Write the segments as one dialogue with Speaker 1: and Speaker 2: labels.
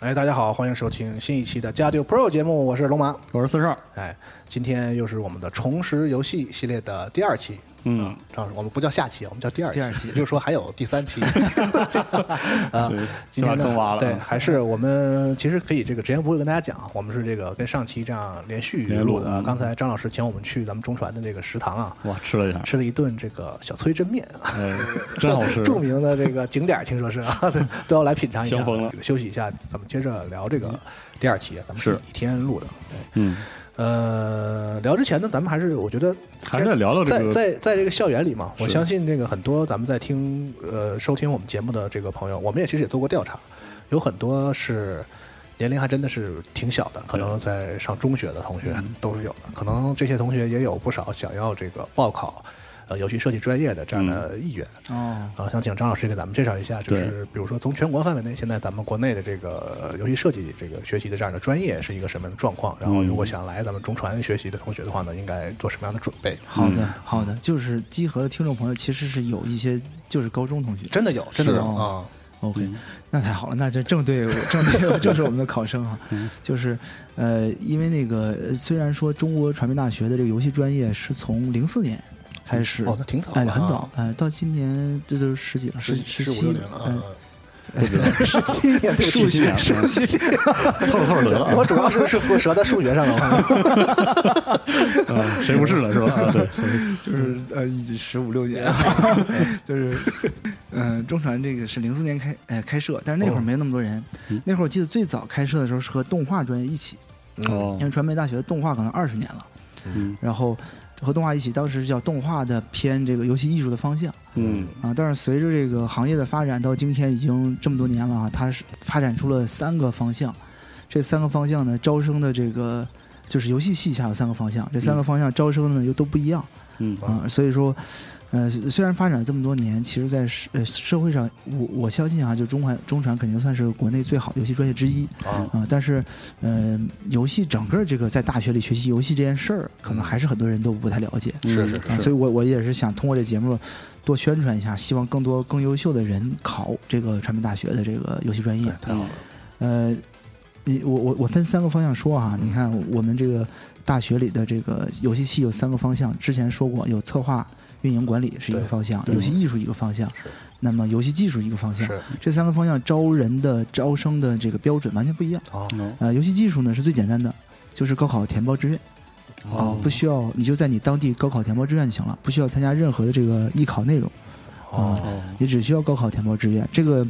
Speaker 1: 哎，大家好，欢迎收听新一期的《加六 Pro》节目，我是龙马。
Speaker 2: 我是四十二，
Speaker 1: 哎，今天又是我们的重拾游戏系列的第二期，
Speaker 2: 嗯，
Speaker 1: 这样我们不叫下期，我们叫第二期，
Speaker 3: 第二期
Speaker 1: 也就是说还有第三 期啊
Speaker 2: 所以。
Speaker 1: 今天
Speaker 2: 就把坑挖
Speaker 1: 呢，
Speaker 2: 了
Speaker 1: 对，
Speaker 2: 嗯
Speaker 1: 还是我们其实可以这个直言不讳跟大家讲，我们是这个跟上期这样连续
Speaker 2: 连录
Speaker 1: 录的啊。
Speaker 2: 嗯
Speaker 1: 刚才张老师请我们去咱们中传的这个食堂啊，
Speaker 2: 哇，吃了一下，
Speaker 1: 吃了一顿这个小崔抻面， 啊
Speaker 2: 哎，真好 吃，
Speaker 1: 著名的这个景点儿，听说是 啊，对都要来品尝一下。
Speaker 2: 香疯了嗯
Speaker 1: 这个休息一下，咱们接着聊这个第二期，咱们
Speaker 2: 是
Speaker 1: 是一天录的。对，
Speaker 2: 嗯，
Speaker 1: 呃，聊之前呢，咱们还是我觉得
Speaker 2: 还是得聊聊这
Speaker 1: 在
Speaker 2: 个
Speaker 1: 在在这个校园里嘛，我
Speaker 2: 是
Speaker 1: 相信这个很多咱们在听呃收听我们节目的这个朋友，我们也其实也做过调查，有很多是。年龄还真的是挺小的，可能在上中学的同学
Speaker 2: 嗯
Speaker 1: 都是有的，可能这些同学也有不少想要这个报考呃游戏设计专业的这样的
Speaker 2: 嗯
Speaker 1: 意愿。
Speaker 3: 哦，
Speaker 1: 啊，想请张老师给咱们介绍一下，就
Speaker 2: 对
Speaker 1: 是比如说从全国范围内，现在咱们国内的这个呃游戏设计这个学习的这样的专业是一个什么样的状况？然后如果
Speaker 3: 嗯
Speaker 1: 想来咱们中传学习的同学的话呢，应该做什么样的准备？
Speaker 3: 好的，
Speaker 1: 嗯
Speaker 3: 好的，就是集合的听众朋友其实是有一些就是高中同学
Speaker 1: 真的有，真的
Speaker 3: 是
Speaker 1: 有啊
Speaker 3: 哦！，OK，、那太好了，那就正对我正对正是我们的考 生哈，
Speaker 1: 嗯
Speaker 3: 就是呃，因为那个呃虽然说中国传媒大学的这个游戏专业是从零四年开始，
Speaker 1: 哦那挺早
Speaker 3: 哎，
Speaker 1: 了啊
Speaker 3: 很早，哎，到今年这都十几了，十
Speaker 1: 啊十
Speaker 3: 七
Speaker 1: 五六年了
Speaker 3: 哎
Speaker 1: 啊， 十七年，对不起
Speaker 2: 数
Speaker 3: 啊
Speaker 2: 学
Speaker 1: 数学，
Speaker 3: 嗯
Speaker 2: 凑合凑合得了
Speaker 1: 我主要是是折在数学上 了。
Speaker 2: 啊，谁不是呢？是吧？啊对，
Speaker 3: 就是呃十五六年， 就是嗯、呃中传这个是零四年开呃开设，但是那会儿没那么多人，那会儿我记得最早开设的时候是和动画专业一起，
Speaker 2: 哦
Speaker 3: 因为传媒大学的动画可能二十年了，
Speaker 2: 嗯
Speaker 3: 然后和动画一起，当时叫动画的偏这个游戏艺术的方向
Speaker 2: 嗯，
Speaker 3: 啊，但是随着这个行业的发展，到今天已经这么多年了啊，它是发展出了三个方向，这三个方向呢招生的这个就是游戏系下的三个方向，这三个方向招生呢又都不一样。
Speaker 2: 嗯，
Speaker 3: 啊、所以说，呃，虽然发展了这么多年，其实在社呃社会上，我我相信啊，就中传中传肯定算是国内最好的游戏专业之一
Speaker 1: 啊
Speaker 2: 嗯
Speaker 3: 啊、但是，呃，游戏整个这个在大学里学习游戏这件事儿，可能还是很多人都不太了解
Speaker 1: 是是
Speaker 2: 嗯
Speaker 3: 啊、所以我我也是想通过这节目多宣传一下，希望更多更优秀的人考这个传媒大学的这个游戏专业。
Speaker 1: 太好了，
Speaker 3: 呃，你我我我分三个方向说啊，你看我们这个大学里的这个游戏系有三个方向，之前说过有策划、运营管理是一个
Speaker 1: 对
Speaker 3: 方向，
Speaker 1: 对
Speaker 3: 游戏艺术一个方向，那么游戏技术一个方向，
Speaker 1: 是
Speaker 3: 这三个方向招人的招生的这个标准完全不一样。
Speaker 1: 哦
Speaker 2: 嗯
Speaker 3: 呃，游戏技术呢是最简单的，就是高考填报志愿
Speaker 1: 哦
Speaker 3: 啊、
Speaker 2: 哦
Speaker 3: 不需要你就在你当地高考填报志愿就行了，不需要参加任何的这个艺考内容，
Speaker 1: 哦，
Speaker 2: 哦
Speaker 3: 也只需要高考填报志愿。这个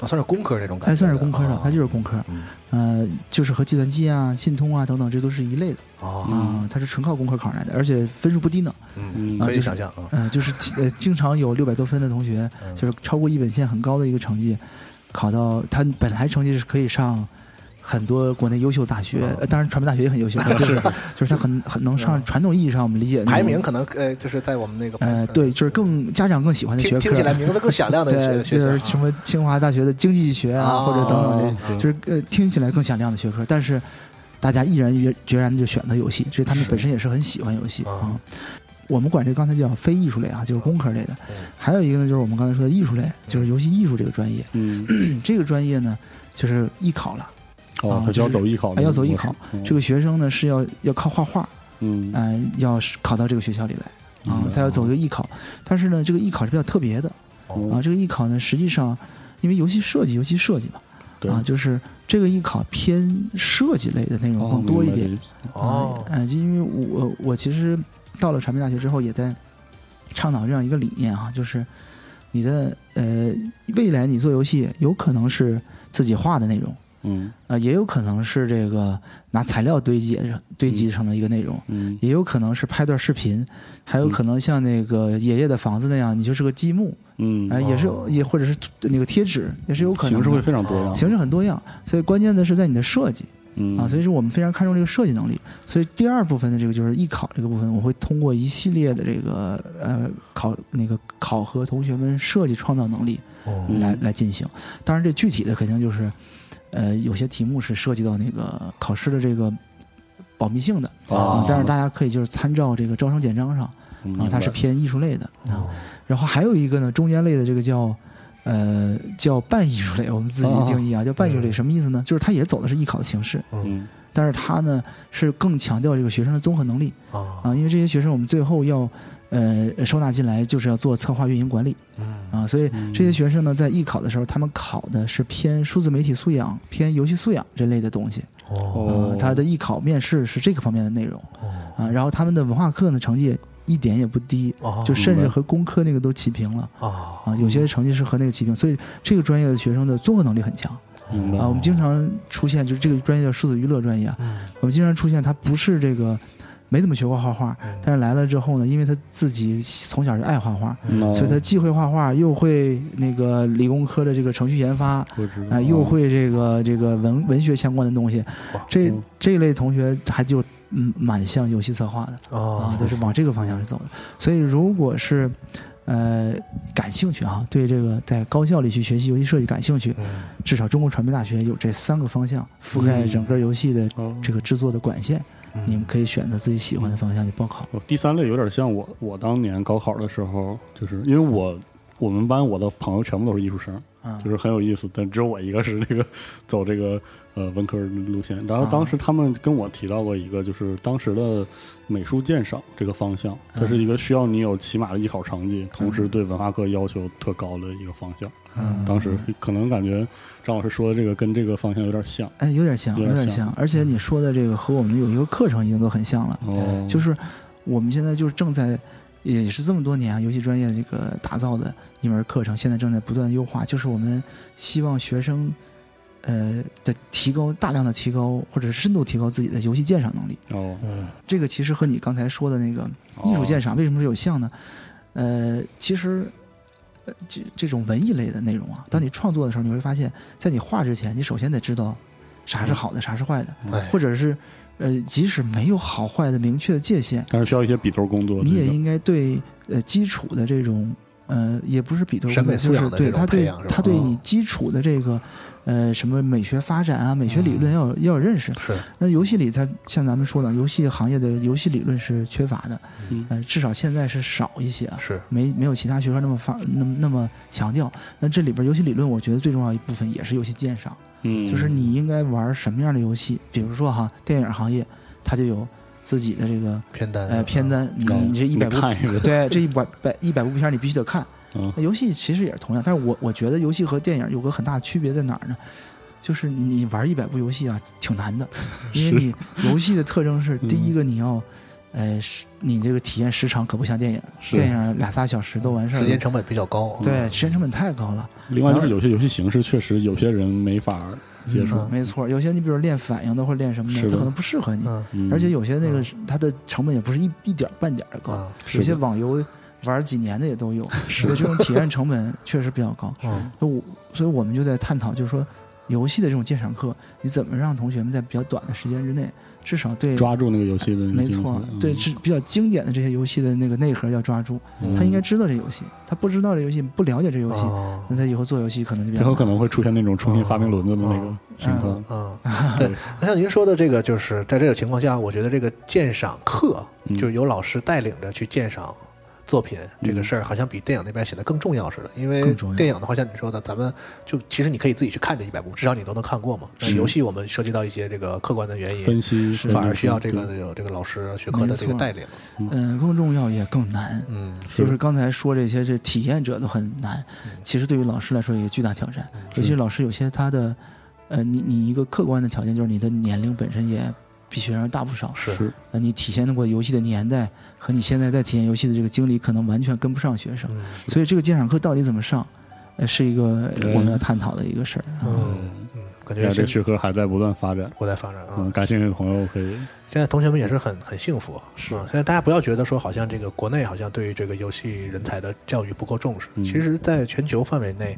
Speaker 1: 那算是工科这种感觉的，
Speaker 3: 哎还算是工科的
Speaker 1: 哦，
Speaker 3: 它就是工科，
Speaker 1: 嗯
Speaker 3: 呃，就是和计算机啊、信通啊等等，这都是一类的
Speaker 1: 哦，
Speaker 3: 啊、它是纯靠工科考上来的，而且分数不低呢。
Speaker 1: 嗯，
Speaker 2: 嗯
Speaker 1: 可
Speaker 3: 啊
Speaker 1: 以
Speaker 3: 就是
Speaker 1: 想象啊，
Speaker 3: 呃，就是呃，经常有六百多分的同学，
Speaker 1: 嗯
Speaker 3: 就是超过一本线很高的一个成绩，考到他本来成绩是可以上很多国内优秀大学，
Speaker 1: 嗯
Speaker 3: 呃当然传媒大学也很优 秀，就是就是他很很能上传统意义上我们理解的那种
Speaker 1: 排名可能呃就是在我们那个
Speaker 3: 呃，对，就是更家长更喜欢的啊学
Speaker 1: 嗯听听起来
Speaker 3: 科。
Speaker 1: 名字更响亮的 学
Speaker 3: 对，
Speaker 1: 学
Speaker 3: 就是
Speaker 1: 校
Speaker 3: 什么清华大学的经济学啊，
Speaker 1: 啊
Speaker 3: 或者等等
Speaker 1: 啊
Speaker 3: 这，就是呃听起来更响亮的学科，但是大家毅然决决然就选择游戏，这他们
Speaker 2: 是
Speaker 3: 本身也是很喜欢游戏
Speaker 1: 啊
Speaker 3: 啊、我们管这刚才叫非艺术类啊，就是工科类的
Speaker 1: 嗯。
Speaker 3: 还有一个呢，就是我们刚才说的艺术类，就是游戏艺术这个专业。
Speaker 2: 嗯，
Speaker 3: 嗯这个专业呢，就是艺考了，
Speaker 2: 哦，他就要走艺考
Speaker 3: 啊
Speaker 2: 的，
Speaker 3: 还要走艺考。
Speaker 2: 嗯，
Speaker 3: 这个学生呢是要要靠画画，
Speaker 2: 嗯
Speaker 3: 呃，要是考到这个学校里来啊
Speaker 2: 嗯，
Speaker 3: 他要走一个艺考。但是呢，这个艺考是比较特别的啊，
Speaker 2: 哦
Speaker 3: 这个艺考呢，实际上因为游戏设计，游戏设计嘛，
Speaker 2: 对
Speaker 3: 啊，就是这个艺考偏设计类的内容
Speaker 2: 哦
Speaker 3: 更多一
Speaker 2: 明白
Speaker 3: 点。
Speaker 2: 这
Speaker 1: 哦
Speaker 3: 啊，呃，就因为我我其实到了传媒大学之后，也在倡导这样一个理念啊，就是你的呃未来你做游戏有可能是自己画的内容，
Speaker 2: 嗯
Speaker 3: 啊，也有可能是这个拿材料堆积上堆积成的一个内容。
Speaker 2: 嗯
Speaker 3: 也有可能是拍段视频，还有可能像那个爷爷的房子那样，你就是个积木，
Speaker 2: 嗯，
Speaker 3: 哎、也是
Speaker 1: 哦
Speaker 3: 也或者是那个贴纸，也是有可
Speaker 2: 形
Speaker 3: 能
Speaker 2: 式会
Speaker 3: 的。啊
Speaker 2: 非常多样，
Speaker 3: 形式很多样，所以关键的是在你的设计，
Speaker 2: 嗯
Speaker 3: 啊，所以说我们非常看重这个设计能力。所以第二部分的这个就是艺考这个部分，我会通过一系列的这个呃考那个考核同学们设计创造能力
Speaker 1: 哦
Speaker 2: 嗯
Speaker 3: 来来进行。当然，这具体的肯定就是，呃，有些题目是涉及到那个考试的这个保密性的
Speaker 2: 啊
Speaker 3: 啊，但是大家可以就是参照这个招生简章上啊，它是偏艺术类的
Speaker 2: 哦
Speaker 1: 哦
Speaker 3: 啊。然后还有一个呢，中间类的这个叫。呃，叫半艺术类，我们自己
Speaker 2: 哦
Speaker 3: 定义啊，叫半艺术类，什么意思呢？就是它也走的是艺考的形式，
Speaker 2: 嗯
Speaker 3: 但是他呢是更强调这个学生的综合能力
Speaker 1: 哦
Speaker 3: 啊，因为这些学生我们最后要呃收纳进来，就是要做策划、运营、管理
Speaker 1: 嗯
Speaker 3: 啊，所以这些学生呢在艺考的时候，他们考的是偏数字媒体素养、偏游戏素养这类的东西
Speaker 1: 哦
Speaker 3: 啊
Speaker 2: 哦，
Speaker 3: 他的艺考面试是这个方面的内容
Speaker 1: 哦
Speaker 3: 啊，然后他们的文化课呢成绩一点也不低，
Speaker 1: 哦
Speaker 3: 就甚
Speaker 2: 明
Speaker 3: 至
Speaker 2: 白
Speaker 3: 和工科那个都齐平了
Speaker 1: 哦
Speaker 3: 啊，有些成绩是和那个齐平，所以这个专业的学生的综合能力很强
Speaker 2: 明白
Speaker 3: 啊，我们经常出现就是这个专业叫数字娱乐专业啊。
Speaker 1: 嗯
Speaker 3: 我们经常出现他不是这个没怎么学过画画，但是来了之后呢，因为他自己从小就爱画画，
Speaker 2: 嗯
Speaker 3: 所以他既会画画，又会那个理工科的这个程序研发，啊、又会这个这个文文学相关的东西
Speaker 1: 哇，
Speaker 3: 这
Speaker 2: 嗯
Speaker 3: 这一类同学还就嗯蛮像游戏策划的啊
Speaker 1: 哦，
Speaker 3: 就是往这个方向是走的。所以如果是呃感兴趣啊，对这个在高校里去学习游戏设计感兴趣，
Speaker 1: 嗯
Speaker 3: 至少中国传媒大学有这三个方向覆盖
Speaker 2: 嗯
Speaker 3: 整个游戏的这
Speaker 2: 个。
Speaker 3: 个制作的管线，
Speaker 1: 嗯
Speaker 3: 你们可以选择自己喜欢的方向去报考。
Speaker 2: 哦，第三类有点像我，我当年高考的时候，就是因为我我们班我的朋友全部都是艺术生，
Speaker 1: 嗯
Speaker 3: 啊
Speaker 2: 就是很有意思，但只有我一个是这个走这个呃文科路线。然后
Speaker 3: 啊
Speaker 2: 当时他们跟我提到过一个，就是当时的美术鉴赏这个方向，它
Speaker 3: 嗯
Speaker 2: 是一个需要你有起码的艺考成绩，同时对文化课要求特高的一个方向。
Speaker 3: 嗯
Speaker 2: 当时可能感觉张老师说的这个跟这个方向有点像
Speaker 3: 哎，有点像，
Speaker 2: 有
Speaker 3: 有
Speaker 2: 点
Speaker 3: 点
Speaker 2: 像嗯
Speaker 3: 像，而且你说的这个和我们有一个课程已经都很像了，
Speaker 2: 哦，
Speaker 3: 就是我们现在就是正在，也是这么多年啊，游戏专业这个打造的一门课程，现在正在不断优化，就是我们希望学生。呃的提高，大量的提高或者是深度提高自己的游戏鉴赏能力，
Speaker 2: 哦
Speaker 1: 嗯
Speaker 3: 这个其实和你刚才说的那个艺术鉴赏为什么是有像呢？呃，其实，呃，这这种文艺类的内容啊，
Speaker 1: 嗯
Speaker 3: 当你创作的时候，你会发现在你画之前，你首先得知道啥是
Speaker 1: 嗯
Speaker 3: 好的，啥是坏的，
Speaker 1: 哎
Speaker 3: 或者是呃，即使没有好坏的明确的界限，
Speaker 2: 但是需要一些笔头工作。
Speaker 3: 你也
Speaker 2: 这个
Speaker 3: 应该对呃基础的这种。呃，也不是比对
Speaker 1: 审美素养
Speaker 3: 就是
Speaker 1: 的
Speaker 3: 对
Speaker 1: 这种
Speaker 3: 他
Speaker 1: 培
Speaker 3: 对
Speaker 1: 养是吧
Speaker 3: 他对
Speaker 2: 嗯
Speaker 3: 你基础的这个，呃，什么美学发展啊、美学理
Speaker 1: 嗯
Speaker 3: 论要有要有认识。
Speaker 1: 是
Speaker 3: 那游戏里，它像咱们说的，游戏行业的游戏理论是缺乏的，
Speaker 2: 嗯
Speaker 3: 呃，至少现在是少一些啊，
Speaker 1: 是
Speaker 3: 没没有其他学科那么发那么那么强调。那这里边游戏理论，我觉得最重要一部分也是游戏鉴赏
Speaker 2: 嗯，
Speaker 3: 就是你应该玩什么样的游戏。比如说哈，电影行业它就有自己的这个
Speaker 1: 片单，
Speaker 3: 呃片单，你
Speaker 2: 高
Speaker 3: 你这一百
Speaker 2: 你
Speaker 3: 部，
Speaker 2: 看一 个，
Speaker 3: 对这一百百一百部片儿你必须得看。
Speaker 2: 嗯
Speaker 3: 那游戏其实也是同样，但是我我觉得游戏和电影有个很大的区别在哪儿呢？就是你玩一百部游戏啊，挺 难的，因为你游戏的特征是，
Speaker 2: 嗯
Speaker 3: 第一个你要，呃，时你这个体验时长可不像电影，
Speaker 2: 是
Speaker 3: 电影俩仨小时都完事
Speaker 1: 嗯
Speaker 3: 儿
Speaker 1: 时间
Speaker 3: 了，
Speaker 1: 成本比较高。
Speaker 3: 对，时间成本太高了。
Speaker 2: 另外就是有些游戏形式确实有些人没法接受，
Speaker 1: 嗯
Speaker 3: 没错，有些你比如练反应的或者练什么
Speaker 2: 是
Speaker 3: 的，
Speaker 2: 的
Speaker 3: 它可能不适合你，
Speaker 1: 嗯
Speaker 2: 嗯
Speaker 3: 而且有些那个是它的成本也不是一一点儿半点儿的高，
Speaker 1: 啊，
Speaker 2: 是
Speaker 3: 有些
Speaker 2: 的
Speaker 3: 网游玩几年的也都有，
Speaker 2: 是
Speaker 3: 所以这种体验成本确实比较高。
Speaker 1: 嗯
Speaker 3: 所以我所以我们就在探讨，就是说游戏的这种鉴赏课，你怎么让同学们在比较短的时间之内，至少对
Speaker 2: 抓住那个游戏的那个
Speaker 3: 没
Speaker 2: 精嗯
Speaker 3: 错
Speaker 2: 髓，
Speaker 3: 对，是比较经典的这些游戏的那个内核要抓住。
Speaker 2: 嗯
Speaker 3: 他应该知道这游戏，他不知道这游戏，不了解这游戏，
Speaker 1: 哦
Speaker 3: 那他以后做游戏可能就比
Speaker 2: 很
Speaker 3: 较
Speaker 2: 有可能会出现那种重新发明轮子的那个
Speaker 1: 哦
Speaker 2: 情况。
Speaker 1: 嗯，对，那像您说的这个，就是在这个情况下，我觉得这个鉴赏课
Speaker 2: 嗯
Speaker 1: 就由老师带领着去鉴赏作品这个事儿，好像比电影那边显得更重要似的。因为
Speaker 3: 更重要
Speaker 1: 电影的话，像你说的，咱们就其实你可以自己去看这一百部，至少你都能看过嘛。但
Speaker 2: 是
Speaker 1: 游戏我们涉及到一些这个客观的原因，
Speaker 2: 分析是
Speaker 1: 反而需要这个有这个老师学科的这个
Speaker 3: 没错
Speaker 1: 带领。
Speaker 3: 嗯更重要也更难。
Speaker 1: 嗯，
Speaker 3: 就是刚才说这些，这体验者都很难
Speaker 1: 嗯，
Speaker 3: 其实对于老师来说也有巨大挑战。
Speaker 1: 嗯
Speaker 3: 尤其老师有些他的，呃，你你一个客观的条件就是你的年龄本身也比学生大不少，
Speaker 1: 是
Speaker 2: 是
Speaker 3: 那你体现过游戏的年代和你现在在体验游戏的这个经历，可能完全跟不上学生。
Speaker 1: 嗯
Speaker 3: 所以这个鉴赏课到底怎么上，呃，是一个
Speaker 2: 对
Speaker 3: 我们要探讨的一个事儿。啊
Speaker 1: 嗯嗯，感
Speaker 2: 对
Speaker 1: 觉
Speaker 2: 哎这
Speaker 1: 是
Speaker 2: 个学科还在不断发展。
Speaker 1: 我在发展啊。
Speaker 2: 嗯，感兴趣的朋友可以
Speaker 1: 现在同学们也是很很幸福，
Speaker 2: 是
Speaker 1: 嗯现在大家不要觉得说好像这个国内好像对于这个游戏人才的教育不够重视，
Speaker 2: 嗯
Speaker 1: 其实，在全球范围内，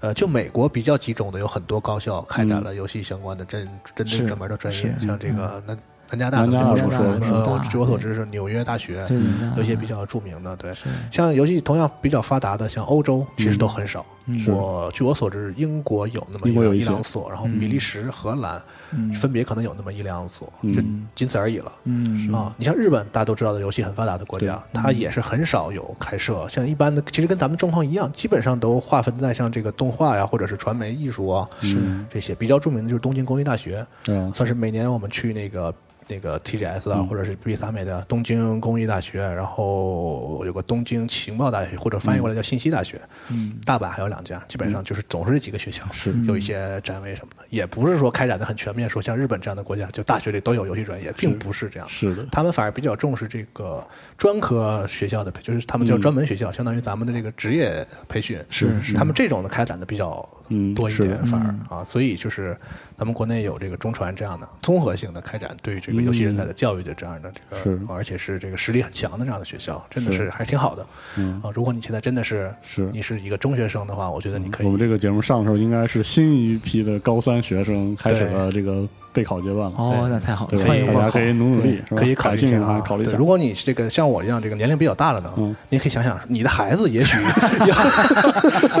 Speaker 1: 呃，就美国比较集中的有很多高校开展了游戏相关的针针对
Speaker 3: 是
Speaker 1: 这门的专业，
Speaker 3: 是
Speaker 1: 像这个南南加大的
Speaker 2: 嗯南加大
Speaker 1: 比较
Speaker 2: 不
Speaker 1: 出
Speaker 2: 说
Speaker 1: 名
Speaker 2: 不
Speaker 3: 说
Speaker 1: 呃，我
Speaker 3: 大
Speaker 1: 据我所知是纽约大学，
Speaker 3: 对，
Speaker 1: 嗯有一些比较著名的，对，像游戏同样比较发达的，像欧洲其实都很少。
Speaker 3: 嗯是
Speaker 1: 我据我所知，英国有那么
Speaker 2: 英国有一
Speaker 1: 一
Speaker 2: 些
Speaker 1: 两所，然后
Speaker 3: 嗯
Speaker 1: 比利时、荷兰
Speaker 3: 嗯
Speaker 1: 分别可能有那么一两所，就
Speaker 2: 嗯
Speaker 1: 仅此而已了。
Speaker 3: 嗯
Speaker 1: 啊，你像日本，大家都知道的游戏很发达的国家，它也是很少有开设。像一般的，其实跟咱们状况一样，基本上都划分在像这个动画呀，或者是传媒艺术啊
Speaker 2: 是
Speaker 1: 这些比较著名的，就是东京工业大学，
Speaker 2: 对啊，
Speaker 1: 算是每年我们去那个那个 TGS 啊，
Speaker 2: 嗯
Speaker 1: 或者是 B 三美的东京工业大学，然后有个东京情报大学，或者翻译过来叫信息大学，
Speaker 3: 嗯
Speaker 1: 大阪还有两家，基本上就是总是这几个学校。
Speaker 2: 嗯是嗯
Speaker 1: 有一些展位什么的，也不是说开展的很全面，说像日本这样的国家，就大学里都有游戏专业，并不是这样。
Speaker 2: 是的，
Speaker 1: 他们反而比较重视这个专科学校的培，就是他们叫专门学校，相当于咱们的这个职业培训。
Speaker 2: 嗯是
Speaker 3: 是
Speaker 1: 他们这种的开展的比较
Speaker 2: 嗯
Speaker 1: 多一
Speaker 2: 是
Speaker 1: 点，
Speaker 2: 的
Speaker 1: 反而啊，所以就是咱们国内有这个中传这样的综合性的开展，对于这个游戏人才的教育的这样的这个
Speaker 2: 嗯
Speaker 1: 啊
Speaker 2: 是，
Speaker 1: 而且是这个实力很强的这样的学校，真的
Speaker 2: 是
Speaker 1: 是还挺好的
Speaker 2: 嗯
Speaker 1: 啊。如果你现在真的是
Speaker 2: 是。嗯
Speaker 1: 你是一个中学生的话，我觉得你可以
Speaker 2: 我们这个节目上的时候，应该是新一批的高三学生开始了这个备考阶段了，
Speaker 3: 哦，那太好
Speaker 2: 对
Speaker 3: 了，
Speaker 2: 吧
Speaker 3: 换一个
Speaker 2: 大家
Speaker 3: 口
Speaker 2: 可以努努力，是吧
Speaker 1: 可以考
Speaker 2: 感
Speaker 1: 虑一
Speaker 2: 兴趣
Speaker 1: 下
Speaker 2: 的话
Speaker 1: 啊，
Speaker 2: 考虑一
Speaker 1: 对
Speaker 2: 下
Speaker 1: 如。果你这个像我一样，这个年龄比较大了呢，
Speaker 2: 嗯
Speaker 1: 你可以想想，你的孩子也许 要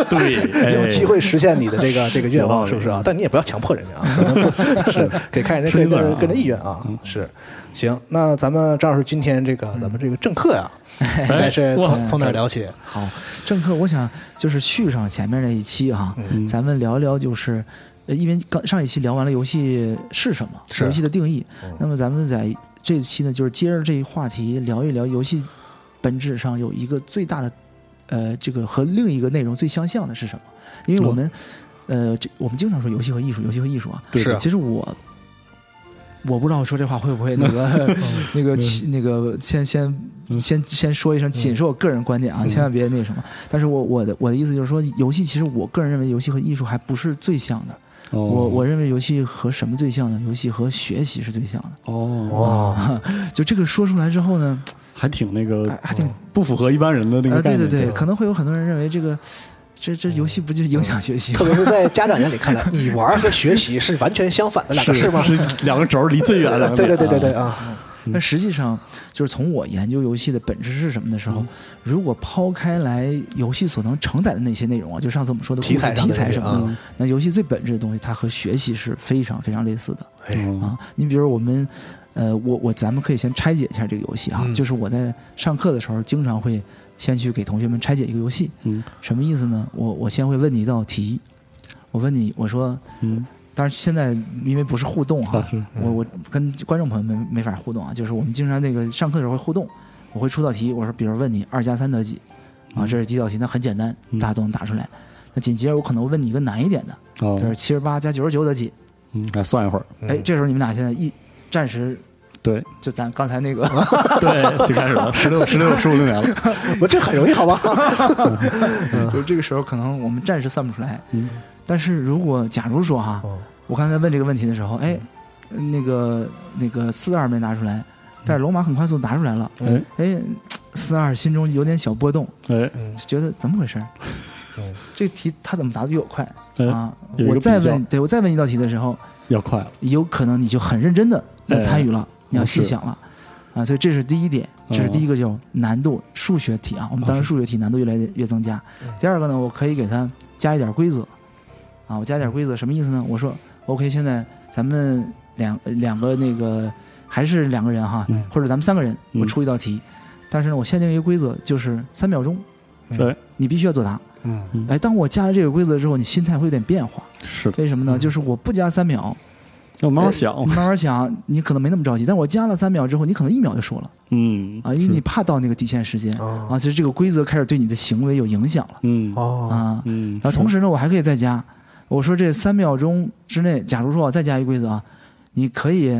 Speaker 2: 对，哎
Speaker 1: 有机会实现你的这个这个愿
Speaker 2: 有道
Speaker 1: 望，
Speaker 2: 理
Speaker 1: 是不是啊？但你也不要强迫人家啊，可能不是可以看人家
Speaker 2: 顺
Speaker 1: 个
Speaker 2: 其自然
Speaker 1: 人
Speaker 2: 啊
Speaker 1: 个人意愿啊。是，行，那咱们张老师今天这个咱们这个政课呀，应该是从从哪儿聊起？
Speaker 3: 好，政课，我想就是续上前面那一期哈，
Speaker 2: 嗯
Speaker 3: 咱们聊一聊就是。呃因为刚上一期聊完了游戏是什么，
Speaker 1: 是
Speaker 3: 游戏的定义，
Speaker 1: 嗯
Speaker 3: 那么咱们在这期呢，就是接着这一话题聊一聊游戏本质上有一个最大的，呃，这个和另一个内容最相像的是什么？因为我
Speaker 1: 哦
Speaker 3: 们，呃，这我们经常说游戏和艺术，游戏和艺术啊，
Speaker 2: 对
Speaker 1: 是啊
Speaker 3: 其实我我不知道我说这话会不会那 个那
Speaker 2: 嗯
Speaker 3: 个起那个先先先先说一声，仅是我个人观点
Speaker 2: 嗯
Speaker 3: 啊，千万别那什么。但是我我的我的意思就是说，游戏其实我个人认为游戏和艺术还不是最像的。
Speaker 2: 哦
Speaker 3: 我我认为游戏和什么最像呢？游戏和学习是最像的。
Speaker 2: 哦，
Speaker 1: 哦，
Speaker 3: 就这个说出来之后呢，
Speaker 2: 还挺那个
Speaker 3: 啊还还挺
Speaker 2: 不符合一般人的那
Speaker 3: 啊，
Speaker 2: 个概
Speaker 3: 对对
Speaker 2: 念。
Speaker 3: 对，
Speaker 1: 吧
Speaker 3: 可能会有很多人认为这个这这游戏不就是影
Speaker 2: 嗯
Speaker 3: 响学习吗
Speaker 1: 特？别是在家长眼里看来，你玩儿和学习是完全相反的 两个事吗？
Speaker 2: 是两个轴儿离最远了。
Speaker 1: 对对对对对啊，
Speaker 3: 但实际上，就是从我研究游戏的本质是什么的时
Speaker 1: 嗯
Speaker 3: 候，如果抛开来游戏所能承载的那些内容啊，就上次我们说的故
Speaker 1: 题
Speaker 3: 事
Speaker 1: 材上
Speaker 3: 题
Speaker 1: 的
Speaker 3: 材
Speaker 1: 这
Speaker 3: 什么
Speaker 1: 些
Speaker 3: 的，
Speaker 1: 啊
Speaker 3: 那游戏最本质的东西，它和学习是非常非常类似的
Speaker 1: 哎，
Speaker 2: 嗯
Speaker 3: 啊。你比如我们，呃，我我咱们可以先拆解一下这个游戏啊，
Speaker 1: 嗯
Speaker 3: 就是我在上课的时候经常会先去给同学们拆解一个游戏，
Speaker 2: 嗯
Speaker 3: 什么意思呢？我我先会问你一道题，我问你，我说
Speaker 2: 嗯
Speaker 3: 但是现在因为不是互动哈、
Speaker 2: 啊是
Speaker 3: 我我跟观众朋友们没法互动啊，就是我们经常那个上课的时候会互动，我会出道题，我说比如问你二加三得几啊，这是第一道题，那很简单，
Speaker 2: 嗯
Speaker 3: 大家都能答出来。那紧接着我可能问你一个难一点的，
Speaker 2: 啊
Speaker 3: 比，如七十八加九十九得几？
Speaker 2: 嗯，来算一会儿，
Speaker 3: 哎，
Speaker 1: 嗯
Speaker 3: 这时候你们俩现在一暂时
Speaker 2: 对
Speaker 3: 就咱刚才那个
Speaker 2: 对，就开始了，十六十六十五六年 了，
Speaker 1: 我这很容易，好吧？
Speaker 3: 就是这个时候可能我们暂时算不出来。
Speaker 2: 嗯
Speaker 3: 但是如果假如说哈，
Speaker 1: 嗯
Speaker 3: 我刚才问这个问题的时候，哎，那个那个四二没拿出来，但是龙马很快速答出来了，
Speaker 2: 哎
Speaker 3: 哎，四二心中有点小波动，
Speaker 2: 哎
Speaker 1: 嗯
Speaker 3: 就觉得怎么回事儿
Speaker 1: 嗯？
Speaker 3: 这题他怎么答的比我快
Speaker 2: 哎，
Speaker 3: 啊？
Speaker 2: 有一
Speaker 3: 我
Speaker 2: 个
Speaker 3: 再
Speaker 2: 比较
Speaker 3: 问，对我再问一道题的时候，
Speaker 2: 要快了，
Speaker 3: 有可能你就很认真的
Speaker 2: 哎
Speaker 3: 参与了，你要
Speaker 2: 是
Speaker 3: 细想了啊。所以这是第一点，这是第一个叫难度数学题啊。我们当时数学题难度越来越增加
Speaker 1: 嗯。
Speaker 3: 第二个呢，我可以给它加一点规则啊，我加一点规则什么意思呢？我说 OK，现在咱们两呃两个那个还是两个人哈
Speaker 2: 嗯，
Speaker 3: 或者咱们三个人，
Speaker 2: 嗯
Speaker 3: 我出一道题，但是呢，我限定一个规则，就是三秒钟，
Speaker 2: 对，
Speaker 3: 你必须要作答。
Speaker 1: 嗯
Speaker 3: 哎，当我加了这个规则之后，你心态会有点变化，
Speaker 2: 是的，
Speaker 3: 为什么呢？
Speaker 1: 嗯
Speaker 3: 就是我不加三秒。
Speaker 2: 要慢慢想，
Speaker 3: 你慢慢想，你可能没那么着急，但我加了三秒之后，你可能一秒就说了
Speaker 2: 嗯
Speaker 3: 啊，因为你
Speaker 2: 是哦
Speaker 3: 怕到那个底线时间
Speaker 1: 啊
Speaker 3: 啊，其实这个规则开始对你的行为有影响了
Speaker 2: 嗯
Speaker 1: 哦
Speaker 3: 啊。
Speaker 2: 嗯，
Speaker 3: 然后同
Speaker 2: 时
Speaker 3: 时呢，我还可以再加，我说这三秒钟之内，假如说我再加一个规则啊，你可以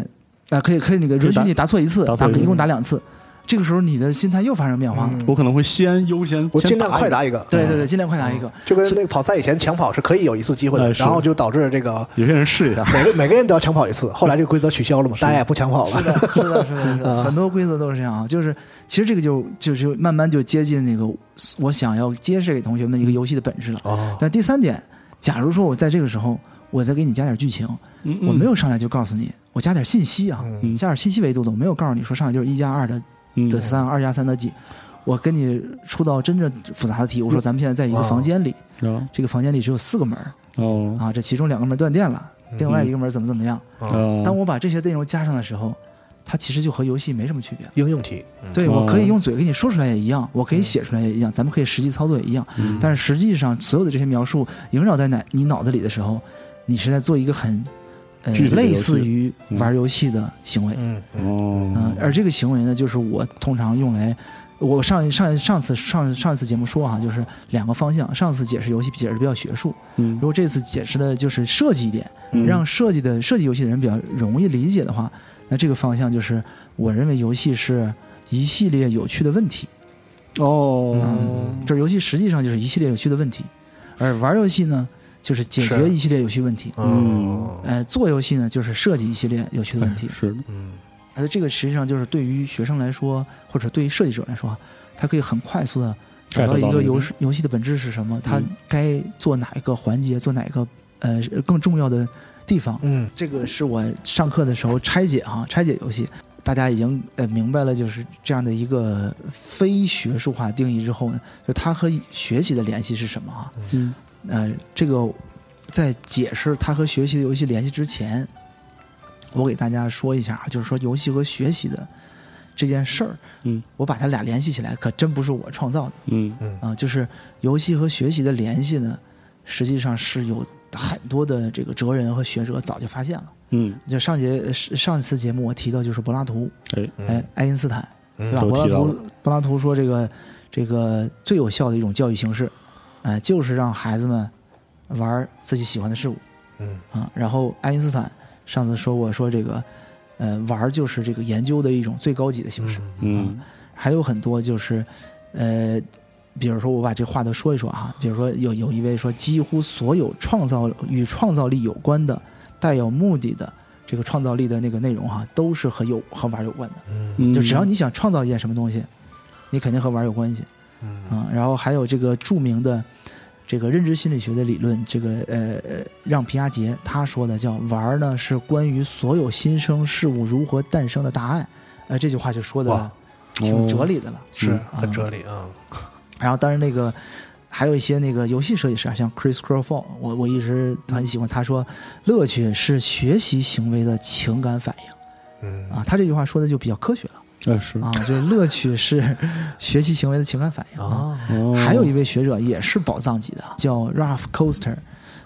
Speaker 3: 啊、可以可以那个
Speaker 2: 可以
Speaker 3: 允许
Speaker 2: 打
Speaker 3: 你答错一次，
Speaker 2: 答
Speaker 3: 答
Speaker 2: 错一次
Speaker 3: 一共答两次，这个时候你的心态又发生变化了。
Speaker 1: 嗯
Speaker 2: 我可能会先优先，
Speaker 1: 我
Speaker 2: 先
Speaker 1: 尽量快
Speaker 2: 打
Speaker 1: 答一个，
Speaker 3: 对对
Speaker 1: 嗯
Speaker 3: 对，尽量快答
Speaker 2: 哦
Speaker 3: 一个。
Speaker 1: 就跟那个跑赛以前抢跑是可以有一次机会的，
Speaker 2: 哎是
Speaker 1: 然后就导致这个
Speaker 2: 一个，有些人试一下，
Speaker 1: 每个每个人都要抢跑一次，后来这个规则取消了嘛，大家也不抢跑
Speaker 3: 是
Speaker 1: 了。
Speaker 3: 的，是的，是 的，是的，
Speaker 1: 啊
Speaker 3: 很多规则都是这样啊。就是其实这个就就是慢慢就接近那个我想要揭示给同学们一个游戏的本质了。
Speaker 1: 哦，
Speaker 3: 但第三点，假如说我在这个时候，我再给你加点剧情，
Speaker 2: 嗯
Speaker 3: 我没有上来就告诉你，我加点信息啊，
Speaker 1: 嗯
Speaker 3: 加点信息维度的，我没有告诉你说上来就是一加二的
Speaker 2: 有
Speaker 3: 的三，二加三的几。我跟你出到真正复杂的题，我
Speaker 1: 嗯
Speaker 3: 说咱们现在在一
Speaker 1: 啊
Speaker 3: 个房间里，
Speaker 2: 哦
Speaker 3: 这个房间里只有四个门儿
Speaker 2: 哦
Speaker 3: 啊，这其中两个门断电了，另外一个门怎么怎么样。
Speaker 1: 嗯
Speaker 3: 啊
Speaker 2: 哦
Speaker 3: 当我把这些内容加上的时候，它其实就和游戏没什么区别了。
Speaker 1: 应用题，嗯
Speaker 3: 对，
Speaker 2: 哦嗯
Speaker 3: 我可以用嘴给你说出来也一样，我可以写出来也一样，咱们可以实际操作也一样。但是实际上，所有的这些描述萦绕在脑你脑子里的时候，你是在做一个很呃
Speaker 2: 具体的游戏嗯
Speaker 3: 类似于玩游戏的行为。
Speaker 1: 嗯嗯
Speaker 3: 嗯
Speaker 2: 哦，，
Speaker 3: 而这个行为呢，就是我通常用来，我上上上次上上一次节目说哈、就是两个方向。上次解释游戏解释的比较学术，
Speaker 2: 嗯
Speaker 3: 如果这次解释的就是设计一点，
Speaker 2: 嗯
Speaker 3: 让设计的设计游戏的人比较容易理解的话，那这个方向就是我认为游戏是一系列有趣的问题。
Speaker 2: 哦
Speaker 1: 嗯
Speaker 3: 这游戏实际上就是一系列有趣的问题，而玩游戏呢，就是解决
Speaker 1: 是
Speaker 3: 一系列有趣问题。
Speaker 1: 嗯
Speaker 3: 呃，做游戏呢，就是设计一系列有趣的问题。
Speaker 2: 是的，
Speaker 1: 嗯
Speaker 3: 而这个实际上就是对于学生来说，或者对于设计者来说，他可以很快速的找
Speaker 2: get
Speaker 3: 到一
Speaker 2: 到
Speaker 3: 个
Speaker 2: 那
Speaker 3: 游
Speaker 2: 个
Speaker 3: 戏游戏的本质是什么，他
Speaker 2: 嗯
Speaker 3: 该做哪一个环节，做哪一个呃更重要的地方。
Speaker 1: 嗯
Speaker 3: 这个是我上课的时候拆解哈、拆解游戏，大家已经呃明白了，就是这样的一个非学术化定义之后呢，就它和学习的联系是什么哈、
Speaker 2: 嗯
Speaker 3: 呃，这个在解释它和学习的游戏联系之前，我给大家说一下啊，就是说游戏和学习的这件事儿，
Speaker 2: 嗯，
Speaker 3: 我把它俩联系起来，可真不是我创造的
Speaker 2: 嗯
Speaker 3: 啊、就是游戏和学习的联系呢，实际上是有很多的这个哲人和学者早就发现了。
Speaker 2: 嗯，
Speaker 3: 就上节呃是上一次节目我提到就是柏拉图，
Speaker 2: 哎
Speaker 3: 哎，爱因斯坦，
Speaker 1: 嗯
Speaker 3: 对吧？
Speaker 2: 都
Speaker 3: 柏拉
Speaker 2: 提到
Speaker 3: 图
Speaker 2: 了，
Speaker 3: 柏拉图说这个这个最有效的一种教育形式，哎，就是让孩子们玩自己喜欢的事物
Speaker 1: 嗯
Speaker 3: 啊。然后爱因斯坦上次说过，说这个呃玩就是这个研究的一种最高级的形式，
Speaker 2: 嗯
Speaker 3: 还有很多就是呃。比如说，我把这话都说一说啊。比如说有，有一位说，几乎所有创造与创造力有关的、带有目的的这个创造力的那个内容哈、啊都是和有和玩有关的。
Speaker 1: 嗯
Speaker 2: 嗯，
Speaker 3: 就只要你想创造一件什么东西，你肯定和玩儿有关系
Speaker 1: 嗯
Speaker 3: 啊。然后还有这个著名的这个认知心理学的理论，这个呃呃让皮亚杰他说的叫“玩儿呢是关于所有新生事物如何诞生的答案”，呃这句话就说的
Speaker 1: 哇哦
Speaker 3: 挺有哲理的了。
Speaker 1: 是
Speaker 2: 嗯
Speaker 1: 很哲理啊，
Speaker 3: 然后当然那个还有一些那个游戏设计师啊，像 Chris Crawford，我我一直很喜欢他说，乐趣是学习行为的情感反应
Speaker 1: 嗯
Speaker 3: 啊，他这句话说的就比较科学了。
Speaker 2: 哎是
Speaker 3: 啊，就是乐趣是学习行为的情感反应啊。
Speaker 1: 啊
Speaker 2: 哦
Speaker 3: 还有一位学者也是宝藏级的，叫 Ralph Coaster，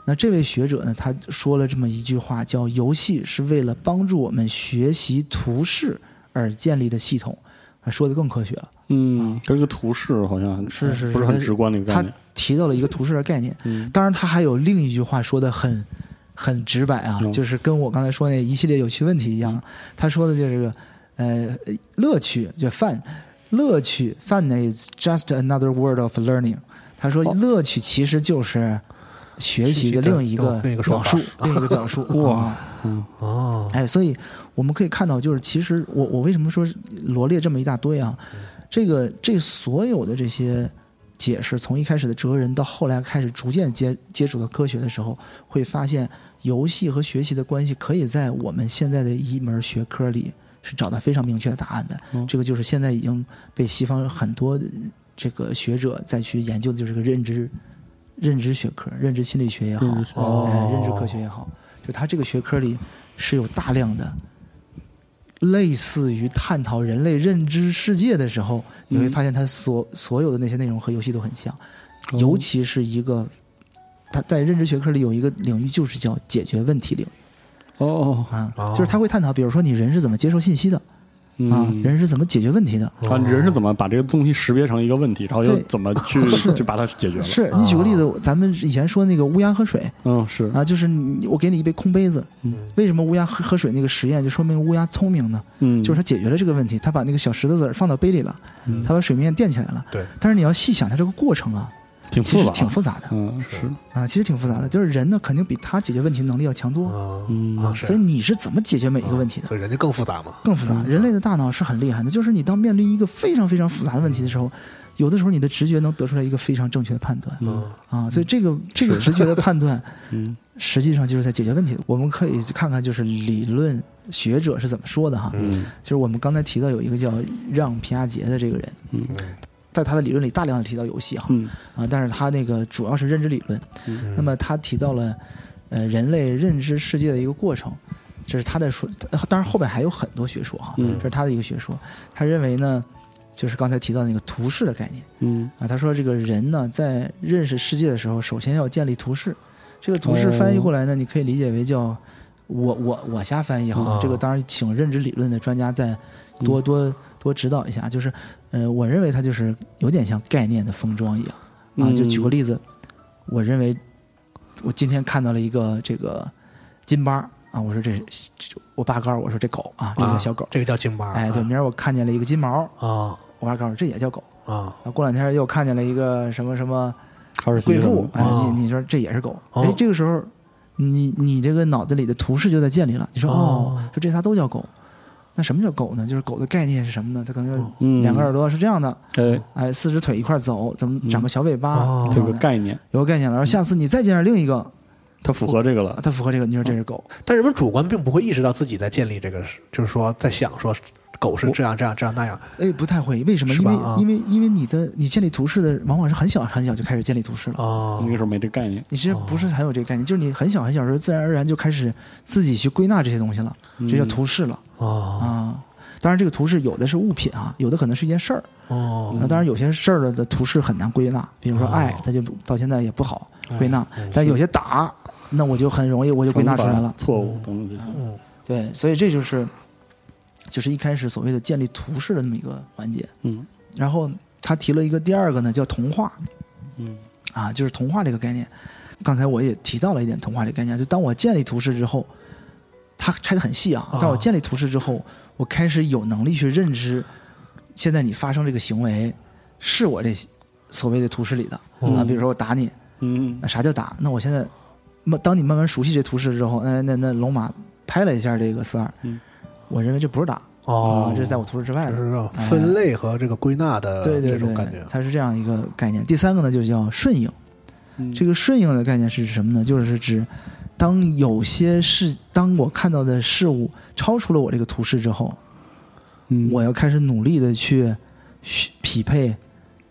Speaker 3: 那这位学者呢，他说了这么一句话，叫“游戏是为了帮助我们学习图示而建立的系统”，啊，说的更科学了。
Speaker 2: 嗯，它这个图示好像
Speaker 3: 是是是
Speaker 2: 不是很直观的一个概
Speaker 3: 他
Speaker 2: 念？
Speaker 3: 提到了一个图示的概念。
Speaker 2: 嗯
Speaker 3: 当然，他还有另一句话说的很很直白啊，
Speaker 2: 嗯
Speaker 3: 就是跟我刚才说那一系列有趣问题
Speaker 1: 嗯
Speaker 3: 一样，他说的就是这个呃乐趣，就 fun，乐趣 fun is just another word of learning。他说
Speaker 2: 哦
Speaker 3: 乐趣其实就是学习的另一
Speaker 1: 学习的哦
Speaker 3: 个
Speaker 1: 另一个说
Speaker 3: 表
Speaker 1: 法
Speaker 3: 述，另一个表述。哇，
Speaker 1: 哦，
Speaker 3: 哎，所以我们可以看到，就是其实我我为什么说是罗列这么一大堆啊？这个这所有的这些解释，从一开始的哲人到后来开始逐渐接接触到科学的时候，会发现游戏和学习的关系可以在我们现在的一门学科里是找到非常明确的答案的。
Speaker 2: 嗯
Speaker 3: 这个就是现在已经被西方很多这个学者再去研究的就是个认知认知学科、认知心理学也好，
Speaker 2: 认知学哦
Speaker 3: 哎，认知科学也好，就它这个学科里是有大量的。类似于探讨人类认知世界的时候，你会发现它所
Speaker 2: 嗯
Speaker 3: 所有的那些内容和游戏都很像，
Speaker 2: 哦
Speaker 3: 尤其是一个，它在认知学科里有一个领域就是叫解决问题领域
Speaker 2: 哦哦，
Speaker 3: 啊
Speaker 1: 哦，
Speaker 3: 就是它会探讨，比如说你人是怎么接受信息的
Speaker 2: 嗯
Speaker 3: 啊，人是怎么解决问题的，
Speaker 2: 啊，人是怎么把这个东西识别成一个问题，然后又
Speaker 3: 对哦
Speaker 2: 怎么去
Speaker 3: 是
Speaker 2: 去把它解决了？
Speaker 3: 是你举个例子，咱们以前说那个乌鸦喝水
Speaker 2: 嗯，是，
Speaker 3: 啊，就是你我给你一杯空杯子
Speaker 2: 嗯，
Speaker 3: 为什么乌鸦喝喝水那个实验就说明乌鸦聪明呢？
Speaker 2: 嗯，
Speaker 3: 就是它解决了这个问题，它把那个小石头子儿放到杯里了，
Speaker 2: 嗯
Speaker 3: 它把水面垫起来了。
Speaker 1: 对，
Speaker 3: 但是你要细想它这个过程啊，
Speaker 2: 挺
Speaker 3: 其
Speaker 2: 复
Speaker 3: 实
Speaker 2: 杂，
Speaker 3: 挺复杂的
Speaker 2: 嗯，
Speaker 1: 是
Speaker 2: 是，
Speaker 3: 啊，其实挺复杂的。就是人呢，肯定比他解决问题能力要强多，
Speaker 1: 嗯
Speaker 2: 嗯
Speaker 1: 啊，
Speaker 3: 所以你是怎么解决每一个问题的？
Speaker 1: 哦所以人家更复杂嘛，
Speaker 3: 更复杂。
Speaker 2: 嗯
Speaker 3: 人类的大脑是很厉害的，就是你当面对一个非常非常复杂的问题的时候，有的时候你的直觉能得出来一个非常正确的判断
Speaker 1: 嗯
Speaker 2: 嗯
Speaker 3: 啊。所以这个这个直觉的判断，
Speaker 2: 嗯
Speaker 3: 实际上就是在解决问题。我们可以去看看，就是理论学者是怎么说的哈。
Speaker 2: 嗯
Speaker 3: 就是我们刚才提到有一个叫让皮亚杰的这个人，
Speaker 2: 嗯
Speaker 3: 在他的理论里大量的提到游戏哈
Speaker 2: 嗯
Speaker 3: 啊，但是他那个主要是认知理论。那么他提到了呃人类认知世界的一个过程，这是他在说，呃当然后边还有很多学说哈，
Speaker 2: 嗯
Speaker 3: 这是他的一个学说。他认为呢，就是刚才提到那个图示的概念
Speaker 2: 嗯，
Speaker 3: 啊，他说这个人呢在认识世界的时候，首先要建立图示。这个图示
Speaker 2: 哦
Speaker 3: 翻译过来呢，你可以理解为叫我我我瞎翻译哈，
Speaker 1: 哦
Speaker 3: 这个当然请认知理论的专家再多
Speaker 2: 啊嗯
Speaker 3: 多多指导一下，就是呃，我认为它就是有点像概念的封装一样。啊，
Speaker 2: 嗯
Speaker 3: 就举个例子，我认为我今天看到了一个这个金巴儿啊，我说这是这我爸告诉我说这狗啊，这叫小狗。
Speaker 1: 这个叫京
Speaker 2: 啊
Speaker 1: 巴，
Speaker 3: 哎，对，明儿我看见了一个金毛，
Speaker 1: 啊
Speaker 3: 我爸告诉我这也叫狗。
Speaker 1: 啊
Speaker 3: 啊，过两天又看见了一个什么什么
Speaker 2: 哈士奇
Speaker 3: 贵
Speaker 2: 什
Speaker 3: 妇
Speaker 2: 么，的
Speaker 3: 哎，
Speaker 1: 哦
Speaker 3: 你你说这也是狗。
Speaker 1: 哦
Speaker 3: 哎，这个时候你你这个脑子里的图示就在建立了。你说哦
Speaker 1: 哦，
Speaker 3: 说这仨都叫狗，那什么叫狗呢？就是狗的概念是什么呢？它可能
Speaker 1: 哦
Speaker 3: 就
Speaker 2: 嗯，
Speaker 3: 两个耳朵是这样的，
Speaker 2: 哎，
Speaker 3: 哎，四只腿一块儿走，怎么长个小尾巴？
Speaker 1: 哦
Speaker 2: 这
Speaker 3: 这样
Speaker 2: 个
Speaker 3: 的
Speaker 2: 概念
Speaker 3: 有个概念了，然后下次你再见着另一个，
Speaker 2: 它符合这个
Speaker 3: 啊
Speaker 2: 了，
Speaker 3: 它符合这个，你说这是狗，
Speaker 1: 但人们主观并不会意识到自己在建立这个，就是说在想说狗是这样这样这样那样，
Speaker 3: 哎，不太会，为什么？
Speaker 1: 是
Speaker 3: 因
Speaker 1: 吧
Speaker 3: 为
Speaker 1: 啊
Speaker 3: 因为因为你的你建立图示的，往往是很小很小就开始建立图示了，
Speaker 1: 哦
Speaker 2: 那个时候没这概念，
Speaker 3: 你其实不是很有这个概念，就是你很小很小的时候，自然而然就开始自己去归纳这些东西了，这叫图示了
Speaker 1: 嗯哦
Speaker 3: 啊。当然，这个图示有的是物品啊，有的可能是一件事儿。
Speaker 1: 哦
Speaker 3: 那当然，有些事儿的图示很难归纳，比如说
Speaker 1: 哦
Speaker 3: 爱，它就到现在也不好归纳
Speaker 1: 嗯。
Speaker 3: 但有些打，那我就很容易我就
Speaker 2: 就
Speaker 3: 归纳出来了。
Speaker 2: 错误等等这些，
Speaker 1: 嗯
Speaker 3: 对，所以这就是就是一开始所谓的建立图示的那么一个环节。
Speaker 2: 嗯
Speaker 3: 然后他提了一个第二个呢，叫童话
Speaker 2: 嗯
Speaker 3: 啊，就是童话这个概念。刚才我也提到了一点童话这个概念，就当我建立图示之后，它拆得很细啊。当我建立图示之后，我开始有能力去认知，现在你发生这个行为是我这所谓的图示里的、啊，
Speaker 2: 嗯
Speaker 3: 比如说我打你，
Speaker 2: 嗯
Speaker 3: 那啥叫打？那我现在，慢当你慢慢熟悉这图示之后，哎那那那龙马拍了一下这个四二，
Speaker 2: 嗯
Speaker 3: 我认为这不是打啊
Speaker 1: 哦，，
Speaker 3: 这是在我图示之外
Speaker 1: 就
Speaker 3: 的。
Speaker 1: 是说分类和这个归纳的
Speaker 3: 嗯对
Speaker 1: 呃这
Speaker 3: 对
Speaker 1: 种
Speaker 3: 对
Speaker 1: 感觉，，啊
Speaker 3: 它是这样一个概念。第三个呢，就叫顺应。
Speaker 2: 嗯，
Speaker 3: 这个顺应的概念是指什么呢？就是指当有些事，当我看到的事物超出了我这个图示之后，
Speaker 2: 嗯
Speaker 3: 我要开始努力的去匹配。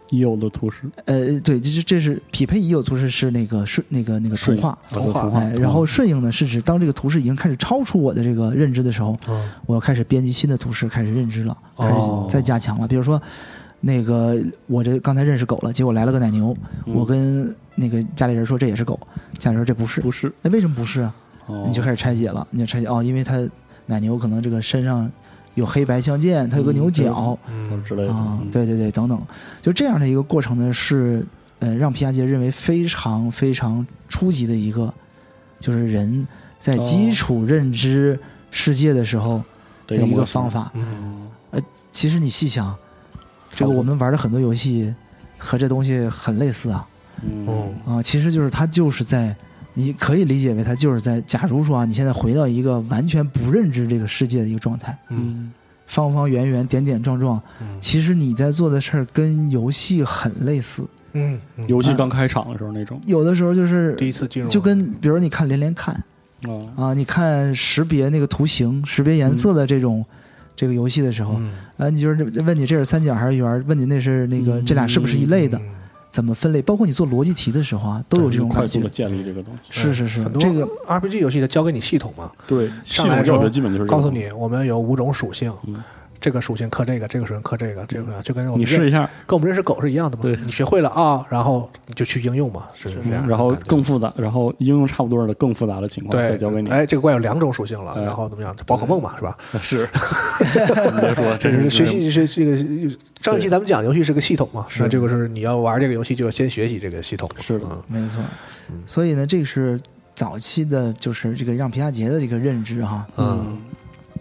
Speaker 2: 已有的图示，
Speaker 3: 呃，对，这是这是匹配已有图示是那个顺那个那个
Speaker 2: 顺
Speaker 3: 图
Speaker 2: 应
Speaker 3: 画。
Speaker 2: 我的
Speaker 1: 童话
Speaker 2: 图画
Speaker 3: 哎，然后顺应呢是指当这个图示已经开始超出我的这个认知的时候，
Speaker 1: 嗯
Speaker 3: 我要开始编辑新的图示，开始认知了，开始
Speaker 1: 哦
Speaker 3: 再
Speaker 2: 嗯
Speaker 3: 加强了。比如说，那个我这刚才认识狗了，结果来了个奶牛，我跟那个家里人说这也是狗，家里人说这不是，
Speaker 2: 不是，
Speaker 3: 哎，为什么不是啊？
Speaker 2: 嗯哦
Speaker 3: 你就开始拆解了，你就拆解哦，因为它奶牛可能这个身上有黑白相间，它有个
Speaker 2: 嗯
Speaker 3: 牛
Speaker 2: 对
Speaker 3: 角、
Speaker 1: 嗯
Speaker 2: 之类的，
Speaker 3: 啊
Speaker 2: 嗯，
Speaker 3: 对对对，等等，就这样的一个过程呢，是呃让皮亚杰认为非常非常初级的一个，就是人在基础认知世界的时候
Speaker 2: 这
Speaker 3: 的一
Speaker 2: 模
Speaker 3: 个
Speaker 2: 型
Speaker 3: 方，法。
Speaker 2: 嗯，
Speaker 3: 其实你细想，这
Speaker 2: 差
Speaker 3: 个
Speaker 2: 不多
Speaker 3: 我们玩的很多游戏和这东西很类似啊。
Speaker 2: 嗯
Speaker 1: 哦，
Speaker 3: 啊，其实就是它就是在，你可以理解为它就是在，假如说啊，你现在回到一个完全不认知这个世界的一个状态，
Speaker 1: 嗯
Speaker 3: 方方圆圆、点点状状，
Speaker 1: 嗯
Speaker 3: 其实你在做的事儿跟游戏很类似，
Speaker 1: 嗯，嗯
Speaker 3: 啊
Speaker 2: 游戏刚开场的时候那种，
Speaker 3: 有的时候就是
Speaker 1: 第一次进入
Speaker 3: 就跟比如你看连连看
Speaker 2: 啊，
Speaker 3: 啊，你看识别那个图形、识别颜色的这种。这个游戏的时候，
Speaker 1: 嗯
Speaker 3: 啊，你就是问你这是三角还是圆儿，问你那是那个这俩是不是一类的，
Speaker 1: 嗯
Speaker 3: 怎么分类？包括你做逻辑题的时候啊，都有这种
Speaker 2: 快
Speaker 3: 感
Speaker 2: 速
Speaker 3: 觉
Speaker 2: 的。建立这个东西，
Speaker 3: 是是是
Speaker 1: 很，多
Speaker 3: 这个
Speaker 1: RPG 游戏它教给你系统嘛，
Speaker 2: 对，系
Speaker 1: 上
Speaker 2: 统
Speaker 1: 来
Speaker 2: 教
Speaker 1: 之后
Speaker 2: 学基本就是这个
Speaker 1: 告诉，你我们有五种属性
Speaker 2: 嗯，
Speaker 1: 这个属性克这个，这个属性克这个，这个就跟我们
Speaker 2: 你试
Speaker 1: 认
Speaker 2: 一下，
Speaker 1: 跟我们认识狗是一样的嘛
Speaker 2: 对，
Speaker 1: 你学会了啊，然后你就去应用嘛，是是这样的感觉。
Speaker 2: 嗯然后更复杂，然后应用差不多的更复杂的情况
Speaker 1: 对，
Speaker 2: 再教给你，
Speaker 1: 哎，这个怪有两种属性了，
Speaker 2: 哎
Speaker 1: 然后怎么样？宝可梦嘛，是吧？
Speaker 2: 是， 你别说，
Speaker 1: 这
Speaker 2: 这
Speaker 1: 是学
Speaker 2: 是
Speaker 1: 习是这个上一期
Speaker 2: 对
Speaker 1: 咱们讲游戏是个系统嘛，
Speaker 2: 是
Speaker 1: 那这个是你要玩这个游戏就要先学习这个系统。
Speaker 2: 是的
Speaker 1: 嗯
Speaker 3: 没错
Speaker 1: 嗯，
Speaker 3: 所以呢，这个是早期的，就是这个让皮亚杰的这个认知哈。
Speaker 1: 嗯，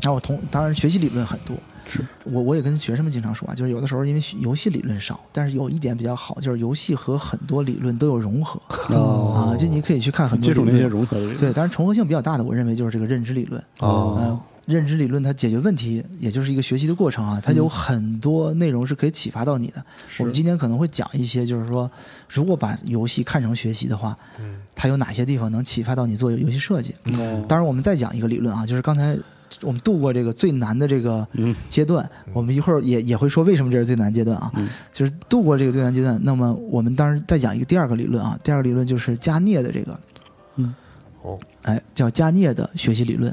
Speaker 3: 然后我同当然学习理论很多，
Speaker 2: 是
Speaker 3: 我我也跟学生们经常说啊，就是有的时候因为学游戏理论少，但是有一点比较好，就是游戏和很多理论都有融合、
Speaker 2: 哦，
Speaker 3: 啊，就你可以去看很多
Speaker 2: 接触
Speaker 3: 理
Speaker 2: 那些
Speaker 3: 论。
Speaker 2: 融合的理论，
Speaker 3: 对，当然重合性比较大的，我认为就是这个认知理论。
Speaker 1: 哦
Speaker 3: 嗯，认知理论它解决问题，也就是一个学习的过程啊，它有
Speaker 2: 嗯
Speaker 3: 很多内容是可以启发到你的。
Speaker 2: 是
Speaker 3: 我们今天可能会讲一些，就是说，如果把游戏看成学习的话，
Speaker 1: 嗯
Speaker 3: 它有哪些地方能启发到你做游戏设计？
Speaker 2: 哦
Speaker 3: 当然，我们再讲一个理论啊，就是刚才我们度过这个最难的这个
Speaker 2: 嗯
Speaker 3: 阶段，我们一会儿也也会说为什么这是最难阶段啊，
Speaker 2: 嗯
Speaker 3: 就是度过这个最难阶段。那么我们当然再讲一个第二个理论啊，第二个理论就是加涅的这个，
Speaker 2: 嗯，
Speaker 1: 哦，
Speaker 3: 哎，叫加涅的学习理论。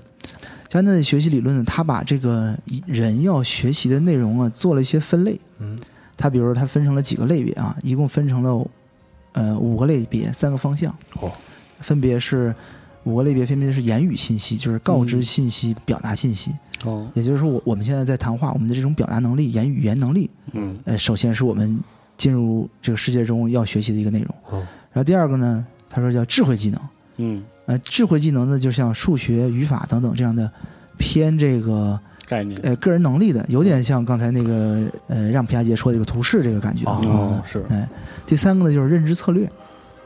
Speaker 3: 加涅的学习理论呢，他把这个人要学习的内容啊做了一些分类，
Speaker 1: 嗯
Speaker 3: 他比如说他分成了几个类别啊，一共分成了呃五个类别，三个方向。
Speaker 1: 哦，
Speaker 3: 分别是五个类别，分别是言语信息，就是告知
Speaker 2: 嗯
Speaker 3: 信息、表达信息。
Speaker 2: 哦，
Speaker 3: 也就是说，我我们现在在谈话，我们的这种表达能力、言语言能力，
Speaker 2: 嗯
Speaker 3: 呃，首先是我们进入这个世界中要学习的一个内容。
Speaker 1: 哦
Speaker 3: 然后第二个呢，他说叫智慧技能。
Speaker 2: 嗯，
Speaker 3: 呃，智慧技能呢，就像数学、语法等等这样的偏这个
Speaker 2: 概念
Speaker 3: 呃个人能力的，有点像刚才那个呃让皮亚杰说的这个图示这个感觉啊。
Speaker 2: 哦是，
Speaker 3: 哎，第三个呢就是认知策略。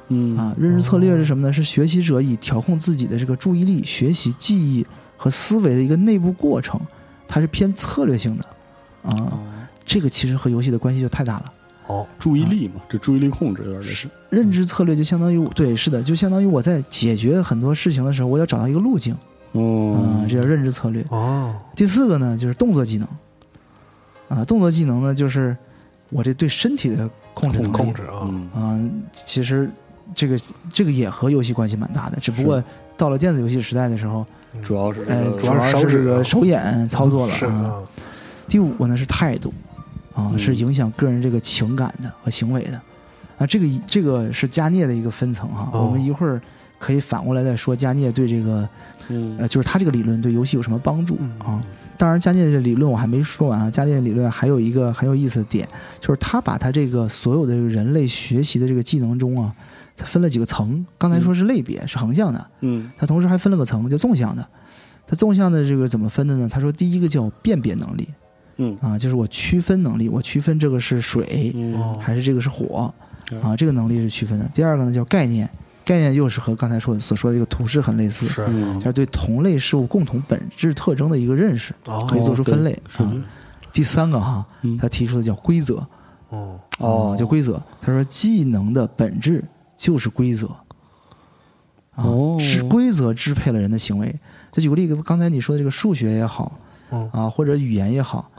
Speaker 2: 嗯
Speaker 3: 啊，认知策略是什么呢？是学习者以调控自己的这个注意力、学习、记忆和思维的一个内部过程，它是偏策略性的啊。
Speaker 2: 哦
Speaker 3: 这个其实和游戏的关系就太大了。
Speaker 1: 哦
Speaker 2: 注意力嘛，这注意力控制有点类似，
Speaker 3: 认知策略就相当于对，是的，就相当于我在解决很多事情的时候，我要找到一个路径，
Speaker 2: 哦
Speaker 3: 嗯，，这叫认知策略。
Speaker 1: 哦
Speaker 3: 第四个呢，就是动作技能，啊，动作技能呢，就是我这对身体的控制能力，
Speaker 1: 控制啊，
Speaker 2: 嗯
Speaker 3: 嗯，其实这个这个也和游戏关系蛮大的，只不过到了电子游戏时代的时候，
Speaker 2: 主要是这
Speaker 3: 呃，
Speaker 2: 个
Speaker 3: 主要是这个手眼操作了。
Speaker 1: 是
Speaker 3: 啊。
Speaker 1: 啊，
Speaker 3: 第五个呢是态度，啊，
Speaker 2: 嗯
Speaker 3: 是影响个人这个情感的和行为的，啊，这个这个是加涅的一个分层哈。
Speaker 1: 哦
Speaker 3: 我们一会儿可以反过来再说加涅对这个
Speaker 2: 嗯
Speaker 3: 呃，就是他这个理论对游戏有什么帮助
Speaker 1: 嗯
Speaker 3: 啊？当然，加涅的理论我还没说完啊。加涅的理论还有一个很有意思的点，就是他把他这个所有的这个人类学习的这个技能中啊，他分了几个层。
Speaker 1: 嗯
Speaker 3: 刚才说是类别，是横向的，
Speaker 2: 嗯
Speaker 3: 他同时还分了个层，叫纵向的。他纵向的这个怎么分的呢？他说第一个叫辨别能力
Speaker 2: 嗯
Speaker 3: 啊，就是我区分能力，我区分这个是水
Speaker 2: 嗯
Speaker 1: 哦
Speaker 3: 还是这个是火啊，这个能力是区分的。第二个呢叫概念，概念又是和刚才说的所说的这个图示很类似，
Speaker 1: 是啊
Speaker 2: 嗯
Speaker 3: 它是对同类事物共同本质特征的一个认识，
Speaker 1: 哦
Speaker 3: 可以做出分类
Speaker 2: 是
Speaker 3: 啊。第三个哈
Speaker 2: 嗯，
Speaker 3: 他提出的叫规则啊
Speaker 1: 哦
Speaker 2: 哦
Speaker 3: 叫规则。他说技能的本质就是规则啊
Speaker 2: 哦，
Speaker 3: 是规则支配了人的行为。再举个例子，刚才你说的这个数学也好
Speaker 1: 哦
Speaker 3: 啊，或者语言也好，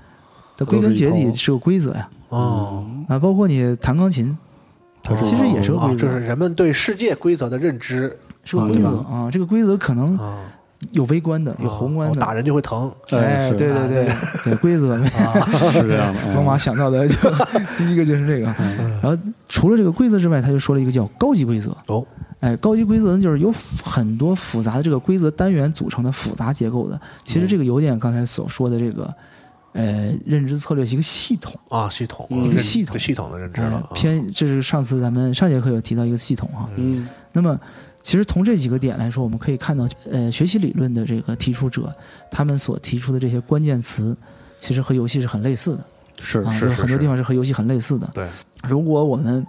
Speaker 3: 它归根结
Speaker 2: 都是一
Speaker 3: 底
Speaker 2: 套
Speaker 3: 是个规则呀
Speaker 1: 哦，
Speaker 3: 啊，包括你弹钢琴，
Speaker 2: 它是
Speaker 3: 其实也是个
Speaker 1: 啊
Speaker 3: 规
Speaker 1: 就
Speaker 3: 则
Speaker 1: 是，人们对世界规则的认知
Speaker 3: 是个
Speaker 2: 啊
Speaker 3: 规
Speaker 2: 对吧啊
Speaker 3: 则啊。这个规则可能
Speaker 1: 啊，
Speaker 3: 有微观的，有宏观
Speaker 1: 哦
Speaker 3: 的，
Speaker 1: 打人就会疼
Speaker 3: 哎， 对对对对，规则。
Speaker 2: 啊是这样 的，
Speaker 3: 龙马想到的就第一个就是这个，
Speaker 1: 嗯
Speaker 3: 然后除了这个规则之外，他就说了一个叫高级规则。
Speaker 1: 哦，
Speaker 3: 哎，高级规则呢，就是由很多复杂的这个规则单元组成的复杂结构的。其实这个有点刚才所说的这个，呃，认知策略是一个系统。
Speaker 1: 啊，系统，
Speaker 2: 嗯
Speaker 1: 认知
Speaker 3: 系统
Speaker 1: 对系统的认知
Speaker 3: 哎
Speaker 1: 了，啊
Speaker 3: 偏这是上次咱们上节课有提到一个系统哈。
Speaker 1: 嗯
Speaker 2: 嗯
Speaker 3: 那么其实从这几个点来说，我们可以看到，呃，学习理论的这个提出者，他们所提出的这些关键词，其实和游戏是很类似的
Speaker 2: 是
Speaker 3: 啊，
Speaker 1: 是
Speaker 3: 有
Speaker 1: 是
Speaker 3: 很多
Speaker 1: 是
Speaker 3: 地方是和游戏很类似的。
Speaker 1: 对，
Speaker 3: 如果我们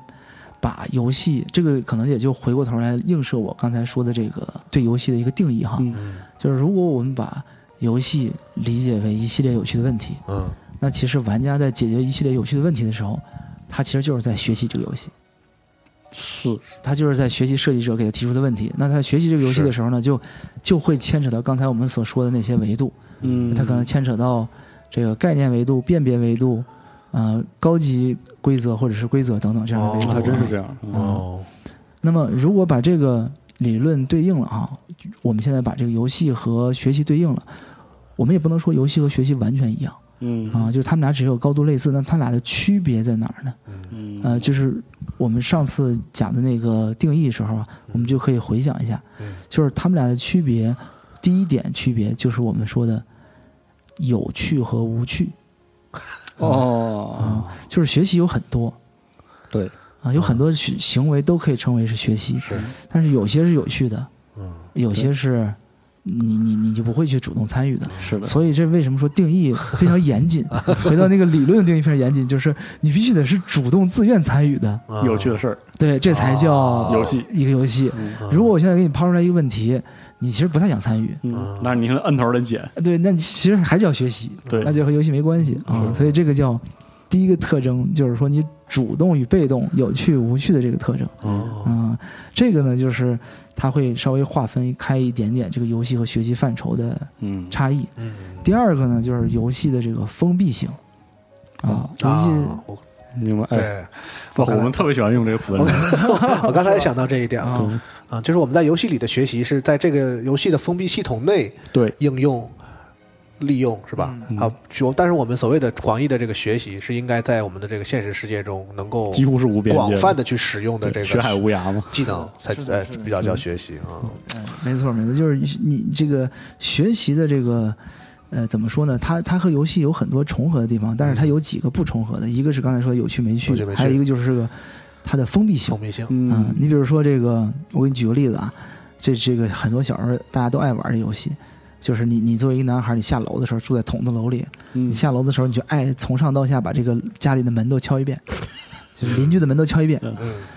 Speaker 3: 把游戏这个可能也就回过头来映射我刚才说的这个对游戏的一个定义哈，
Speaker 2: 嗯
Speaker 1: 嗯
Speaker 3: 就是如果我们把游戏理解为一系列有趣的问题，
Speaker 1: 嗯，
Speaker 3: 那其实玩家在解决一系列有趣的问题的时候，他其实就是在学习这个游戏，
Speaker 2: 是
Speaker 3: 他就是在学习设计者给他提出的问题。那他在学习这个游戏的时候呢，就就会牵扯到刚才我们所说的那些维度，
Speaker 2: 嗯，
Speaker 3: 他可能牵扯到这个概念维度、辨别维度，呃，高级规则或者是规则等等这样的维
Speaker 1: 哦
Speaker 3: 度。
Speaker 2: 还真是这样，嗯
Speaker 1: 哦，
Speaker 3: 那么，如果把这个理论对应了啊，我们现在把这个游戏和学习对应了，我们也不能说游戏和学习完全一样
Speaker 2: 嗯
Speaker 3: 啊，就是他们俩只有高度类似，那他俩的区别在哪儿呢？
Speaker 2: 嗯
Speaker 3: 呃，就是我们上次讲的那个定义时候啊，我们就可以回想一下
Speaker 1: 嗯，
Speaker 3: 就是他们俩的区别，第一点区别就是我们说的有趣和无趣，啊
Speaker 2: 哦，
Speaker 3: 就是学习有很多
Speaker 2: 对，
Speaker 3: 啊，有很多行行为都可以称为是学习，
Speaker 1: 是，
Speaker 3: 但是有些是有趣的，
Speaker 1: 嗯，
Speaker 3: 有些是你你你就不会去主动参与的。
Speaker 2: 是的，
Speaker 3: 所以这为什么说定义非常 严谨？回到那个理论的定义非常严谨，就是你必须得是主动自愿参与的，
Speaker 1: 啊
Speaker 2: 有趣的，事儿，
Speaker 3: 对，这才叫
Speaker 1: 哦
Speaker 2: 啊游戏
Speaker 3: 一个游戏。
Speaker 1: 嗯
Speaker 3: 如果我现在给你抛出来一个问题，你其实不太想参与，
Speaker 2: 嗯，那你是摁头的解，
Speaker 3: 对，那你其实还是要学习，
Speaker 2: 对
Speaker 3: 那，就和游戏没关系啊。
Speaker 1: 嗯
Speaker 3: 所以这个叫第一个特征，就是说你主动与被动、有趣无趣的这个特征。
Speaker 1: 哦，
Speaker 3: 嗯，这个呢，就是它会稍微划分开一点点这个游戏和学习范畴的
Speaker 2: 嗯，
Speaker 3: 差异。
Speaker 1: 嗯，
Speaker 3: 第二个呢，就是游戏的这个封闭性啊，游戏
Speaker 1: 啊，我
Speaker 2: 明白，哎，
Speaker 1: 对，
Speaker 2: 我们特别喜欢用这个 词，
Speaker 1: 我刚才也想到这一点了
Speaker 3: 啊，
Speaker 1: 啊，就是我们在游戏里的学习是在这个游戏的封闭系统内
Speaker 2: 对，
Speaker 1: 应用。利用是吧？
Speaker 2: 嗯
Speaker 1: 啊，就但是我们所谓的广义的这个学习，是应该在我们的这个现实世界中能够
Speaker 2: 几乎是无边界
Speaker 1: 广泛的去使用的
Speaker 2: 对
Speaker 1: 这
Speaker 2: 学海
Speaker 1: 个
Speaker 2: 无嗯涯嘛，
Speaker 1: 技能，才
Speaker 3: 是的
Speaker 1: 呃
Speaker 3: 是的
Speaker 1: 比较叫学习啊。
Speaker 3: 哎没错没错，就是你这个学习的这个。呃，怎么说呢？它它和游戏有很多重合的地方，但是它有几个不重合的，一个是刚才说的有趣没
Speaker 1: 嗯
Speaker 3: 趣
Speaker 1: 有趣，没趣
Speaker 3: 还有一个就是这个它的封闭性
Speaker 1: 聪。明性，
Speaker 3: 嗯
Speaker 2: 嗯，，
Speaker 3: 你比如说这个，我给你举个例子啊，这这个很多小时候大家都爱玩的游戏，就是你你作为一个男孩，你下楼的时候住在筒子楼里，
Speaker 2: 你
Speaker 3: 你下楼的时候，你就爱从上到下把这个家里的门都敲一遍，就是邻居的门都敲一遍。
Speaker 1: 嗯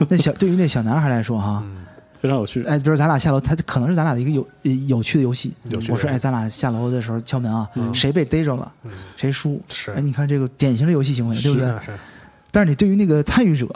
Speaker 3: 那小对于那小男孩来说哈，
Speaker 1: 嗯，
Speaker 2: 非常有趣，
Speaker 3: 哎，比如咱俩下楼，他可能是咱俩的一个有呃有趣的游戏。
Speaker 1: 有趣的
Speaker 3: 我说，哎，咱俩下楼的时候敲门啊，
Speaker 1: 嗯
Speaker 3: 谁被逮着了，
Speaker 1: 嗯
Speaker 3: 谁输。
Speaker 1: 是
Speaker 3: 哎，，你看这个典型的游戏行为，对不
Speaker 1: 是
Speaker 3: 对
Speaker 1: 啊？是啊
Speaker 3: 但是你对于那个参与者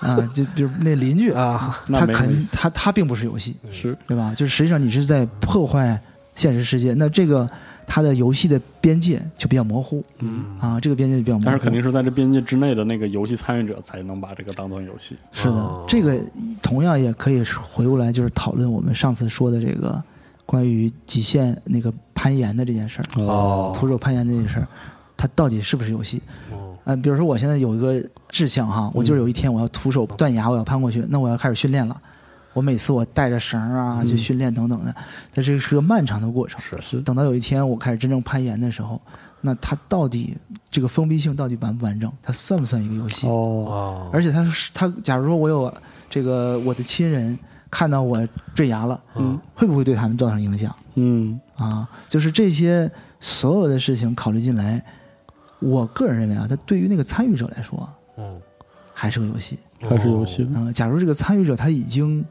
Speaker 3: 啊，就就是那邻居啊，
Speaker 1: 啊，
Speaker 2: 那
Speaker 3: 他
Speaker 2: 没什么意
Speaker 3: 肯
Speaker 2: 思
Speaker 3: 他他并不是游戏，
Speaker 2: 是，
Speaker 3: 对吧？就是实际上你是在破坏现实世界。那这个他的游戏的边界就比较模糊
Speaker 2: 嗯，
Speaker 3: 啊，这个边界就比较模糊。
Speaker 2: 但是肯定是在这边界之内的那个游戏参与者才能把这个当做游戏，
Speaker 3: 是的
Speaker 1: 哦，
Speaker 3: 这个同样也可以回过来，就是讨论我们上次说的这个关于极限那个攀岩的这件事儿，
Speaker 1: 哦
Speaker 3: 徒手攀岩这件事儿，它到底是不是游戏？
Speaker 1: 哦
Speaker 3: 嗯、比如说我现在有一个志向哈，我就是有一天我要徒手断崖，我要攀过去，那我要开始训练了。我每次我带着绳儿啊去训练等等的，但这是个漫长的过程。
Speaker 1: 是
Speaker 2: 是
Speaker 3: 等到有一天我开始真正攀岩的时候，那它到底这个封闭性到底完不完整？它算不算一个游戏？
Speaker 2: 哦，
Speaker 1: 哦，
Speaker 3: 而且他是他，假如说我有这个我的亲人看到我坠崖了，
Speaker 1: 嗯
Speaker 3: 会不会对他们造成影响
Speaker 2: 嗯，
Speaker 3: 啊？就是这些所有的事情考虑进来，我个人认为啊，他对于那个参与者来说
Speaker 1: 嗯，
Speaker 3: 还是个游戏。
Speaker 2: 还是游戏，
Speaker 3: 嗯、假如这个参与者他已经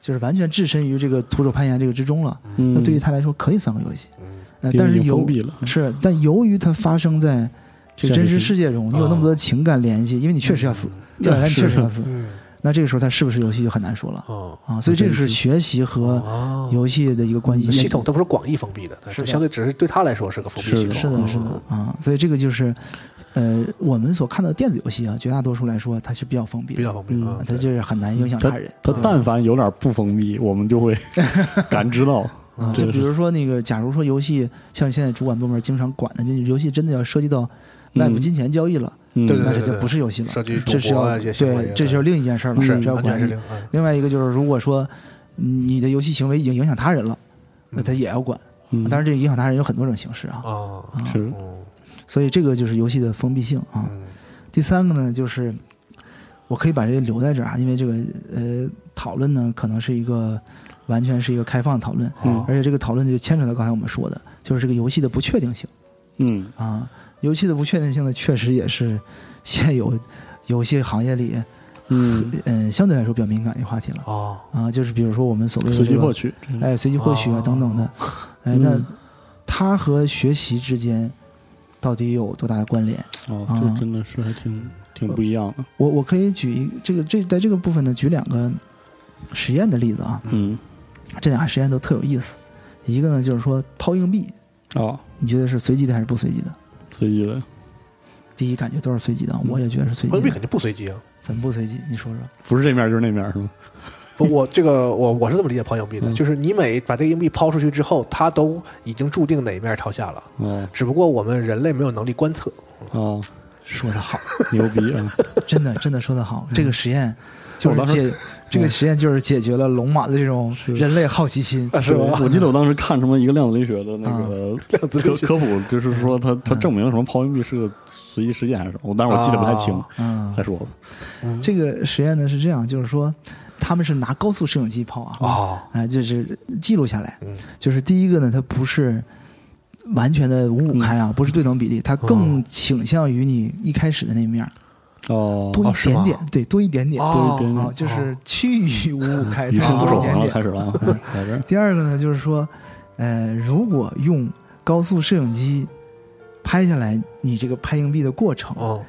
Speaker 3: 就是完全置身于这个徒手攀岩这个之中了，
Speaker 2: 嗯，
Speaker 3: 那对于他来说可以算个游戏。
Speaker 1: 嗯
Speaker 3: 呃
Speaker 2: 因为
Speaker 3: 但是
Speaker 2: 已经
Speaker 3: 由
Speaker 2: 封闭了，
Speaker 3: 是，但由于它发生在这个真实世界中，你有那么多的情感联系，因为你确实要死，
Speaker 2: 嗯
Speaker 3: 掉下来你
Speaker 2: 是
Speaker 3: 确实要死。
Speaker 1: 嗯，
Speaker 3: 那这个时候它是不是游戏就很难说了
Speaker 1: 哦，
Speaker 3: 啊。所以这个是学习和
Speaker 2: 嗯
Speaker 1: 哦，
Speaker 3: 游戏的一个关系
Speaker 1: 系统，它不是广义封闭的，它
Speaker 3: 是的
Speaker 1: 相对只是对他来说是个封闭系统，
Speaker 3: 是的，是的啊。所以这个就是，呃，我们所看到的电子游戏啊，绝大多数来说它是比较封闭
Speaker 1: 比
Speaker 3: 的，
Speaker 1: 较封闭
Speaker 2: 嗯
Speaker 1: 啊
Speaker 3: 它，就是很难影响
Speaker 2: 他
Speaker 3: 他人。
Speaker 2: 他
Speaker 3: 嗯
Speaker 2: 但凡有点不封闭，我们就 会感知到，
Speaker 1: 嗯
Speaker 2: 这
Speaker 3: 就
Speaker 2: 个
Speaker 3: 比
Speaker 2: 是
Speaker 3: 如说那个，假如说游戏像现在主管部门经常管的，这游戏真的要涉及到外部
Speaker 2: 嗯
Speaker 3: 金钱交易了，
Speaker 2: 嗯
Speaker 1: 对对
Speaker 3: 那
Speaker 1: 对
Speaker 3: 这就不是游戏了，
Speaker 1: 涉及赌
Speaker 3: 这是
Speaker 1: 博
Speaker 3: 要
Speaker 1: 啊一些行为
Speaker 3: 对，这是另一件事儿了，
Speaker 1: 是
Speaker 3: 这要
Speaker 1: 完全
Speaker 3: 管
Speaker 1: 是
Speaker 3: 理
Speaker 1: 零。嗯
Speaker 3: 另外一个就是，如果说嗯你的游戏行为已经影响他人了，那
Speaker 1: 嗯
Speaker 3: 他也要管。
Speaker 2: 嗯，
Speaker 3: 当然，这影响他人有很多种形式啊，
Speaker 1: 啊，
Speaker 3: 啊
Speaker 2: 是
Speaker 1: 嗯
Speaker 3: 所以这个就是游戏的封闭性啊。
Speaker 1: 嗯
Speaker 3: 第三个呢，就是我可以把这个留在这儿啊，因为这个呃讨论呢，可能是一个完全是一个开放的讨论，
Speaker 1: 嗯
Speaker 3: 而且这个讨论就牵扯到刚才我们说的，就是这个游戏的不确定性
Speaker 2: 嗯
Speaker 3: 啊。游戏的不确定性呢，确实也是现有游戏行业里
Speaker 2: 嗯，
Speaker 3: 嗯、相对来说比较敏感的话题了
Speaker 1: 哦，
Speaker 3: 啊。就是比如说我们所谓的、这
Speaker 2: 随
Speaker 3: 个、
Speaker 2: 机获取，这个
Speaker 3: 哎，随机获取啊
Speaker 1: 哦
Speaker 3: 等等的，哎，
Speaker 2: 嗯
Speaker 3: 那它和学习之间到底有多大的关联？
Speaker 2: 哦，
Speaker 3: 啊
Speaker 2: 这真的是还挺挺不一样的，
Speaker 3: 我我可以举一这个这在这个部分呢，举两个实验的例子啊，
Speaker 2: 嗯，
Speaker 3: 这俩实验都特有意思。一个呢就是说抛硬币，
Speaker 2: 哦，
Speaker 3: 你觉得是随机的还是不随机的？
Speaker 2: 随机的，
Speaker 3: 第一感觉都是随机的，
Speaker 2: 嗯
Speaker 3: 我也觉得是随
Speaker 1: 未
Speaker 3: 机
Speaker 1: 必
Speaker 3: 的。
Speaker 1: 肯定不随机啊。
Speaker 3: 怎么不随机？你说说。
Speaker 2: 不是这面就是那面是吗？
Speaker 1: 不，我这个我我是这么理解抛硬币的，
Speaker 2: 嗯
Speaker 1: 就是你每把这个硬币抛出去之后，它都已经注定哪一面朝下了，
Speaker 2: 哦
Speaker 1: 只不过我们人类没有能力观测。
Speaker 2: 哦，
Speaker 3: 说得好，
Speaker 2: 牛逼啊！
Speaker 3: 真的真的说得好。这个实验就
Speaker 2: 我
Speaker 3: 是
Speaker 2: 当时
Speaker 3: 解，这个实验就是解决了龙马的这种
Speaker 2: 是
Speaker 3: 人类好 奇心，
Speaker 1: 是吧
Speaker 2: 我记得我当时看什么一个量子力学的那个 科科普，就是说它它证明了什么抛硬币是个随机事件还是什么，我但是我记得不太清
Speaker 1: 啊，
Speaker 3: 嗯
Speaker 2: 再，说吧。
Speaker 3: 这个实验呢是这样，就是说他们是拿高速摄影机抛啊，啊、
Speaker 1: 哦，
Speaker 3: 就是记录下来。
Speaker 1: 嗯
Speaker 3: 就是第一个呢，它不是完全的五五开啊，不是对等比例，它更倾向于你一开始的那面儿
Speaker 2: 哦，
Speaker 3: 多一点点，
Speaker 1: 是吗
Speaker 3: 对，多一点点
Speaker 2: 哦对对
Speaker 3: 啊，就是趋于五 五开，
Speaker 2: 语
Speaker 3: 它
Speaker 2: 声不
Speaker 3: 多一
Speaker 2: 爽
Speaker 3: 点
Speaker 2: 了，
Speaker 3: 点。
Speaker 2: 开始了啊， 在这儿
Speaker 3: 第二个呢，就是说，呃，如果用高速摄影机拍下来你这个拍硬币的过程，
Speaker 1: 哦，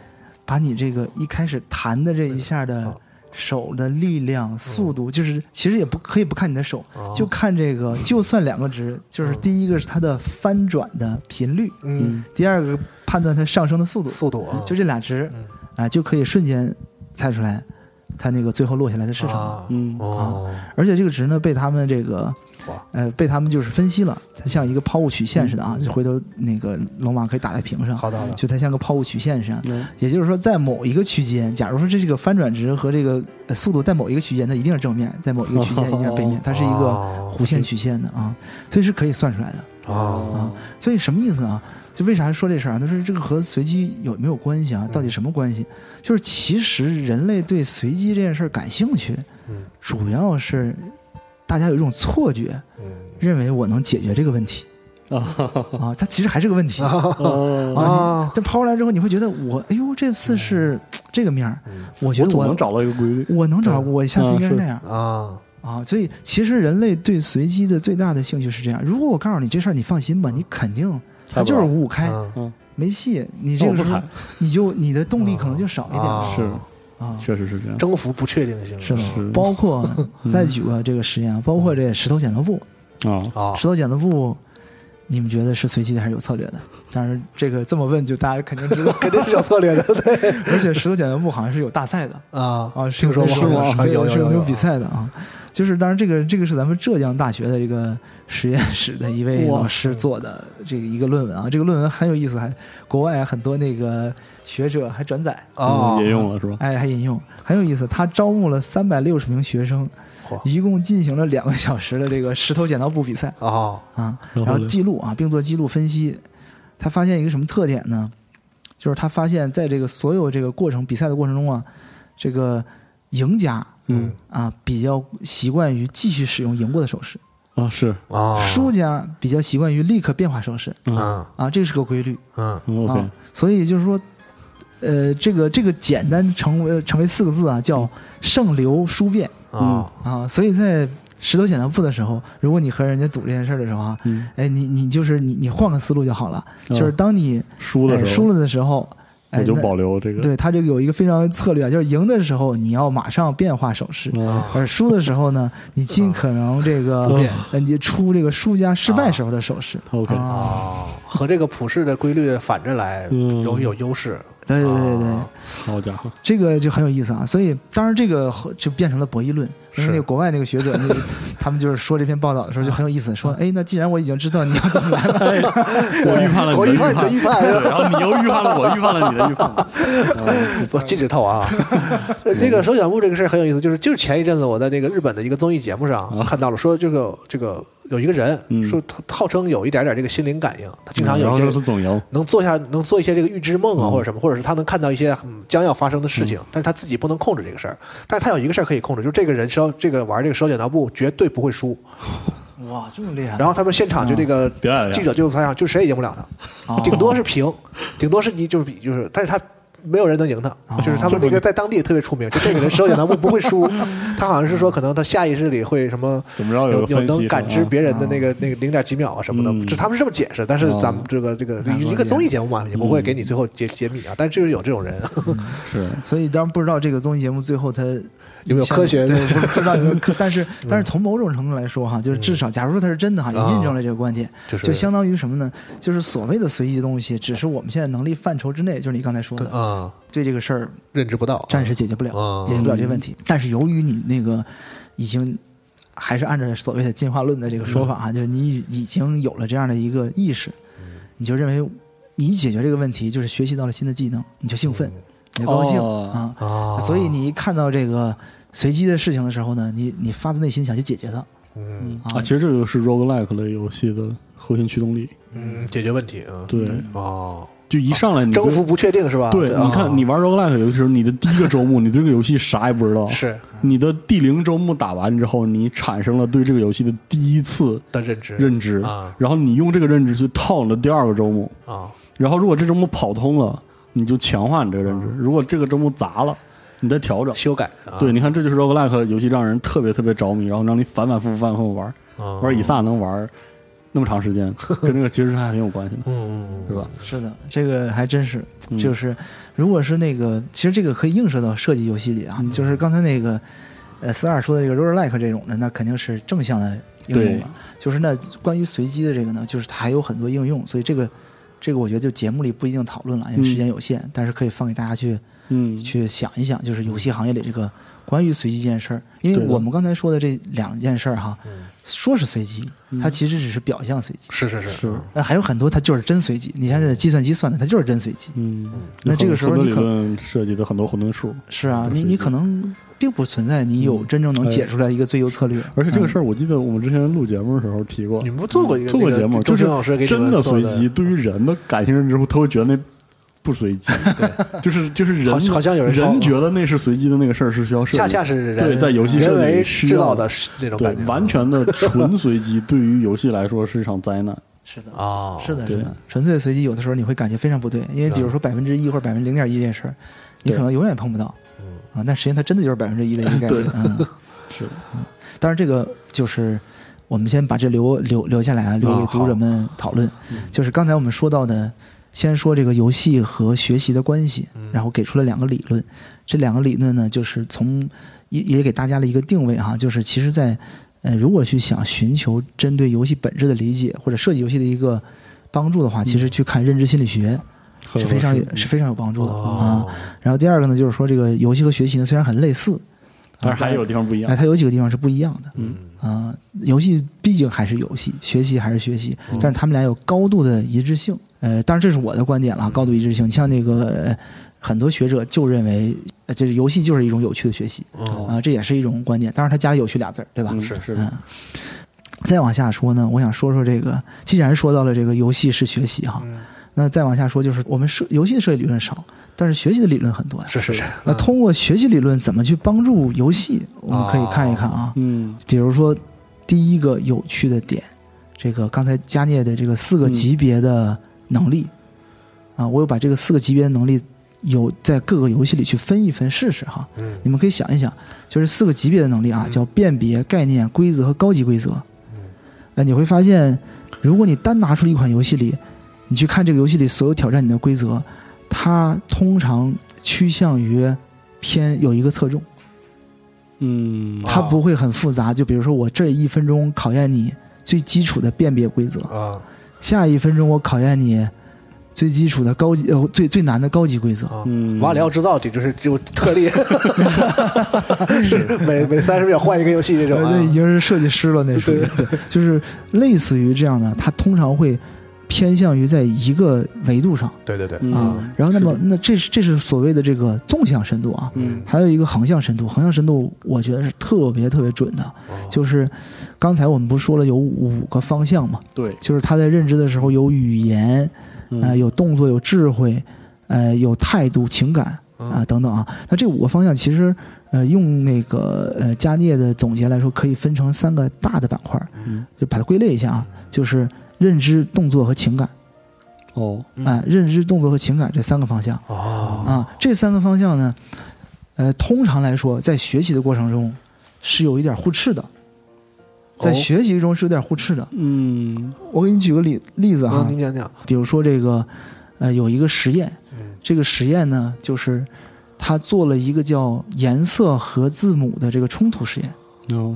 Speaker 3: 把你这个一开始弹的这一下的
Speaker 1: 哦
Speaker 3: 手的力量、速度，就是其实也不可以不看你的手，
Speaker 1: 哦
Speaker 3: 就看这个，就算两个值，就是第一个是它的翻转的频率，
Speaker 1: 嗯，
Speaker 2: 嗯
Speaker 3: 第二个判断它上升的速度，
Speaker 1: 速度啊，
Speaker 3: 就这俩值
Speaker 1: 嗯
Speaker 3: 啊，就可以瞬间猜出来它那个最后落下来的是什么。
Speaker 1: 啊
Speaker 2: 嗯
Speaker 1: 哦，
Speaker 3: 而且这个值呢，被他们这个
Speaker 1: 哇，
Speaker 3: 呃，被他们就是分析了，它像一个抛物曲线似的啊，就回头那个龙马可以打在屏上，
Speaker 1: 嗯好的好的，
Speaker 3: 就它像个抛物曲线似的。
Speaker 2: 嗯
Speaker 3: 也就是说，在某一个区间，假如说这是个翻转值和这个呃速度在某一个区间，它一定是正面；在某一个区间，一定是 背面，它是一个
Speaker 1: 哦
Speaker 3: 弧线曲线的啊，所以是可以算出来的。
Speaker 2: 嗯
Speaker 1: 哦
Speaker 3: 啊所以什么意思啊？就为啥说这事儿啊？就是这个和随机有没有关
Speaker 1: 嗯
Speaker 3: 系啊？到底什么关系？就是其实人类对随机这件事儿感兴趣，
Speaker 1: 嗯
Speaker 3: 主要是大家有一种错觉，
Speaker 1: 嗯
Speaker 3: 认为我能解决这个问题啊，它其实还是个问题。
Speaker 2: 哦
Speaker 3: 啊
Speaker 1: 啊，
Speaker 3: 但抛出来之后，你会觉得我，哎呦，这次是这个面儿，
Speaker 1: 嗯
Speaker 3: 我觉
Speaker 2: 我
Speaker 3: 得
Speaker 2: 总能
Speaker 3: 我
Speaker 2: 找到一个规律。
Speaker 3: 我能找到，我下次应该是
Speaker 2: 嗯
Speaker 3: 那样
Speaker 1: 啊，
Speaker 3: 啊。所以其实人类对随机的最大的兴趣是这样。如果我告诉你这事儿，你放心吧，你肯定
Speaker 2: 嗯猜
Speaker 3: 它
Speaker 2: 不
Speaker 3: 就是
Speaker 2: 着
Speaker 3: 五五开，
Speaker 1: 嗯
Speaker 3: 没戏。你
Speaker 2: 那
Speaker 3: 这
Speaker 2: 我
Speaker 3: 个
Speaker 2: 不
Speaker 3: 时候
Speaker 2: 猜，
Speaker 3: 你就你的动力可能就少一点了
Speaker 1: 啊
Speaker 2: 是
Speaker 3: 啊。
Speaker 2: 确实是这样。
Speaker 1: 征服不确定性
Speaker 3: 是的
Speaker 2: 是，
Speaker 3: 包括
Speaker 2: 嗯
Speaker 3: 再举个这个实验啊，包括这石头剪刀布，
Speaker 2: 啊，
Speaker 1: 啊，
Speaker 3: 石头剪刀布，你们觉得是随机的还是有策略的？当然，这个这么问就大家肯定知道
Speaker 1: 肯定是有策略的，对
Speaker 3: 而且石头剪刀布好像是有大赛的，
Speaker 1: 啊
Speaker 3: 啊，是
Speaker 1: 听说过
Speaker 3: 是吗？
Speaker 1: 好像
Speaker 3: 对
Speaker 1: 有
Speaker 3: 是
Speaker 1: 有
Speaker 3: 没
Speaker 1: 有
Speaker 3: 比，赛的啊？就是当然，这个这个是咱们浙江大学的这个实验室的一位
Speaker 2: 哇
Speaker 3: 老师做的这个一个论文啊，这个论文很有意思，还国外啊很多那个学者还转载，
Speaker 1: 啊
Speaker 2: 嗯也用了是吧？
Speaker 3: 哎，还引用，很有意思。他招募了三百六十名学生
Speaker 1: 嚯，
Speaker 3: 一共进行了两个小时的这个石头剪刀布比赛
Speaker 1: 啊
Speaker 3: 啊，
Speaker 2: 然
Speaker 3: 然
Speaker 2: 后
Speaker 3: 后
Speaker 2: 呢
Speaker 3: 记录啊，并做记录分析。他发现一个什么特点呢？就是他发现在这个所有这个过程比赛的过程中啊，这个赢家
Speaker 2: 嗯
Speaker 3: 啊比较习惯于继续使用赢过的手势，
Speaker 2: 啊是
Speaker 1: 啊
Speaker 3: 输家比较习惯于立刻变化手势
Speaker 2: 啊
Speaker 1: 嗯
Speaker 3: 啊，这个是个规律
Speaker 1: 嗯
Speaker 2: 嗯
Speaker 3: 啊
Speaker 2: ，OK，。
Speaker 3: 所以就是说，呃，这个这个简单成为成为四个字啊，叫胜流输变
Speaker 1: 啊
Speaker 3: 啊。所以在石头剪刀布的时候，如果你和人家赌这件事儿的时候啊，
Speaker 2: 嗯，
Speaker 3: 哎，你你就是你你换个思路就好了，就是
Speaker 2: 啊
Speaker 3: 当你
Speaker 2: 输的
Speaker 3: 哎
Speaker 2: 时候
Speaker 3: 输了的时候，哎，
Speaker 2: 我就
Speaker 3: 那
Speaker 2: 保留这个。
Speaker 3: 对他这个有一个非常策略啊，就是赢的时候你要马上变化手势，
Speaker 2: 啊，
Speaker 3: 而输的时候呢，你尽可能这个
Speaker 2: 嗯 不啊
Speaker 1: 变
Speaker 3: 呃，你出这个输家失败时候的手势。
Speaker 2: OK
Speaker 3: 啊，
Speaker 1: 啊，和这个普世的规律反着来，
Speaker 2: 嗯
Speaker 1: 容易有优势，
Speaker 3: 对对对对，
Speaker 1: 啊
Speaker 2: 好家伙，
Speaker 3: 这个就很有意思啊。所以当然这个后就变成了博弈论。因为
Speaker 1: 是
Speaker 3: 那个国外那个学者，那个 他们就是说这篇报道的时候就很有意思，
Speaker 2: 嗯
Speaker 3: 说哎，那既然我已经知道你要怎么来了，
Speaker 2: 我预判了
Speaker 1: 我
Speaker 2: 你
Speaker 1: 预判
Speaker 2: 的
Speaker 1: 你的
Speaker 2: 判，
Speaker 1: 预判
Speaker 2: 对
Speaker 1: 是吧
Speaker 2: 然后你又预判了我预判了你的预判， 嗯
Speaker 1: 不禁止套娃啊！那个手脚木这个事儿很有意思，就是就是前一阵子我在那个日本的一个综艺节目上看到了，说这个这个有一个人
Speaker 2: 嗯
Speaker 1: 说他号称有一点点这个心灵感应，他经常
Speaker 2: 然
Speaker 1: 有
Speaker 2: 后
Speaker 1: 这
Speaker 2: 这
Speaker 1: 个
Speaker 2: 次总赢，
Speaker 1: 能做下能做一些这个预知梦啊
Speaker 2: 嗯
Speaker 1: 或者什么，或者是他能看到一些嗯将要发生的事情，但是他自己不能控制这个事儿，但是他有一个事儿可以控制，就是这个人手这个玩这个手剪刀布绝对不会输。
Speaker 3: 哇，这么厉
Speaker 2: 啊
Speaker 3: 害！
Speaker 1: 然后他们现场就这个
Speaker 2: 表啊演了哦一下
Speaker 1: 记者就发现，就谁也赢不了他。
Speaker 3: 后
Speaker 1: 顶多是平，顶多是你就是比就是，但是他没有人能赢他，
Speaker 2: 哦
Speaker 1: 就是他们那个在当地特别出名，就这个人手剪刀布不会 输，他好像是说可能他下意识里会什么。
Speaker 2: 怎么着
Speaker 1: 有
Speaker 2: 个分析
Speaker 1: 能感知
Speaker 2: 是吧
Speaker 1: 别人的那个那个零点几秒啊什么
Speaker 2: 嗯
Speaker 1: 的，就他们是这么解释，但是
Speaker 2: 哦
Speaker 1: 咱们这个这个
Speaker 3: 难怪
Speaker 1: 一个综艺节目嘛，也不
Speaker 2: 嗯
Speaker 1: 会给你最后揭揭秘啊，但就是有这种人，
Speaker 2: 是
Speaker 3: 所以当然不知道这个综艺节目最后它
Speaker 1: 有没有科学
Speaker 3: 对，不不知道有没有科， 但是但是从某种程度来说哈，就是至少假如说它是真的哈，也
Speaker 1: 啊
Speaker 3: 印证了这个观点，
Speaker 1: 就是
Speaker 3: 就相当于什么呢？就是所谓的随意的东西，只是我们现在能力范畴之内，就是你刚才说的，
Speaker 1: 啊
Speaker 3: 对这个事儿
Speaker 1: 认知不到，
Speaker 3: 暂时解决不了，
Speaker 1: 啊
Speaker 3: 解决不了这个问题。但是由于你那个已经。还是按照所谓的进化论的这个说法
Speaker 1: 嗯
Speaker 3: 啊，就是你已经有了这样的一个意识，你就认为你一解决这个问题，就是学习到了新的技能，你就兴奋，
Speaker 1: 嗯
Speaker 3: 你就高兴、
Speaker 2: 哦
Speaker 3: 啊，
Speaker 1: 啊，
Speaker 3: 所以你一看到这个随机的事情的时候呢，你你发自内心想去解决它
Speaker 1: 嗯
Speaker 2: 啊，其实这个是 roguelike 类游戏的核心驱动力，
Speaker 1: 嗯解决问题啊，
Speaker 2: 对，
Speaker 1: 哦，
Speaker 2: 就一上来你
Speaker 1: 征
Speaker 2: 就
Speaker 1: 服不确定是吧？
Speaker 2: 对，你看你
Speaker 1: 啊
Speaker 2: 玩 roguelike 游戏的时候，你的第一个周目，你对这个游戏啥也不知道，
Speaker 1: 是
Speaker 2: 你的第零周目打完之后，你产生了对这个游戏的第一次
Speaker 1: 的认知
Speaker 2: 认知，
Speaker 1: 啊
Speaker 2: 然后你用这个认知去套你的第二个周目，
Speaker 1: 啊，
Speaker 2: 然后如果这周目跑通了，你就强化你这个认知；
Speaker 3: 嗯
Speaker 2: 如果这个周目砸了，你再调整。
Speaker 1: 修改啊，
Speaker 2: 对，你看，这就是 roguelike 游戏让人特别特别着迷，然后让你反反复复、反反复复玩。
Speaker 3: 嗯
Speaker 1: 啊，
Speaker 2: 玩以撒能玩那么长时间， 跟这个其实还挺有关系的，
Speaker 1: 嗯，嗯
Speaker 2: 是吧？
Speaker 3: 是的，这个还真是，
Speaker 2: 嗯
Speaker 3: 就是如果是那个，其实这个可以映射到设计游戏里
Speaker 2: 嗯
Speaker 3: 啊，就是刚才那个呃四二说的这个 roguelike 这种的，那肯定是正向的应用
Speaker 2: 对
Speaker 3: 了。就是那关于随机的这个呢，就是它还有很多应用，所以这个这个我觉得就节目里不一定讨论了，因为时间有限，但是可以放给大家去
Speaker 2: 嗯，
Speaker 3: 去想一想，就是游戏行业里这个关于随机这件事儿，因为
Speaker 2: 对的嗯
Speaker 3: 我们刚才说的这两件事儿哈，说是随机，它其实只是表象随机，
Speaker 1: 是是是
Speaker 2: 是，
Speaker 3: 那还有很多它就是真随机。你想想，计算机算的，它就是真随机。
Speaker 2: 嗯，
Speaker 3: 那这个时候
Speaker 2: 混沌
Speaker 3: 你
Speaker 2: 理
Speaker 3: 可
Speaker 2: 论涉及的很多混沌数，
Speaker 3: 是啊，
Speaker 2: 嗯对
Speaker 3: 你
Speaker 2: 随机
Speaker 3: 你可能并不存在你有真正能解出来一个最优策略。嗯
Speaker 2: 而且这个事
Speaker 3: 儿，
Speaker 2: 儿我记得我们之前录节目的时候提过
Speaker 1: 你，们不做过一个
Speaker 2: 做过节目，
Speaker 1: 周
Speaker 2: 就
Speaker 1: 星老师给
Speaker 2: 是
Speaker 1: 你
Speaker 2: 真
Speaker 1: 们
Speaker 2: 的
Speaker 1: 做
Speaker 2: 随机，，对于人的感性认知后，他会觉得那。不随机，对， 就是就是人
Speaker 1: 好好像有人
Speaker 2: 人
Speaker 1: 说过
Speaker 2: 觉得那是随机的那个事儿是需要设计的，
Speaker 1: 恰恰是人
Speaker 2: 对在游戏设
Speaker 1: 人
Speaker 2: 计
Speaker 1: 为
Speaker 2: 需
Speaker 1: 制
Speaker 2: 要
Speaker 1: 造的那种
Speaker 2: 对
Speaker 1: 感觉，啊
Speaker 2: 完 全的纯随机，对于游戏来说是一场灾难。
Speaker 3: 是的，
Speaker 1: 啊，
Speaker 3: 是的，
Speaker 2: 哦对啊
Speaker 3: 是的，纯粹随机，有的时候你会感觉非常不对，因为比如说百分之一或者百分之零点一这件事儿，你
Speaker 2: 对
Speaker 3: 可能永远碰不到。啊，但实际上它真的就是百分之一的一个概率。嗯，
Speaker 2: 是的，
Speaker 3: 当然这个就是我们先把这留留留下来啊，留给
Speaker 1: 啊
Speaker 3: 读者们讨论。就是刚才我们说到的，先说这个游戏和学习的关系，然后给出了两个理论。这两个理论呢，就是从也也给大家了一个定位哈，就是其实在呃，如果去想寻求针对游戏本质的理解或者设计游戏的一个帮助的话，其实去看认知心理学是非常有是非常有帮助的啊
Speaker 1: 哦。，
Speaker 3: 然后第二个呢，就是说这个游戏和学习呢虽然很类似，
Speaker 2: 但嗯是还有地方不一
Speaker 3: 哎，
Speaker 2: 样。
Speaker 3: 它有几个地方是不一样的。
Speaker 2: 嗯，
Speaker 3: 啊、游戏毕竟还是游戏，学习还是学习，
Speaker 2: 嗯
Speaker 3: 但是他们俩有高度的一致性。呃，当然这是我的观点
Speaker 2: 嗯
Speaker 3: 了，高度一致性。像那个、呃很多学者就认为，呃，这游戏就是一种有趣的学习
Speaker 1: 哦
Speaker 3: 啊、这也是一种观点。当然，他加了“有趣”俩字儿，对吧？
Speaker 2: 嗯
Speaker 1: 是
Speaker 2: 是
Speaker 3: 嗯，再往下说呢，我想说说这个，既然说到了这个游戏是学习哈，
Speaker 2: 嗯
Speaker 3: 那再往下说就是我们设游戏的设计理论少，但是学习的理论很多呀。
Speaker 1: 是是是，
Speaker 3: 那通过学习理论怎么去帮助游戏，我们可
Speaker 2: 哦
Speaker 3: 以看一看啊。
Speaker 2: 嗯，
Speaker 3: 比如说第一个有趣的点，这个刚才加涅的这个四个级别的能力、啊，我有把这个四个级别的能力有在各个游戏里去分一分试试哈。
Speaker 1: 嗯
Speaker 3: 你们可以想一想，就是四个级别的能力啊，叫辨别、概念、规则和高级规则。呃，你会发现，如果你单拿出一款游戏里，你去看这个游戏里所有挑战你的规则，它通常趋向于偏有一个侧重。
Speaker 2: 嗯，
Speaker 3: 它
Speaker 1: 啊
Speaker 3: 不会很复杂。就比如说，我这一分钟考验你最基础的辨别规则，
Speaker 1: 啊
Speaker 3: 下一分钟我考验你最基础的高级呃最最难的高级规则。
Speaker 1: 啊
Speaker 2: 嗯，
Speaker 1: 瓦里奥制造体就是就特 例，是 每每三十秒换一个游戏这种
Speaker 3: 呃，
Speaker 1: 啊
Speaker 3: 那已经是设计师了，那属于对， 就是类似于这样的，它通常会偏向于在一个维度上
Speaker 1: 对对对，
Speaker 2: 嗯
Speaker 3: 啊。然后，那么那这是这是所谓的这个纵向深度啊，
Speaker 2: 嗯
Speaker 3: 还有一个横向深度。横向深度我觉得是特别特别准的，
Speaker 1: 哦
Speaker 3: 就是刚才我们不是说了有五个方向嘛，
Speaker 2: 对，
Speaker 3: 就是他在认知的时候有语言，呃，
Speaker 2: 嗯
Speaker 3: 有动作，有智慧，呃，有态度、情感啊、
Speaker 1: 嗯
Speaker 3: 等等啊。那这五个方向其实，呃，用那个呃加涅的总结来说，可以分成三个大的板块儿，
Speaker 2: 嗯
Speaker 3: 就把它归类一下啊，
Speaker 1: 嗯
Speaker 3: 就是认知、动作和情感
Speaker 2: 哦
Speaker 1: 嗯
Speaker 3: 啊、认知、动作和情感这三个方向
Speaker 1: 哦，
Speaker 3: 啊，这三个方向呢，呃，通常来说在学习的过程中是有一点互斥的。在
Speaker 1: 哦
Speaker 3: 学习中是有点互斥的。
Speaker 2: 嗯
Speaker 3: 我给你举个例例子哈，
Speaker 1: 嗯您讲讲，
Speaker 3: 比如说这个，呃，有一个实验，
Speaker 1: 嗯
Speaker 3: 这个实验呢，就是他做了一个叫颜色和字母的这个冲突实验。
Speaker 2: 哦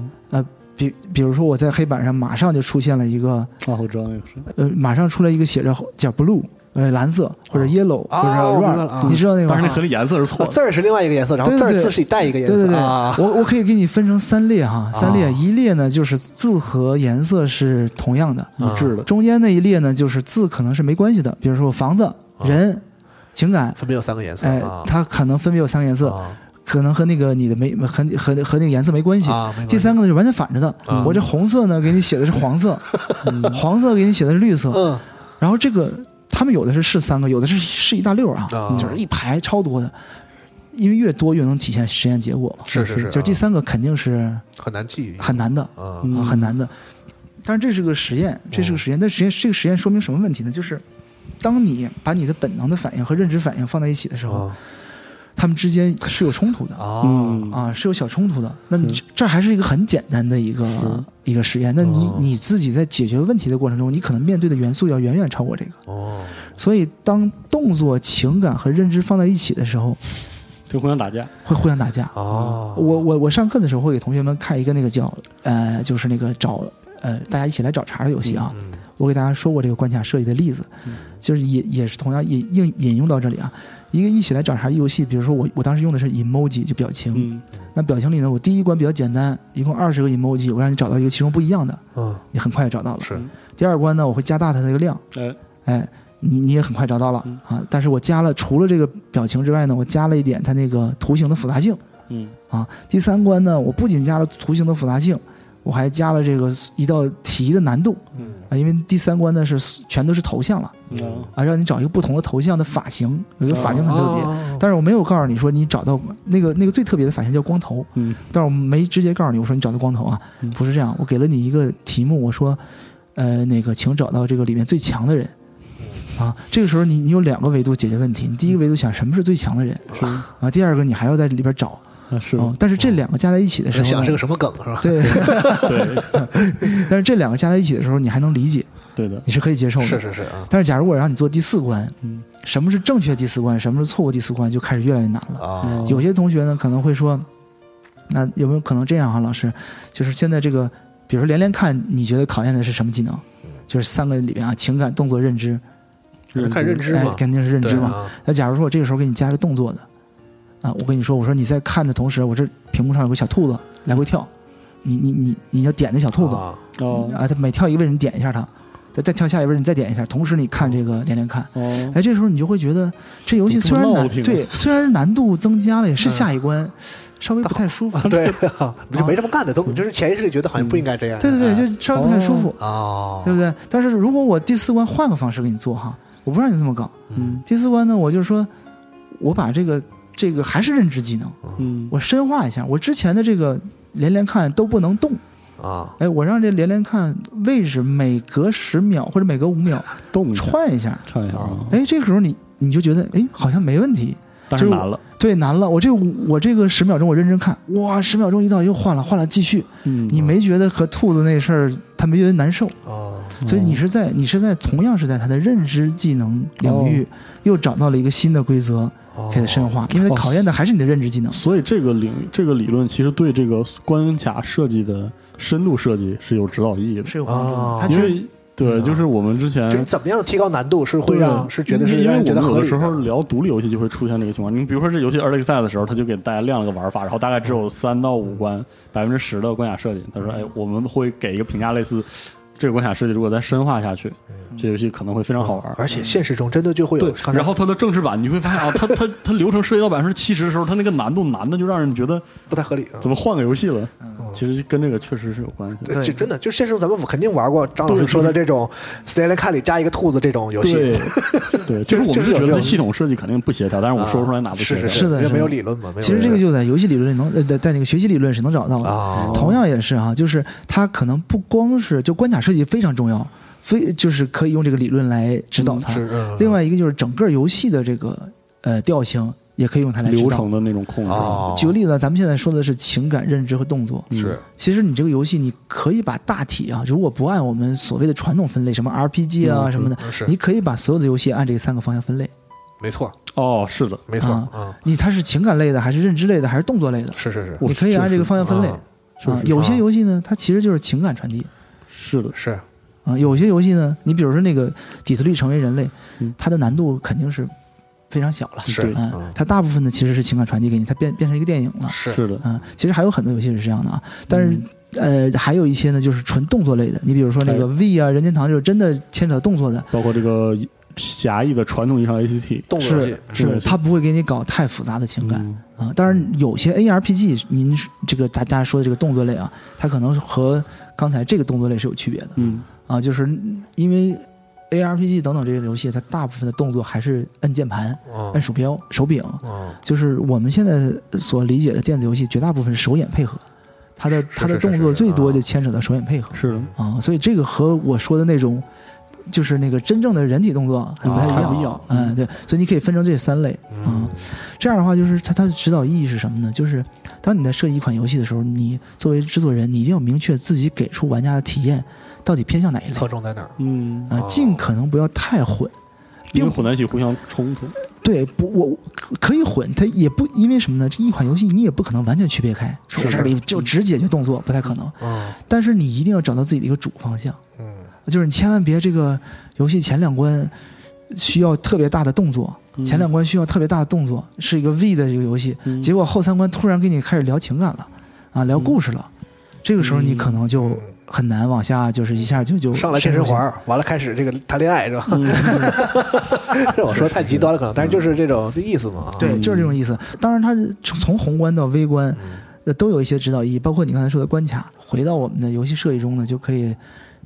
Speaker 3: 比比如说，我在黑板上马上就出现了一个，
Speaker 2: 啊，我知道那个是
Speaker 3: 呃，马上出来一个写着叫 blue，呃，蓝色或者 yellow、
Speaker 1: 啊
Speaker 3: 或者
Speaker 1: 我明白了
Speaker 3: red，、
Speaker 1: 啊
Speaker 3: 你知道那个
Speaker 4: 但
Speaker 3: 吗？
Speaker 4: 是那可能颜色是错
Speaker 1: 啊
Speaker 4: 的。
Speaker 1: 字儿是另外一个颜色，然后
Speaker 3: 对
Speaker 1: 字
Speaker 3: 对
Speaker 1: 儿
Speaker 3: 对
Speaker 1: 字是带一个颜
Speaker 3: 对
Speaker 1: 色，
Speaker 3: 对对，
Speaker 1: 啊，
Speaker 3: 我我可以给你分成三列哈，三列，
Speaker 1: 啊
Speaker 3: 一列呢就是字和颜色是同样的，
Speaker 1: 啊
Speaker 2: 一致的，
Speaker 3: 中间那一列呢就是字可能是没关系的，比如说房子、人、情感，
Speaker 1: 分别有三个颜色
Speaker 3: 哎
Speaker 1: 啊，，
Speaker 3: 它可能分别有三个颜色，
Speaker 1: 啊
Speaker 3: 可能和那个你的没和和和那个颜色没关系。
Speaker 1: 啊，没关系
Speaker 3: 第三个呢是完全反着的，
Speaker 1: 啊
Speaker 3: 我这红色呢给你写的是 黄色，黄色给你写的是绿色，
Speaker 1: 嗯
Speaker 3: 然后这个他们有的是是三个，有的是是一大溜儿啊，
Speaker 1: 啊
Speaker 3: 就是一排超多的，因为越多越能体现实验结果嘛。
Speaker 1: 是是是
Speaker 3: 就是第
Speaker 1: 啊
Speaker 3: 三个肯定是
Speaker 1: 很难记忆
Speaker 3: 很难的，
Speaker 1: 啊
Speaker 2: 嗯
Speaker 3: 啊，很难的。但是这是个实验，
Speaker 1: 嗯
Speaker 3: 这是个实验。但实验这个实验说明什么问题呢？就是当你把你的本能的反应和认知反应放在一起
Speaker 2: 嗯
Speaker 3: 的时候，
Speaker 1: 啊
Speaker 3: 他们之间是有冲突的。
Speaker 1: 啊
Speaker 2: 嗯
Speaker 3: 啊，是有小冲突的。那
Speaker 2: 嗯
Speaker 3: 你这这还是一个很简单的一个一个实验。那你
Speaker 1: 哦
Speaker 3: 你自己在解决问题的过程中，你可能面对的元素要远远超过这个。
Speaker 1: 哦，
Speaker 3: 所以，当动作、情感和认知放在一起的时候，
Speaker 2: 就互相打架，
Speaker 3: 会互相打架。
Speaker 1: 哦，
Speaker 3: 我我我上课的时候会给同学们看一个那个叫呃，就是那个找呃大家一起来找茬的游戏啊。
Speaker 1: 嗯
Speaker 3: 我给大家说过这个关卡设计的例子，就是也也是同样引引引用到这里啊。一个一起来找茬游戏，比如说我我当时用的是 emoji 就表情，
Speaker 2: 嗯
Speaker 3: 那表情里呢，我第一关比较简单，一共二十个 emoji，我让你找到一个其中不一样的，
Speaker 1: 嗯
Speaker 3: 你很快就找到了。
Speaker 1: 是
Speaker 3: 第二关呢，我会加大它的一个量，
Speaker 2: 哎
Speaker 3: 哎，你你也很快找到了
Speaker 2: 嗯
Speaker 3: 啊。但是我加了除了这个表情之外呢，我加了一点它那个图形的复杂性
Speaker 2: 嗯
Speaker 3: 啊。第三关呢，我不仅加了图形的复杂性，我还加了这个一道题的难度
Speaker 2: 嗯
Speaker 3: 啊，因为第三关呢是全都是头像了
Speaker 2: 啊
Speaker 3: 啊，让你找一个不同的头像的发型，有一个发型很特
Speaker 2: 哦
Speaker 3: 别。
Speaker 1: 别，
Speaker 3: 但是我没有告诉你说你找到那个那个最特别的发型叫光头，
Speaker 2: 嗯
Speaker 3: 但是我没直接告诉你，我说你找到光头啊
Speaker 2: 嗯，
Speaker 3: 不是这样，我给了你一个题目，我说，呃，那个请找到这个里面最强的人，
Speaker 1: 嗯
Speaker 3: 啊，这个时候你你有两个维度解决问题，你第一个维度想什么是最强的人
Speaker 1: 嗯
Speaker 2: 是哦啊
Speaker 3: 啊，第二个你还要在里边找，
Speaker 2: 是
Speaker 3: 啊，但是这两个加在一起的时
Speaker 1: 是嗯
Speaker 3: 候
Speaker 1: 想是
Speaker 3: 呢
Speaker 1: 个，什么梗是吧？
Speaker 3: 对，
Speaker 2: 对
Speaker 3: 但是这两个加在一起的时候，你还能理解，
Speaker 2: 对的
Speaker 3: 你是可以接受的，
Speaker 1: 是是是啊
Speaker 3: 但是假如我让你做第四关
Speaker 2: 嗯，
Speaker 3: 什么是正确第四关，什么是错误第四关，就开始越来越难
Speaker 2: 嗯
Speaker 3: 了。
Speaker 2: 哦
Speaker 1: 啊
Speaker 3: 有些同学呢可能会说，那有没有可能这样啊，老师？就是现在这个，比如说连连看，你觉得考验的是什么技能？就是三个里边啊，情感、动作、认知，
Speaker 1: 看认知
Speaker 3: 哎
Speaker 1: 嘛，，
Speaker 3: 肯定是认知
Speaker 1: 对
Speaker 3: 嘛。
Speaker 1: 啊
Speaker 3: 那假如说我这个时候给你加个动作的，啊，我跟你说，我说你在看的同时，我这屏幕上有个小兔子来回跳，你你你你要点那小兔子
Speaker 1: 啊
Speaker 2: 哦
Speaker 3: 啊，它每跳一个位置你点一下它，再再跳下一个位置你再点一下，同时你看这个连连看。
Speaker 2: 哦
Speaker 3: 哎，这时候你就会觉得这游戏
Speaker 2: 怎
Speaker 3: 虽
Speaker 2: 么
Speaker 3: 然
Speaker 2: 这么
Speaker 3: 难
Speaker 2: 闹，挺啊嗯
Speaker 3: 对，虽然难度增加了，也是下一关，稍微不太舒服。
Speaker 1: 对啊，就没这么干的，
Speaker 2: 嗯
Speaker 1: 总就是潜意识里觉得好像不应该这样。
Speaker 3: 对对对，
Speaker 1: 哎
Speaker 3: 就稍微不太舒服，
Speaker 1: 哦，
Speaker 3: 对不对？但是如果我第四关换个方式给你做哈，我不让你这么搞。
Speaker 2: 嗯
Speaker 3: 第四关呢，我就说，我把这个这个还是认知技能，
Speaker 2: 嗯
Speaker 3: 我深化一下，我之前的这个连连看都不能动，
Speaker 2: 嗯
Speaker 1: 啊，
Speaker 3: 哎，我让这连连看位置每隔十秒或者每隔五秒
Speaker 2: 动一下
Speaker 3: 串一下，
Speaker 2: 串一下啊，
Speaker 3: 哎，这个时候你你就觉得哎好像没问题，
Speaker 2: 但是难了
Speaker 3: 对，难了。我这我这个十秒钟我认真看，哇，十秒钟一到又换了，换了继续。
Speaker 2: 嗯
Speaker 3: 你没觉得和兔子那事儿，他没觉得难受，
Speaker 1: 哦，
Speaker 3: 所以你是在你是在同样是在他的认知技能领域、又找到了一个新的规则
Speaker 1: 哦
Speaker 3: 给他深化，因为它考验的还是你的认知技能。
Speaker 2: 所以这个领域这个理论其实对这个关卡设计的深度设计是有指导意义的，嗯
Speaker 3: 是有帮助的，
Speaker 1: 哦
Speaker 3: 它其
Speaker 2: 因
Speaker 3: 实
Speaker 2: 为对，就是我们之前
Speaker 1: 就是怎么样提高难度是会
Speaker 2: 对
Speaker 1: 让是觉得是
Speaker 2: 因
Speaker 1: 让人
Speaker 2: 为我
Speaker 1: 觉得
Speaker 2: 们有
Speaker 1: 合
Speaker 2: 的
Speaker 1: 理
Speaker 2: 时候聊独立游戏就会出现这个情况。你比如说这游戏 early 赛的时候，他就给大家亮了个玩法，然后大概
Speaker 1: 嗯
Speaker 2: 只有三到五关，百分之十的关卡设计。他说：“哎，我们会给一个评价，类似这个关卡设计如果再深化下去，
Speaker 1: 嗯
Speaker 2: 这游戏可能会非常好玩。”嗯
Speaker 1: 而且现实中真的就嗯会有
Speaker 2: 对，
Speaker 1: 刚才
Speaker 2: 然后它的正式版你会发现啊，它它它流程涉及到百分之七十的时候，它那个难度难的就让人觉得
Speaker 1: 不太合理啊
Speaker 2: 怎。么换个游戏了？
Speaker 1: 嗯
Speaker 2: 其实跟这个确实是有关系的。
Speaker 1: 对，
Speaker 3: 对
Speaker 1: 就真的，就现实中咱们肯定玩过张老
Speaker 2: 对
Speaker 1: 师说的
Speaker 2: 就
Speaker 1: 这种死连连看里加一个兔子这种游戏，啊
Speaker 2: 对，对，就是我们是觉得这系统设计肯定不协调，但是我说不出来哪不协
Speaker 1: 啊是
Speaker 2: 调。
Speaker 1: 是
Speaker 3: 是的
Speaker 1: 因为
Speaker 3: 是
Speaker 1: 没有
Speaker 3: 的
Speaker 1: 理论嘛，没有
Speaker 3: 其实这
Speaker 1: 理
Speaker 3: 个
Speaker 1: 论
Speaker 3: 就在游戏理论里能呃在在那个学习理论是能找到的。
Speaker 1: 啊，
Speaker 3: 同样也是哈、就是它可能不光是就关卡设计非常重要，非就是可以用这个理论来指导它。
Speaker 1: 是嗯
Speaker 3: 另外一个就是整个游戏的这个呃调性也可以用它来指
Speaker 2: 流
Speaker 3: 导
Speaker 2: 程。的那种控制。
Speaker 1: 哦，
Speaker 3: 举个例子啊，咱们现在说的是情感、认知和动作。
Speaker 2: 嗯
Speaker 1: 是
Speaker 3: 其实你这个游戏，你可以把大体啊，如果不按我们所谓的传统分类，什么 RPG 啊
Speaker 2: 嗯
Speaker 3: 什么的，
Speaker 1: 嗯是
Speaker 3: 你可以把所有的游戏按这三个方向分类。
Speaker 1: 没错
Speaker 2: 哦，是的，
Speaker 1: 没错
Speaker 3: 啊
Speaker 1: 嗯，
Speaker 3: 你它是情感类的，还是认知类的，还是动作类的？
Speaker 1: 是是是
Speaker 2: 我
Speaker 3: 你可以按这个方向分类。
Speaker 1: 啊
Speaker 2: 是
Speaker 3: 啊
Speaker 2: 是，
Speaker 3: 有
Speaker 1: 啊
Speaker 3: 些游戏呢，它其实就是情感传递
Speaker 2: 是的，
Speaker 1: 是
Speaker 3: 啊；有些游戏呢，你比如说那个《底特律：成为人类》
Speaker 2: 嗯，
Speaker 3: 它的难度肯定是非常小了。
Speaker 1: 是
Speaker 2: 对
Speaker 3: 啊
Speaker 1: 嗯，
Speaker 3: 它大部分的其实是情感传递给你，它变变成一个电影了。
Speaker 1: 是
Speaker 2: 是的，
Speaker 3: 嗯，其实还有很多游戏是这样的啊，但是、呃，还有一些呢，就是纯动作类的，你比如说那个 V 啊，任天堂就是真的牵扯到动作的，
Speaker 2: 包括这个狭义的传统意义上的 ACT
Speaker 1: 动作游戏
Speaker 3: 是是
Speaker 2: 对，
Speaker 3: 它不会给你搞太复杂的情感
Speaker 2: 嗯
Speaker 3: 啊、当然，有些 ARPG，您这个大大家说的这个动作类啊，它可能和刚才这个动作类是有区别的
Speaker 2: 嗯，
Speaker 3: 啊，就是因为 ARPG 等等这些游戏，它大部分的动作还是摁键盘、
Speaker 1: 嗯
Speaker 3: 摁鼠标、手柄，
Speaker 1: 嗯
Speaker 3: 就是我们现在所理解的电子游戏，绝大部分是手眼配合，它的
Speaker 1: 是
Speaker 3: 它的
Speaker 1: 是是
Speaker 3: 动作
Speaker 1: 是
Speaker 3: 最多
Speaker 1: 啊
Speaker 3: 就牵扯到手眼配合
Speaker 2: 嗯是的，
Speaker 3: 啊、所以这个和我说的那种，就是那个真正的人体动作还不
Speaker 1: 啊
Speaker 3: 太一
Speaker 2: 还
Speaker 3: 样。
Speaker 2: 不一样，
Speaker 3: 嗯，对，所以你可以分成这三类啊、
Speaker 1: 嗯
Speaker 3: 这样的话，就是它它的指导意义是什么呢？就是当你在设计一款游戏的时候，你作为制作人，你一定要明确自己给出玩家的体验到底偏向哪一类
Speaker 1: 侧重在哪儿？
Speaker 2: 嗯，
Speaker 3: 啊、尽可能不要太混。
Speaker 2: 因为
Speaker 3: 并
Speaker 2: 混在一起互相冲突，
Speaker 3: 对，不，我我可可以混，它也不因为什么呢？这一款游戏你也不可能完全区别开，说我
Speaker 1: 是
Speaker 3: 这里就只解决动作，不太可能。
Speaker 1: 嗯
Speaker 3: 但是你一定要找到自己的一个主方向，
Speaker 1: 嗯
Speaker 3: 就是你千万别这个游戏前两关需要特别大的动作，
Speaker 1: 嗯
Speaker 3: 前两关需要特别大的动作，是一个 V 的这个游戏，
Speaker 2: 嗯
Speaker 3: 结果后三关突然给你开始聊情感了，啊，聊
Speaker 1: 嗯
Speaker 3: 故事了，这个时候你可能就很难往下，就是一下就就
Speaker 1: 上来健
Speaker 3: 深
Speaker 1: 身
Speaker 3: 入
Speaker 1: 环
Speaker 3: 下去，
Speaker 1: 儿，完了开始这个谈恋 爱是吧？
Speaker 2: 嗯
Speaker 1: 这我说太极端了可能，但是就是这种这意思嘛。啊
Speaker 3: 对，就是这种意思。当然，它从从宏观到微观，
Speaker 2: 嗯
Speaker 3: 呃，都有一些指导意义，包括你刚才说的关卡。回到我们的游戏设计中呢，就可以，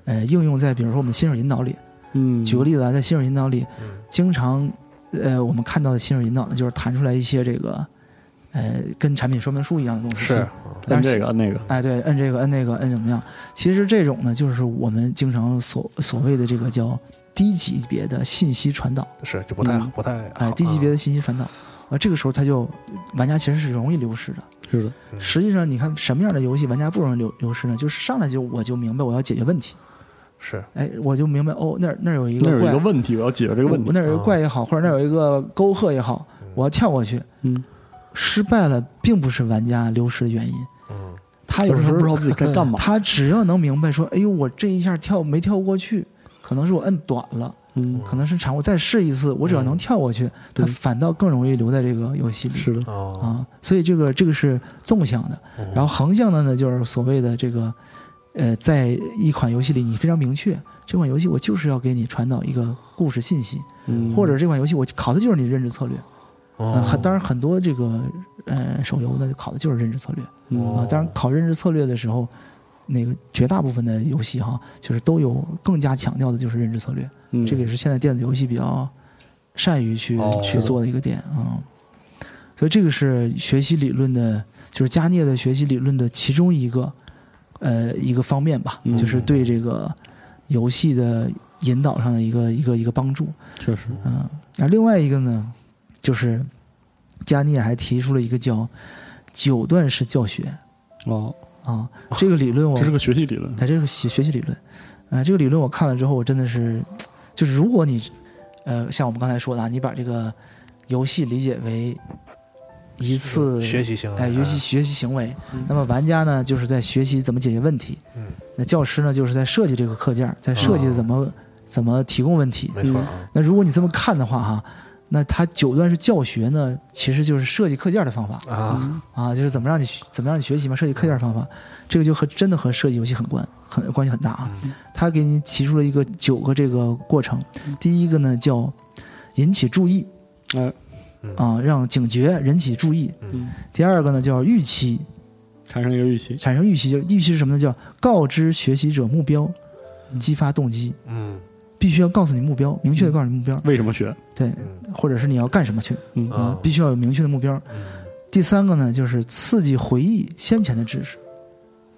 Speaker 3: 呃，应用在比如说我们新手引导里。
Speaker 2: 嗯，
Speaker 3: 举个例子啊，在新手引导里
Speaker 1: 嗯，
Speaker 3: 经常，呃，我们看到的新手引导呢，就是弹出来一些这个，呃，跟产品说明书一样的东西。
Speaker 1: 是，
Speaker 2: 按
Speaker 3: 但
Speaker 2: 这
Speaker 3: 是
Speaker 2: 个按那个，
Speaker 3: 哎，对，摁这个，摁那个，摁怎么样？其实这种呢，就是我们经常所所谓的这个叫低级别的信息传导。
Speaker 1: 是就不太
Speaker 2: 嗯
Speaker 1: 不太好
Speaker 3: 哎，低级别的信息传导，啊，这个时候他就玩家其实是容易流失的。
Speaker 2: 是的，
Speaker 1: 嗯
Speaker 3: 实际上，你看什么样的游戏玩家不容易流流失呢？就是上来就我就明白我要解决问题，
Speaker 1: 是
Speaker 3: 哎，我就明白哦，那儿那儿有一
Speaker 2: 那
Speaker 3: 个
Speaker 2: 有一
Speaker 3: 怪
Speaker 2: 个，问题，我要解决这个问题
Speaker 3: 那，儿有一个怪也好，或者那儿有一个沟壑也好，我要跳过去，
Speaker 2: 嗯，
Speaker 3: 失败了并不是玩家流失的原因，
Speaker 1: 嗯
Speaker 3: 他
Speaker 2: 有
Speaker 3: 有
Speaker 2: 时
Speaker 3: 时
Speaker 2: 候
Speaker 3: 候
Speaker 2: 不知道自己该干嘛，
Speaker 3: 他只要能明白说，哎呦，我这一下跳没跳过去，可能是我摁短了，
Speaker 2: 嗯，
Speaker 3: 可能是长，我再试一次，我只要能跳过去，他
Speaker 2: 对
Speaker 3: 反倒更容易留在这个游戏里。
Speaker 2: 是的，
Speaker 1: 哦，嗯
Speaker 3: 啊，所以这个这个是纵向的，然后横向的呢，就是所谓的这个，呃，在一款游戏里，你非常明确，这款游戏我就是要给你传导一个故事信息，
Speaker 2: 嗯
Speaker 3: 或者这款游戏我考的就是你认知策略。
Speaker 1: 哦
Speaker 3: 嗯，很当然很多这个呃手游呢考的就是认知策略
Speaker 2: 嗯
Speaker 1: 哦
Speaker 3: 啊，当然考认知策略的时候，那个绝大部分的游戏哈，就是都有更加强调的就是认知策略，
Speaker 2: 嗯
Speaker 3: 这个也是现在电子游戏比较善于去、
Speaker 1: 哦
Speaker 3: 去做的一个点啊、嗯所以这个是学习理论的，就是加涅的学习理论的其中一个呃一个方面吧，
Speaker 2: 嗯
Speaker 3: 就是对这个游戏的引导上的一个一个一个帮助。
Speaker 2: 确实，
Speaker 3: 嗯，那另外一个呢，就是加涅还提出了一个叫九段式教学
Speaker 2: 哦，
Speaker 3: 啊、这个理论我
Speaker 2: 这是个学习理论，
Speaker 3: 哎，这个学学习理论，呃，这个理论我看了之后，我真的是，就是如果你，呃，像我们刚才说的啊，你把这个游戏理解为一次
Speaker 1: 学习嗯性
Speaker 3: 哎，尤其学习行为。那么玩家呢，就是在学习怎么解决问题；
Speaker 1: 嗯，啊
Speaker 3: 那教师呢，就是在设计这个课件儿，在设计怎么、怎么提供问题。
Speaker 1: 没错
Speaker 2: 嗯
Speaker 1: 啊，
Speaker 3: 那如果你这么看的话哈，那它九段式教学呢，其实就是设计课件儿的方法
Speaker 1: 啊，
Speaker 3: 啊，就是怎么让你学怎么让你学习嘛，设计课件儿方法，这个就和真的和设计游戏很关很关系很大啊。
Speaker 1: 嗯
Speaker 3: 他给你提出了一个九个这个过程，
Speaker 1: 嗯
Speaker 3: 第一个呢叫引起注意
Speaker 2: 哎，
Speaker 3: 啊，让警觉引起注意；
Speaker 2: 嗯，
Speaker 3: 第二个呢叫预期，
Speaker 2: 产生一个预期，
Speaker 3: 产生预期，就预期是什么呢？叫告知学习者目标，激发动机，
Speaker 1: 嗯
Speaker 3: 必须要告诉你目标，明确的告诉你目标，
Speaker 2: 为什么学？
Speaker 3: 对，
Speaker 1: 嗯
Speaker 3: 或者是你要干什么去
Speaker 2: 嗯
Speaker 1: 啊
Speaker 3: 啊，必须要有明确的目标。
Speaker 1: 嗯
Speaker 3: 第三个呢，就是刺激回忆先前的知识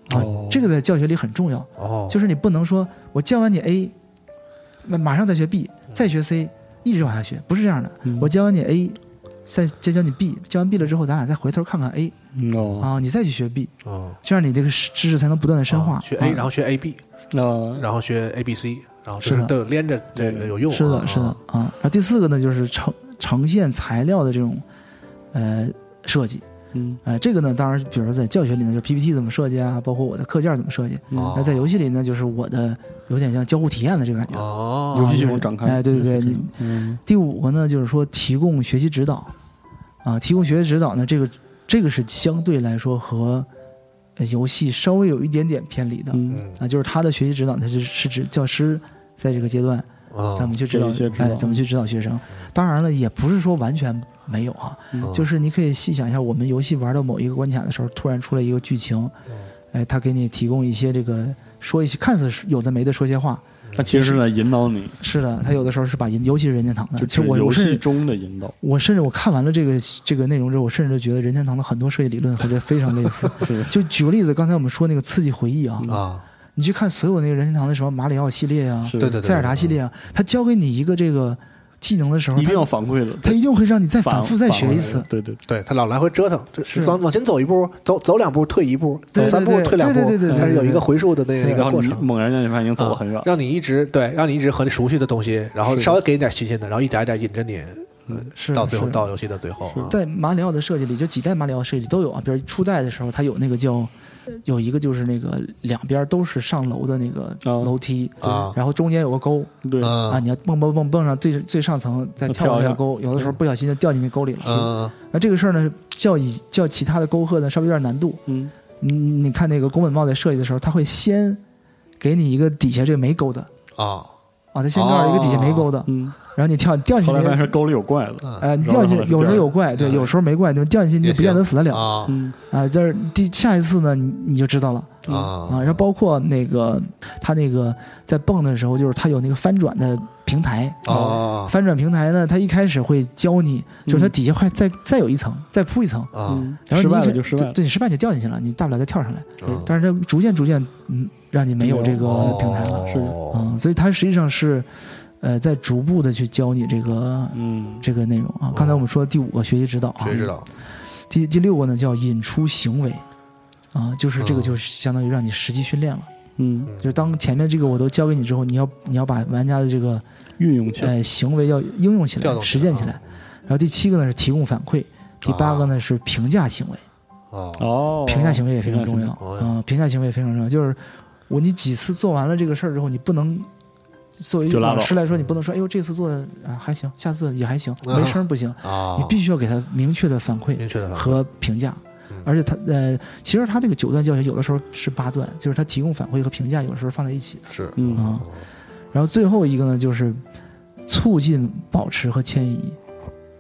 Speaker 3: 啊
Speaker 2: 哦，
Speaker 3: 这个在教学里很重要，
Speaker 1: 哦，
Speaker 3: 就是你不能说我教完你 A，那马上再学 B，再学 C，一直往下学，不是这样的。
Speaker 2: 嗯
Speaker 3: 我教完你 A，再再教你 B，教完 B 了之后，咱俩再回头看看 A
Speaker 2: 嗯哦，
Speaker 3: 啊，你再去学 B，
Speaker 1: 嗯，
Speaker 3: 这样你这个知识才能不断的深化。
Speaker 1: 啊学
Speaker 3: 啊
Speaker 1: A，然后学 AB，
Speaker 2: 那
Speaker 1: 然后学 ABC，然后就是
Speaker 3: 的
Speaker 1: 都有连着这个
Speaker 2: 对
Speaker 1: 有用啊，
Speaker 3: 是的，是的
Speaker 1: 啊，
Speaker 3: 啊。然后第四个呢，就是呈呈现材料的这种呃设计，
Speaker 2: 嗯
Speaker 3: 呃，这个呢，当然，比如说在教学里呢，就是 PPT 怎么设计啊，包括我的课件怎么设计。
Speaker 1: 哦
Speaker 3: 那在游戏里呢，就是我的有点像交互体验的这个感觉。
Speaker 1: 哦，
Speaker 2: 啊游戏系统展开，
Speaker 3: 哎，对对对，你
Speaker 2: 嗯
Speaker 3: 第五个呢，就是说提供学习指导，啊，提供学习指导呢，这个这个是相对来说和呃游戏稍微有一点点偏离的，
Speaker 2: 嗯，
Speaker 1: 嗯
Speaker 3: 啊，就是他的学习指导呢，是是指教师在这个阶段
Speaker 1: 啊，
Speaker 3: 怎么去指导
Speaker 2: 哦给一些，指导
Speaker 3: 哎，怎么去指导学生。当然了，也不是说完全没有啊，
Speaker 2: 嗯
Speaker 3: 就是你可以细想一下，我们游戏玩到某一个关卡的时候，突然出来一个剧情，哎，他给你提供一些这个说一些看似是有的没的说些话。
Speaker 2: 它其实是在引导你，
Speaker 3: 是的，他有的时候是把人，尤其是任天堂的，
Speaker 2: 就
Speaker 3: 其实
Speaker 2: 是
Speaker 3: 我
Speaker 2: 游
Speaker 3: 我甚
Speaker 2: 戏
Speaker 3: 至
Speaker 2: 中的 引导，
Speaker 3: 我甚至我看完了这个这个内容之后，我甚至觉得任天堂的很多设计理论和这非常类似。
Speaker 2: 是
Speaker 3: 就举个例子，刚才我们说那个刺激回忆啊，
Speaker 1: 啊，
Speaker 3: 你去看所有那个任天堂的什么马里奥系列啊、
Speaker 2: 是
Speaker 1: 对对对，
Speaker 3: 塞尔达系列啊，他教给你一个这个技能的时候，
Speaker 2: 一定要
Speaker 3: 他
Speaker 2: 反馈的，
Speaker 3: 他一定会让你再
Speaker 2: 反
Speaker 3: 反复再学一次
Speaker 2: 反馈。对对，对
Speaker 1: 对他老来回折腾，这
Speaker 3: 是
Speaker 1: 往往前走一步，走走两步退一步，
Speaker 3: 对
Speaker 1: 走
Speaker 3: 对
Speaker 1: 三步
Speaker 3: 对
Speaker 1: 退两步
Speaker 3: 对对对对，
Speaker 1: 它是有一
Speaker 3: 对
Speaker 1: 个回溯的那那
Speaker 3: 对
Speaker 1: 个
Speaker 2: 然后
Speaker 1: 过
Speaker 2: 你
Speaker 1: 程。
Speaker 2: 猛然间你发现已经走了很远
Speaker 1: 啊，让你一直对，让你一直和你熟悉的东西，然后
Speaker 2: 是
Speaker 1: 稍微给你点新鲜的，然后一点一点引着你
Speaker 3: 是
Speaker 1: 到最后
Speaker 3: 是
Speaker 1: 到游戏的最后啊。
Speaker 3: 在马里奥的设计里，就几代马里奥设计里都有啊。比如初代的时候，它有那个叫有一个就是那个两边都是上楼的那个
Speaker 2: 啊
Speaker 3: 楼梯，
Speaker 1: 啊
Speaker 3: 然后中间有个沟，
Speaker 2: 对，
Speaker 3: 啊，
Speaker 1: 嗯
Speaker 3: 你要蹦蹦蹦蹦上最最上层，再跳
Speaker 2: 跳一
Speaker 3: 那
Speaker 2: 下
Speaker 3: 个沟，有的时候不小心就掉进那沟里了。
Speaker 1: 嗯
Speaker 3: 那这个事儿呢，较以较其他的沟壑呢，稍微有点难度。
Speaker 2: 嗯
Speaker 3: 你你看那个宫本茂在设计的时候，他会先给你一个底下这个没沟的
Speaker 1: 啊
Speaker 3: 啊，他先告诉你一个底下没沟的，
Speaker 2: 嗯，
Speaker 3: 然后你跳掉进
Speaker 2: 后
Speaker 3: 去
Speaker 2: 来发现
Speaker 3: 那
Speaker 2: 是
Speaker 3: 个，
Speaker 2: 沟里有怪的，
Speaker 1: 嗯
Speaker 3: 呃，你掉进去
Speaker 2: 然后
Speaker 3: 有时候
Speaker 2: 掉
Speaker 3: 有怪，对，有时候没怪，就掉进去你
Speaker 1: 也
Speaker 3: 不见得死得了啊、
Speaker 1: 啊
Speaker 2: 嗯
Speaker 3: 就是第下一次呢，你你就知道了
Speaker 1: 啊
Speaker 3: 啊。然后包括那个他那个在蹦的时候，就是他有那个翻转的平台
Speaker 1: 啊
Speaker 3: 翻转平台呢，它一开始会教你，就是它底下会再再有一层，再铺一层，
Speaker 1: 啊
Speaker 2: 嗯，
Speaker 3: 然后
Speaker 2: 失
Speaker 3: 你一
Speaker 2: 败
Speaker 3: 开
Speaker 2: 了就失败了，
Speaker 3: 对，你失败你就掉进去了，你大不了再跳上来。
Speaker 1: 嗯
Speaker 3: 但是它逐渐逐渐，嗯，让你没有这个
Speaker 1: 哦
Speaker 3: 平台了，
Speaker 2: 是
Speaker 3: 嗯，所以它实际上是，呃，在逐步的去教你这个
Speaker 2: 嗯，
Speaker 3: 这个内容啊。刚才我们说的第五个学习指导啊，
Speaker 1: 谁知道
Speaker 3: 第第六个呢叫引出行为，啊，就是这个
Speaker 1: 嗯
Speaker 3: 就是相当于让你实际训练了，
Speaker 2: 嗯，
Speaker 3: 就是当前面这个我都教给你之后，你要你要把玩家的这个
Speaker 2: 运用起来，
Speaker 3: 呃行为要应用起
Speaker 1: 调
Speaker 3: 来、
Speaker 1: 动
Speaker 3: 实践起来。然后第七个呢是提供反馈，第八个呢是评价行为，
Speaker 1: 啊
Speaker 2: 哦，
Speaker 3: 评价行为也非常重
Speaker 1: 评
Speaker 3: 要
Speaker 1: 价行为
Speaker 3: 啊、评价行为也非常重要。就是我你几次做完了这个事儿之后，你不能作为
Speaker 2: 就拉倒
Speaker 3: 老师来说，你不能说哎呦这次做的啊还行，下次做的也还行，
Speaker 1: 啊
Speaker 3: 没声儿不行，
Speaker 1: 啊！
Speaker 3: 你必须要给他明确的反馈
Speaker 1: 明确的反馈
Speaker 3: 和评价
Speaker 1: 嗯。
Speaker 3: 而且他呃，其实他这个九段教学有的时候是八段，就是他提供反馈和评价有的时候放在一起。
Speaker 1: 是
Speaker 2: 嗯
Speaker 3: 啊然后最后一个呢，就是促进保持和迁移。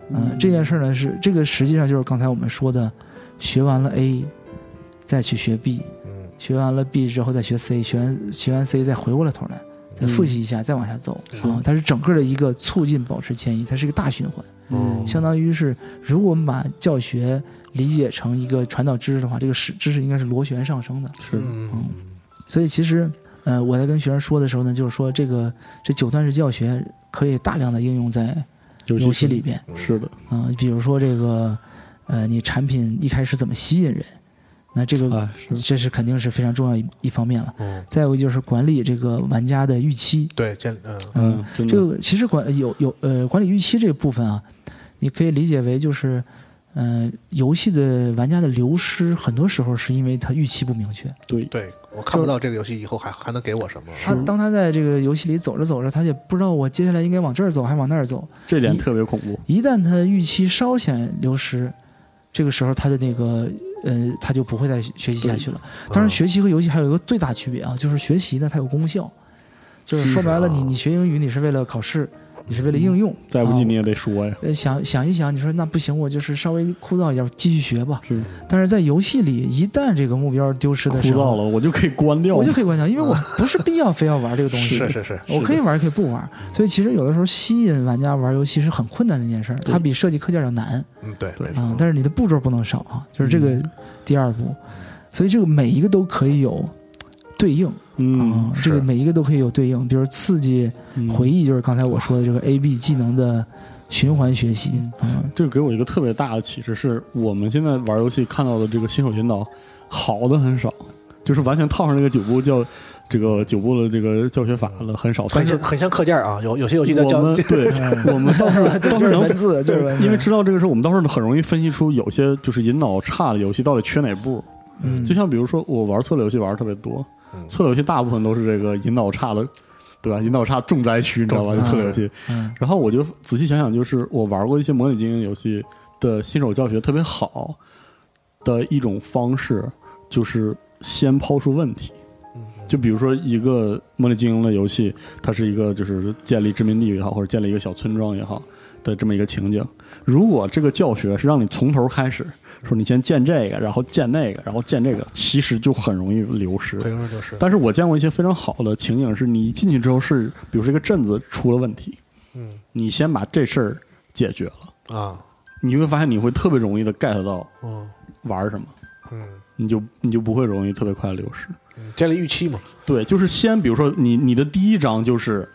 Speaker 3: 嗯、这件事儿呢是这个实际上就是刚才我们说的，学完了 A，再去学 B，
Speaker 1: 嗯
Speaker 3: 学完了 B 之后再学 C，学完学完 C 再回过了头来，再复习一下，再往下走啊、
Speaker 1: 是
Speaker 3: 它是整个的一个促进保持迁移，它是一个大循环，
Speaker 1: 嗯
Speaker 3: 相当于是如果我们把教学理解成一个传导知识的话，这个是知识应该是螺旋上升的。
Speaker 2: 是
Speaker 1: 嗯
Speaker 3: 所以其实，呃，我在跟学生说的时候呢，就是说这个这九段式教学可以大量的应用在游戏里边
Speaker 2: 是的，
Speaker 3: 啊、比如说这个，呃，你产品一开始怎么吸引人，那这个
Speaker 2: 哎是
Speaker 3: 这是肯定是非常重要一一方面了。
Speaker 1: 嗯
Speaker 3: 再有一个就是管理这个玩家的预期，
Speaker 1: 对建嗯
Speaker 2: 嗯，真
Speaker 3: 这
Speaker 2: 的
Speaker 3: 呃个其实管有有呃管理预期这部分啊，你可以理解为就是嗯、游戏的玩家的流失，很多时候是因为他预期不明确。
Speaker 2: 对，
Speaker 1: 对我看不到这个游戏以后还还能给我什么。啊
Speaker 3: 他当他在这个游戏里走着走着，他也不知道我接下来应该往这儿走还是往那儿走。
Speaker 2: 这点特别恐怖。
Speaker 3: 一旦他预期稍显流失，这个时候他的那个呃，他就不会再学习下去了。当然，
Speaker 1: 嗯
Speaker 3: 学习和游戏还有一个最大区别啊，就是学习呢它有功效，就是说白了，
Speaker 1: 是啊嗯
Speaker 3: 你你学英语你是为了考试，你是为了应用。
Speaker 2: 再不济
Speaker 3: 啊
Speaker 2: 你也得说呀，
Speaker 3: 呃，想想一想，你说那不行，我就是稍微枯燥一点，继续学吧。
Speaker 2: 是
Speaker 3: 但是在游戏里，一旦这个目标丢失
Speaker 2: 枯
Speaker 3: 的时
Speaker 2: 燥
Speaker 3: 候，
Speaker 2: 了，我就可以关掉
Speaker 3: 我就。可以关掉，因为我不是必要非要玩这个东西。
Speaker 1: 啊是是是，
Speaker 3: 我可以玩，可以不玩，所以其实有的时候吸引玩家玩游戏是很困难的一件事儿，
Speaker 2: 对
Speaker 3: 它比设计课件要难
Speaker 1: 嗯，对，
Speaker 2: 对
Speaker 1: 没
Speaker 3: 啊、
Speaker 1: 错，
Speaker 3: 但是你的步骤不能少啊，就是这个第二步，所以这个每一个都可以有对应啊、
Speaker 2: 嗯，
Speaker 3: 这
Speaker 1: 是
Speaker 3: 个每一个都可以有对应，比如刺激
Speaker 2: 嗯
Speaker 3: 回忆，就是刚才我说的这个 A B 技能的循环学习，嗯，
Speaker 2: 这个给我一个特别大的启示，是我们现在玩游戏看到的这个新手引导好的很少，就是完全套上这个九步教这个九步的这个教学法了，很少。但
Speaker 1: 很
Speaker 2: 是
Speaker 1: 像很像课件啊，有有些游戏的
Speaker 2: 我
Speaker 1: 教
Speaker 2: 们对哎我们倒是倒
Speaker 3: 就是
Speaker 2: 能
Speaker 3: 文字，就是文字，
Speaker 2: 因为知道这个时候，我们倒是很容易分析出有些就是引导差的游戏到底缺哪步。
Speaker 3: 嗯
Speaker 2: 就像比如说，我玩策略游戏玩得特别多
Speaker 1: 嗯，
Speaker 2: 策略游戏大部分都是这个引导差的，对吧？引导差重灾区，你知道吧？
Speaker 3: 重灾区
Speaker 2: 策略游戏。
Speaker 3: 嗯
Speaker 2: 然后我就仔细想想，就是我玩过一些模拟经营游戏的新手教学特别好的一种方式，就是先抛出问题。
Speaker 1: 嗯
Speaker 2: 就比如说一个模拟经营的游戏，它是一个就是建立殖民地也好，或者建立一个小村庄也好的这么一个情景。如果这个教学是让你从头开始，说你先建这个，然后建那个，然后建这个，其实就很容易流失。
Speaker 1: 可以说就是，
Speaker 2: 但是我见过一些非常好的情景，是你一进去之后是，比如这个镇子出了问题，
Speaker 1: 嗯
Speaker 2: 你先把这事儿解决了，
Speaker 1: 啊，
Speaker 2: 你会发现你会特别容易的 get 到
Speaker 1: 嗯
Speaker 2: 玩什么，
Speaker 1: 嗯
Speaker 2: 你就你就不会容易特别快地流失。
Speaker 1: 嗯，建立预期嘛，
Speaker 2: 对，就是先比如说你你的第一章就是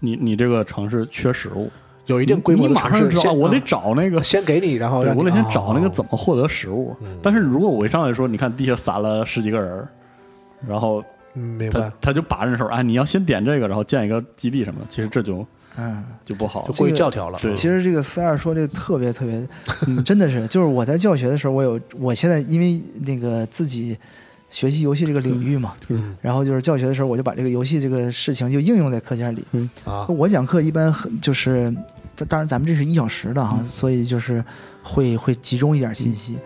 Speaker 2: 你你这个城市缺食物，
Speaker 1: 有一
Speaker 2: 一
Speaker 1: 定规模的
Speaker 2: 你马
Speaker 1: 城
Speaker 2: 上
Speaker 1: 市，
Speaker 2: 知道
Speaker 1: 先
Speaker 2: 我得
Speaker 1: 啊
Speaker 2: 找那个。
Speaker 1: 先给你，然后
Speaker 2: 对
Speaker 1: 让
Speaker 2: 我得
Speaker 1: 你
Speaker 2: 先
Speaker 1: 啊
Speaker 2: 找那个
Speaker 1: 啊
Speaker 2: 怎么获得食物
Speaker 1: 嗯，
Speaker 2: 但是如果我一上来说，你看地下散了十几个人儿，然后
Speaker 1: 嗯明白
Speaker 2: 他。他就把人手，哎，你要先点这个，然后建一个基地什么的，其实这就
Speaker 3: 嗯。
Speaker 2: 就不好
Speaker 1: 就
Speaker 2: 了。
Speaker 1: 过于教条了，
Speaker 2: 对
Speaker 3: 其实这个四二说这特别特别，嗯真的是，就是我在教学的时候，我有我现在因为那个自己学习游戏这个领域嘛，
Speaker 1: 嗯
Speaker 3: 然后就是教学的时候，我就把这个游戏这个事情就应用在课件里。
Speaker 1: 啊，
Speaker 3: 我讲课一般很就是，当当然咱们这是一小时的哈、所以就是会会集中一点信息。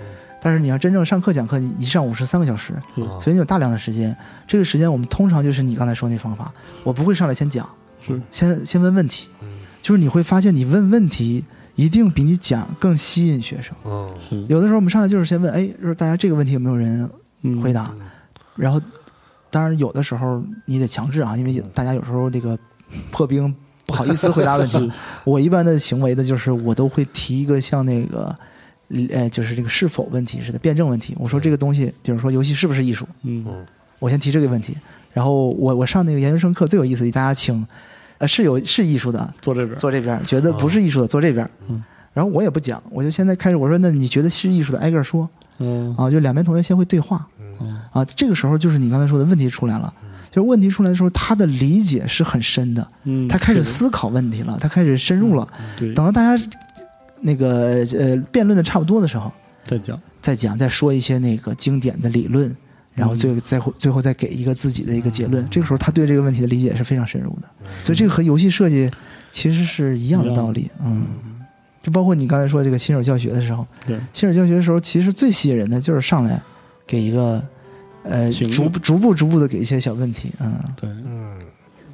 Speaker 3: 但是你要真正上课讲课，你一上午是三个小时，
Speaker 2: 啊
Speaker 1: 嗯
Speaker 3: 所以你有大量的时间。这个时间我们通常就是你刚才说那方法，我不会上来先讲，
Speaker 2: 是
Speaker 3: 先先问问题
Speaker 1: 嗯，
Speaker 3: 就是你会发现你问问题一定比你讲更吸引学生。
Speaker 1: 嗯
Speaker 3: 有的时候我们上来就是先问，哎，就是大家这个问题有没有人
Speaker 2: 嗯
Speaker 3: 回答？然后，当然有的时候你得强制啊，因为
Speaker 2: 嗯
Speaker 3: 大家有时候这个破冰不好意思回答问 题。我一般的行为的就是我都会提一个像那个。呃，就是这个是否问题似的辩证问题。我说这个东西，比如说游戏是不是艺术，
Speaker 2: 嗯，
Speaker 3: 我先提这个问题。然后我我上那个研究生课最有意思，大家请，呃，是有是艺术的，
Speaker 2: 坐这边，
Speaker 3: 坐这边；觉得不是艺术的，坐这边。
Speaker 2: 嗯
Speaker 3: 然后我也不讲，我就现在开始我说，那你觉得是艺术的，挨个说
Speaker 2: 嗯
Speaker 3: 啊，就两边同学先会对话
Speaker 2: 嗯
Speaker 3: 啊。这个时候就是你刚才说的问题出来了，就是问题出来的时候，他的理解是很深的，
Speaker 2: 嗯，
Speaker 3: 他开始
Speaker 2: 是嗯
Speaker 3: 思考问题了，他开始深入了。
Speaker 2: 的对，
Speaker 3: 等到大家那个呃辩论的差不多的时候，
Speaker 2: 再讲，
Speaker 3: 再讲，再说一些那个经典的理论，然后
Speaker 2: 嗯
Speaker 3: 最后再最后再给一个自己的一个结论。这个时候，他对这个问题的理解是非常深入的，所以这个和游戏设计其实是嗯一样的道理。嗯，就包括你刚才说这个新手教学的时候，
Speaker 2: 对，
Speaker 3: 新手教学的时候，其实最吸引人的就是上来给一个呃
Speaker 2: 情
Speaker 3: 逐
Speaker 2: 境
Speaker 3: 逐步逐步的给一些小问题。嗯，
Speaker 2: 对，
Speaker 1: 嗯，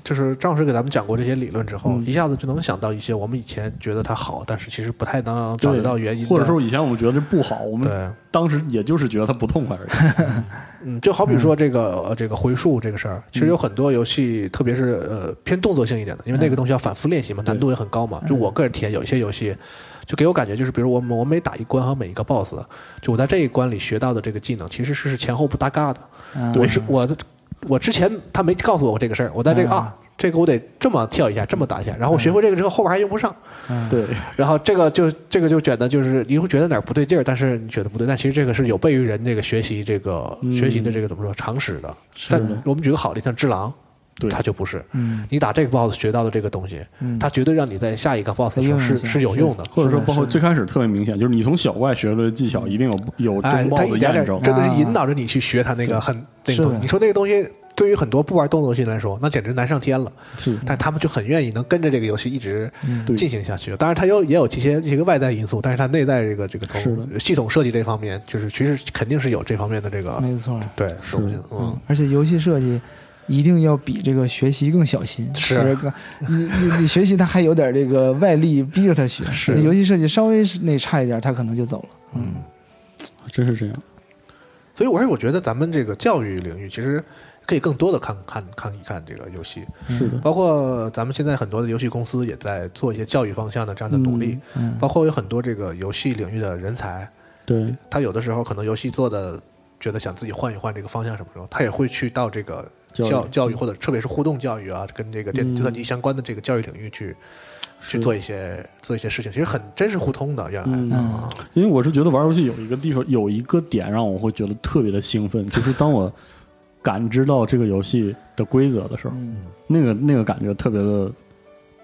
Speaker 1: 就是张老师给咱们讲过这些理论之后，
Speaker 2: 嗯
Speaker 1: 一下子就能想到一些我们以前觉得它好，但是其实不太能找
Speaker 2: 对
Speaker 1: 得到原因的，
Speaker 2: 或者说以前我们觉得这不好，我们
Speaker 1: 对，
Speaker 2: 当时也就是觉得它不 痛快而已。
Speaker 1: 嗯，就好比说这个、呃这个回溯这个事儿，其
Speaker 2: 嗯
Speaker 1: 实有很多游戏，特别是呃偏动作性一点的，因为那个东西要反复练习嘛，难度也很高嘛。
Speaker 2: 嗯
Speaker 1: 就我个人体验，有一些游戏就给我感觉就是，比如我们我每打一关和每一个 BOSS，就我在这一关里学到的这个技能，其实是是前后不搭嘎的。
Speaker 2: 嗯
Speaker 3: 啊
Speaker 1: 我是我的我之前他没告诉我这个事儿，我在这个、
Speaker 3: 嗯
Speaker 1: 啊。这个我得这么跳一下，这么打一下，然后我学
Speaker 2: 嗯
Speaker 1: 会这个之后，后边还用不上，
Speaker 3: 嗯
Speaker 2: 对，
Speaker 1: 然后这个就这个就觉得就是你会觉得哪儿不对劲儿，但是你觉得不对，但其实这个是有悖于人这个学习这个、
Speaker 2: 嗯
Speaker 1: 学习的这个怎么说常识的。
Speaker 3: 是
Speaker 1: 但
Speaker 3: 的，
Speaker 1: 我们举个好例，像《只狼》，
Speaker 2: 对
Speaker 1: 它就不是。
Speaker 3: 嗯，
Speaker 1: 你打这个 BOSS 学到的这个东西，
Speaker 3: 嗯
Speaker 1: 它绝对让你在下一个 BOSS 的时
Speaker 3: 应
Speaker 1: 候
Speaker 3: 用
Speaker 1: 是
Speaker 3: 一下
Speaker 1: 是有用的。
Speaker 2: 或者说
Speaker 3: 是的
Speaker 2: 包括
Speaker 3: 是的
Speaker 2: 最开始特别明显，就是你从小怪学的技巧，一定有有
Speaker 1: 哎
Speaker 2: 中，
Speaker 1: 它
Speaker 2: 报
Speaker 1: 一
Speaker 2: 的
Speaker 1: 点
Speaker 2: 验
Speaker 1: 点
Speaker 2: 证。
Speaker 1: 真的
Speaker 3: 啊
Speaker 1: 是引导着你去学它那个很那
Speaker 3: 是
Speaker 1: 个
Speaker 3: 的
Speaker 1: 东西。你说那个东西对于很多不玩动作游戏来说，那简直难上天了。
Speaker 2: 是
Speaker 1: 但他们就很愿意能跟着这个游戏一直
Speaker 3: 嗯
Speaker 2: 对
Speaker 1: 进行下去。当然，它有也有一些一个外在因素，但是它内在这个这个
Speaker 2: 是
Speaker 1: 从
Speaker 2: 的
Speaker 1: 系统设计这方面，就是其实肯定是有这方面的这个
Speaker 3: 没错儿，
Speaker 1: 对
Speaker 2: 是
Speaker 1: 东西的。嗯
Speaker 3: 嗯，，而且游戏设计一定要比这个学习更小心。
Speaker 1: 是
Speaker 3: 就是个你你你学习他还有点这个外力逼着他学，
Speaker 1: 是
Speaker 3: 你游戏设计稍微是那差一点，他可能就走了。嗯，
Speaker 2: 真是这样。
Speaker 1: 所以我是我觉得咱们这个教育领域其实可以更多的看看看一看这个游戏，
Speaker 2: 是的，
Speaker 1: 包括咱们现在很多的游戏公司也在做一些教育方向的这样的努力，
Speaker 3: 嗯
Speaker 1: 包括有很多这个游戏领域的人才，
Speaker 2: 对，
Speaker 1: 他有的时候可能游戏做的觉得想自己换一换这个方向什么时候，他也会去到这个
Speaker 2: 教育
Speaker 1: 教教育或者特别是互动教育啊，跟这个电
Speaker 2: 嗯
Speaker 1: 计算机相关的这个教育领域去去做一些做一些事情，其实很真是互通的。原来、
Speaker 2: 嗯
Speaker 1: 啊
Speaker 2: 因为我是觉得玩游戏有一个地方有一个点让我会觉得特别的兴奋，就是当我感知到这个游戏的规则的时候，
Speaker 3: 嗯
Speaker 2: 那个那个感觉特别的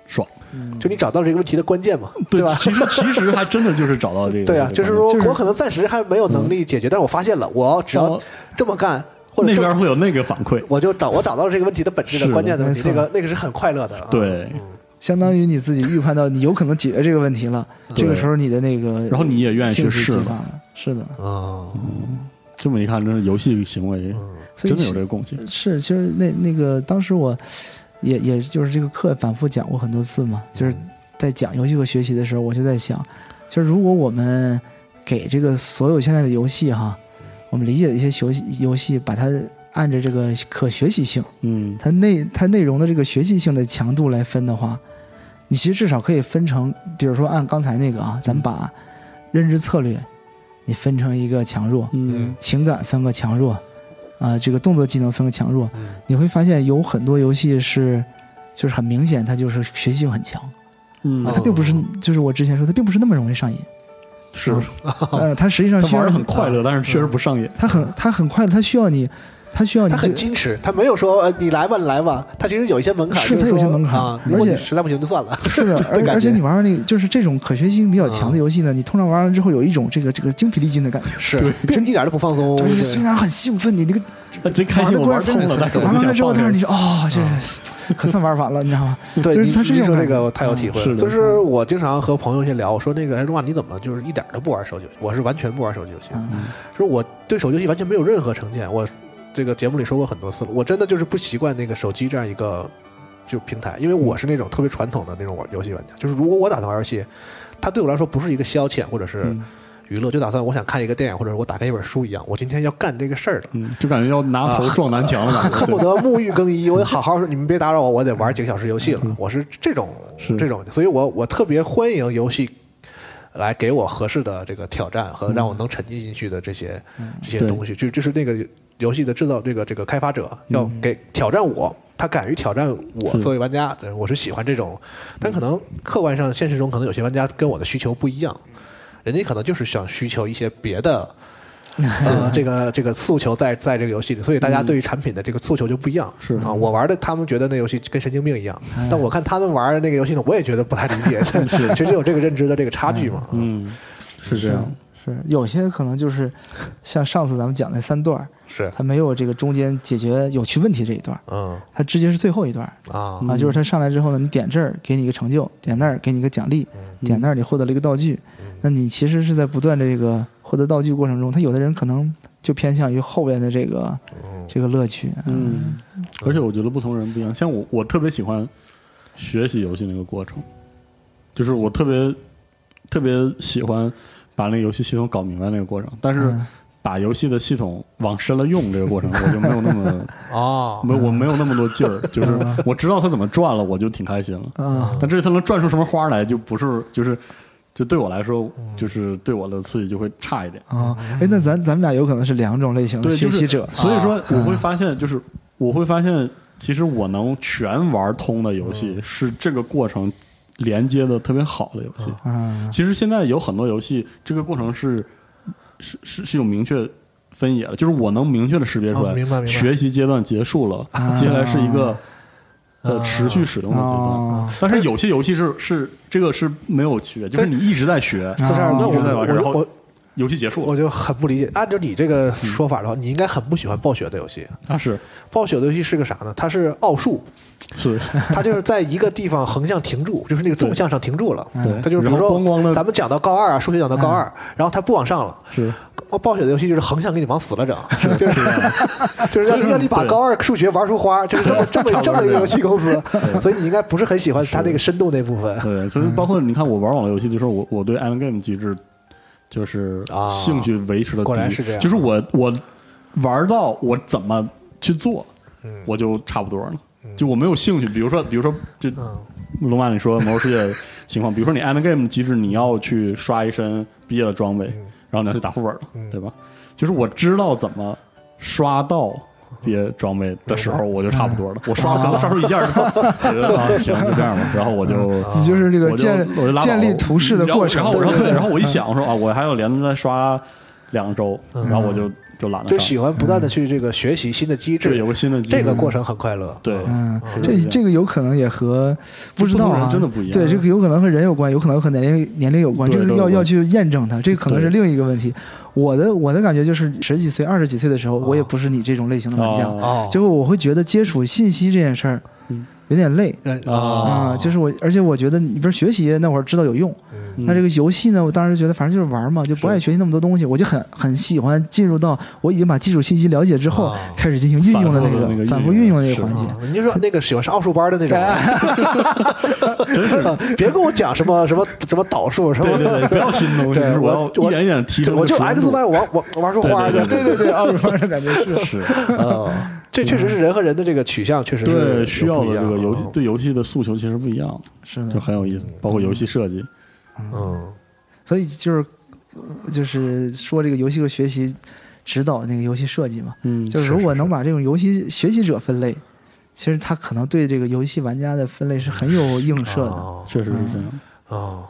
Speaker 2: 爽。
Speaker 3: 嗯，
Speaker 1: 就你找到这个问题的关键嘛，
Speaker 2: 对
Speaker 1: 吧？
Speaker 2: 其实其实还真的就是找到这个。
Speaker 1: 对啊，就
Speaker 2: 这个
Speaker 1: 是说
Speaker 3: 就是
Speaker 1: 我可能暂时还没有能力解决，但是我发现了，我要只
Speaker 2: 当
Speaker 1: 要
Speaker 2: 我
Speaker 1: 这么干或者
Speaker 2: 那
Speaker 1: 这
Speaker 2: 边
Speaker 1: 么，
Speaker 2: 会有那个反馈。
Speaker 1: 我就找我找到了这个问题的本质的
Speaker 2: 是
Speaker 1: 关键的问题，
Speaker 3: 没
Speaker 1: 那
Speaker 3: 错
Speaker 1: 个那个是很快乐的。啊、
Speaker 2: 对
Speaker 1: 嗯，
Speaker 3: 相当于你自己预判到你有可能解决这个问题了，
Speaker 2: 嗯对
Speaker 3: 这个时候你的那个，
Speaker 2: 然后你也愿意去试了
Speaker 3: 了，是的。
Speaker 1: 啊，
Speaker 2: 这么一看，真是游戏行为
Speaker 3: 嗯所
Speaker 2: 真的
Speaker 3: 以
Speaker 2: 有
Speaker 3: 其
Speaker 2: 这个共性。
Speaker 3: 是，其实那那个当时我也也就是这个课反复讲过很多次嘛，就是在讲游戏和学习的时候，我就在想，就是如果我们给这个所有现在的游戏哈，我们理解的一些游戏游戏，把它按着这个可学习性，
Speaker 2: 嗯，
Speaker 3: 它内它内容的这个学习性的强度来分的话，你其实至少可以分成，比如说按刚才那个啊，咱们把认知策略你分成一个强弱，
Speaker 2: 嗯，
Speaker 3: 情感分个强弱，啊、这个动作技能分个强弱，你会发现有很多游戏是，就是很明显它就是学习性很强
Speaker 2: 嗯
Speaker 3: 啊，它并不是就是我之前说它并不是那么容易上瘾，
Speaker 2: 是
Speaker 3: 啊呃，它实 际上
Speaker 2: 他
Speaker 3: 需
Speaker 2: 玩
Speaker 3: 要
Speaker 2: 的很快乐，但是确实不上瘾。
Speaker 3: 它 很它很快乐，它需要你，它需要哦你
Speaker 1: 他很
Speaker 3: 就
Speaker 1: 矜持，他没有说呃你来吧，你来吧，他其实有一些门槛，
Speaker 3: 是
Speaker 1: 就
Speaker 3: 他有
Speaker 1: 说
Speaker 3: 些门槛
Speaker 1: 啊。
Speaker 3: 而
Speaker 1: 如果你
Speaker 3: 且
Speaker 1: 实在不行就算 了。
Speaker 3: 是的，而
Speaker 1: 感觉
Speaker 3: 而且你玩那个就是这种可学习性比较强的游戏呢，你通常玩完之后有一种这个这个精疲力尽的感觉。
Speaker 1: 是，并一点都不放松。
Speaker 3: 就是
Speaker 1: 对
Speaker 3: 虽然很兴奋，你那个
Speaker 2: 那真开
Speaker 3: 玩
Speaker 2: 心，
Speaker 3: 的
Speaker 2: 我
Speaker 3: 过
Speaker 2: 玩
Speaker 3: 程
Speaker 2: 通了，但是
Speaker 3: 玩完
Speaker 2: 我
Speaker 3: 了
Speaker 2: 就
Speaker 3: 之后，
Speaker 2: 想
Speaker 3: 但是
Speaker 2: 放
Speaker 3: 你就哦，这可算玩完了，你知道吗？
Speaker 1: 对，
Speaker 3: 就是
Speaker 1: 你
Speaker 3: 它是
Speaker 1: 你
Speaker 3: 这种嗯
Speaker 1: 说这
Speaker 3: 感
Speaker 1: 个
Speaker 3: 觉
Speaker 1: 我太有体会
Speaker 2: 是
Speaker 1: 了。
Speaker 2: 的
Speaker 1: 就是我经常和朋友去聊，我说那个哎，哇，你怎么就是一点都不玩手机游戏？我是完全不玩手机游戏，
Speaker 3: 嗯
Speaker 1: 就是我对手机游戏完全没有任何成见。我这个节目里说过很多次了，我真的就是不习惯那个手机这样一个就平台，因为我是那种特别传统的那种玩游戏玩家。就是如果我打算玩游戏，它对我来说不是一个消遣或者是
Speaker 2: 嗯
Speaker 1: 娱乐，就打算我想看一个电影或者是我打开一本书一样，我今天要干这个事儿了。
Speaker 2: 嗯，就感觉要拿头撞南墙了，
Speaker 1: 恨不得沐浴更衣，我得好好说，你们别打扰我，我得玩几个小时游戏了。我是这种
Speaker 2: 嗯是
Speaker 1: 这种，所以我我特别欢迎游戏来给我合适的这个挑战和让我能沉浸进去的这些、这些
Speaker 2: 嗯对
Speaker 1: 东西，就就是那个游戏的制造这个这个开发者要给挑战我。他敢于挑战我
Speaker 2: 嗯是
Speaker 1: 作为玩家，对我是喜欢这种，但可能客观上现实中可能有些玩家跟我的需求不一样，人家可能就是想需求一些别 的，呃，这个这个诉求在在这个游戏里，所以大家对于产品的这个诉求就不一样。
Speaker 2: 嗯是哎
Speaker 1: 啊，我玩的他们觉得那游戏跟神经病一样，但我看他们玩那个游戏呢，我也觉得不太理 解， 其实有这个认知的这个差距嘛。
Speaker 2: 嗯，是这样，
Speaker 3: 是有些可能就是像上次咱们讲那三段儿，
Speaker 1: 是，
Speaker 3: 它没有这个中间解决有趣问题这一段儿，
Speaker 1: 嗯
Speaker 3: 它直接是最后一段儿
Speaker 1: 啊，
Speaker 2: 嗯
Speaker 3: 啊，就是它上来之后呢，你点这儿给你一个成就，点那儿给你一个奖励，
Speaker 2: 嗯
Speaker 3: 点那儿你获得了一个道具，那你其实是在不断的这个获得道具过程中，他有的人可能就偏向于后边的这个这个乐趣，啊
Speaker 2: 嗯，而且我觉得不同人不一样，像我，我特别喜欢学习游戏那个过程，就是我特别特别喜欢把那个游戏系统搞明白那个过程，但是
Speaker 3: 嗯
Speaker 2: 把游戏的系统往深了用这个过程，我就没有那么
Speaker 1: 哦，
Speaker 2: 没有我没有那么多劲儿，就是我知道它怎么转了，我就挺开心了。
Speaker 3: 啊，
Speaker 2: 但至于它能转出什么花来，就不是就是就对我来说，就是对我的刺激就会差一点。
Speaker 3: 啊，哎，那咱咱们俩有可能是两种类型的
Speaker 2: 对，
Speaker 3: 学习者，
Speaker 2: 就是、所以说我会发现，就是我会发现，其实我能全玩通的游戏是这个过程连接的特别好的游戏。
Speaker 3: 啊，
Speaker 2: 其实现在有很多游戏，这个过程是是是是有明确分野的，就是我能明确的识别出来，
Speaker 1: 哦明白明白
Speaker 2: 学习阶段结束了，接下来是一个呃持续使用的阶段。
Speaker 3: 啊，
Speaker 2: 但是有些游戏是是这个是没有区别，就是你一直在学，
Speaker 1: 四十二，那
Speaker 2: 一直在玩，然
Speaker 1: 我我
Speaker 2: 后
Speaker 1: 我
Speaker 2: 游戏结束
Speaker 1: 我就很不理解。按照你这个说法的话，你应该很不喜欢暴雪的游戏。
Speaker 2: 啊是
Speaker 1: 暴雪的游戏是个啥呢？它是奥数，
Speaker 2: 是，
Speaker 1: 它就是在一个地方横向停驻，就是那个纵向上停驻了。
Speaker 2: 对，
Speaker 1: 它就是比
Speaker 2: 嗯然
Speaker 1: 如
Speaker 2: 后
Speaker 1: 说
Speaker 2: 咣咣的嗯
Speaker 1: 咱们讲到高二啊，数学讲到高二，然后它不往上了。
Speaker 2: 是
Speaker 1: 哦，暴雪的游戏就是横向给你往死了整， 就是就是让
Speaker 2: 所以
Speaker 1: 你让你把
Speaker 2: 对
Speaker 1: 高二数学玩出花，就是 这么这么这么一个游戏公司，所以你应该不是很喜欢它那个深度那部分。
Speaker 2: 对，就是包括你看我玩网络游戏的时候，我我对 i r o n game 机制就是
Speaker 1: 啊
Speaker 2: 兴趣维持的低，
Speaker 1: 果然是这样
Speaker 2: 就是我我玩到我怎么去做，
Speaker 1: 嗯
Speaker 2: 我就差不多了。就我没有兴趣，比如说，比如说，就
Speaker 1: 嗯，
Speaker 2: 龙马你说《魔兽世界》情况，比如说你 end game 机制，你要去刷一身毕业的装备，
Speaker 1: 嗯
Speaker 2: 然后你要去打副本了，对吧？就是我知道怎么刷到毕业装备的时候，
Speaker 1: 嗯
Speaker 2: 我就差不多了。我刷可能刷出一件儿 之后，我觉得啊，行，就这样吧。然后我就
Speaker 1: 啊
Speaker 3: 你就是这个
Speaker 2: 啊我就
Speaker 3: 建
Speaker 2: 我就拉倒
Speaker 3: 建立图示的过程，
Speaker 2: 然后然后然后
Speaker 3: 对对
Speaker 2: 然后我一想，我说啊，我还要连着刷两周，
Speaker 3: 嗯
Speaker 2: 然后我就就懒得
Speaker 1: 就
Speaker 2: 上。
Speaker 1: 喜欢不断的去这个学习新的机
Speaker 2: 这
Speaker 1: 制
Speaker 2: 有，个新的机制
Speaker 1: 这个过程很快乐。
Speaker 2: 对
Speaker 3: 嗯
Speaker 2: 是，
Speaker 3: 这
Speaker 2: 这样
Speaker 3: 这个有可能也和不知道
Speaker 2: 不同
Speaker 3: 啊，
Speaker 2: 人真的不一样
Speaker 3: 对，这个有可能和人有关，有可能和年龄年龄有关，
Speaker 2: 对
Speaker 3: 这个
Speaker 2: 都有
Speaker 3: 要
Speaker 2: 关
Speaker 3: 要去验证它，这个可能是
Speaker 2: 对
Speaker 3: 另一个问题。我的我的感觉就是十几岁、二十几岁的时候，
Speaker 2: 哦
Speaker 3: 我也不是你这种类型的玩家，
Speaker 2: 啊
Speaker 1: 哦，
Speaker 3: 结果我会觉得接触信息这件事儿
Speaker 2: 嗯哦
Speaker 3: 有点累。
Speaker 1: 啊
Speaker 3: 啊，就是我，而且我觉得你不是学习那会儿知道有用，
Speaker 1: 嗯
Speaker 2: 嗯
Speaker 3: 那这个游戏呢，我当时觉得反正就是玩儿嘛，就不爱学习那么多东西，我就很很喜欢进入到我已经把基础信息了解之后
Speaker 1: 啊，
Speaker 3: 开始进行运用的那
Speaker 2: 哦反复的那
Speaker 3: 个
Speaker 2: 个
Speaker 3: 反复运
Speaker 2: 运用哦
Speaker 3: 用的那个环节。
Speaker 1: 啊你就说那个喜欢上奥数班的那 种，
Speaker 2: 哎
Speaker 1: 啊
Speaker 2: 真是
Speaker 1: 别跟我讲什么什么什么导数什
Speaker 2: 对
Speaker 1: 么，
Speaker 2: 对对，不要新东西，
Speaker 1: 对
Speaker 2: 就是
Speaker 1: 我
Speaker 2: 要一点一点提升
Speaker 1: 我
Speaker 2: 这
Speaker 1: 就
Speaker 2: 个熟
Speaker 1: X
Speaker 2: 度
Speaker 1: 班玩玩玩出花
Speaker 2: 对
Speaker 1: 去。
Speaker 3: 对对对，奥尔方的感觉 是
Speaker 2: 是
Speaker 1: 嗯，这确实是人和人的这个取向，确实是有
Speaker 2: 对需要
Speaker 1: 不
Speaker 2: 的
Speaker 1: 一
Speaker 2: 这
Speaker 1: 样
Speaker 2: 个游戏
Speaker 1: 啊
Speaker 2: 对游戏的诉求其实不一样，
Speaker 3: 是
Speaker 2: 就
Speaker 3: 的，
Speaker 2: 很有意思。包括游戏设计，
Speaker 1: 嗯，
Speaker 3: 所以就是就是说这个游戏和学习指导那个游戏设计嘛，
Speaker 2: 嗯，
Speaker 3: 就是
Speaker 1: 是
Speaker 3: 如果
Speaker 1: 是
Speaker 3: 能把这种游戏学习者分类，其实他可能对这个游戏玩家的分类是很有映射的。
Speaker 1: 哦
Speaker 2: 确实是这样，
Speaker 1: 哦。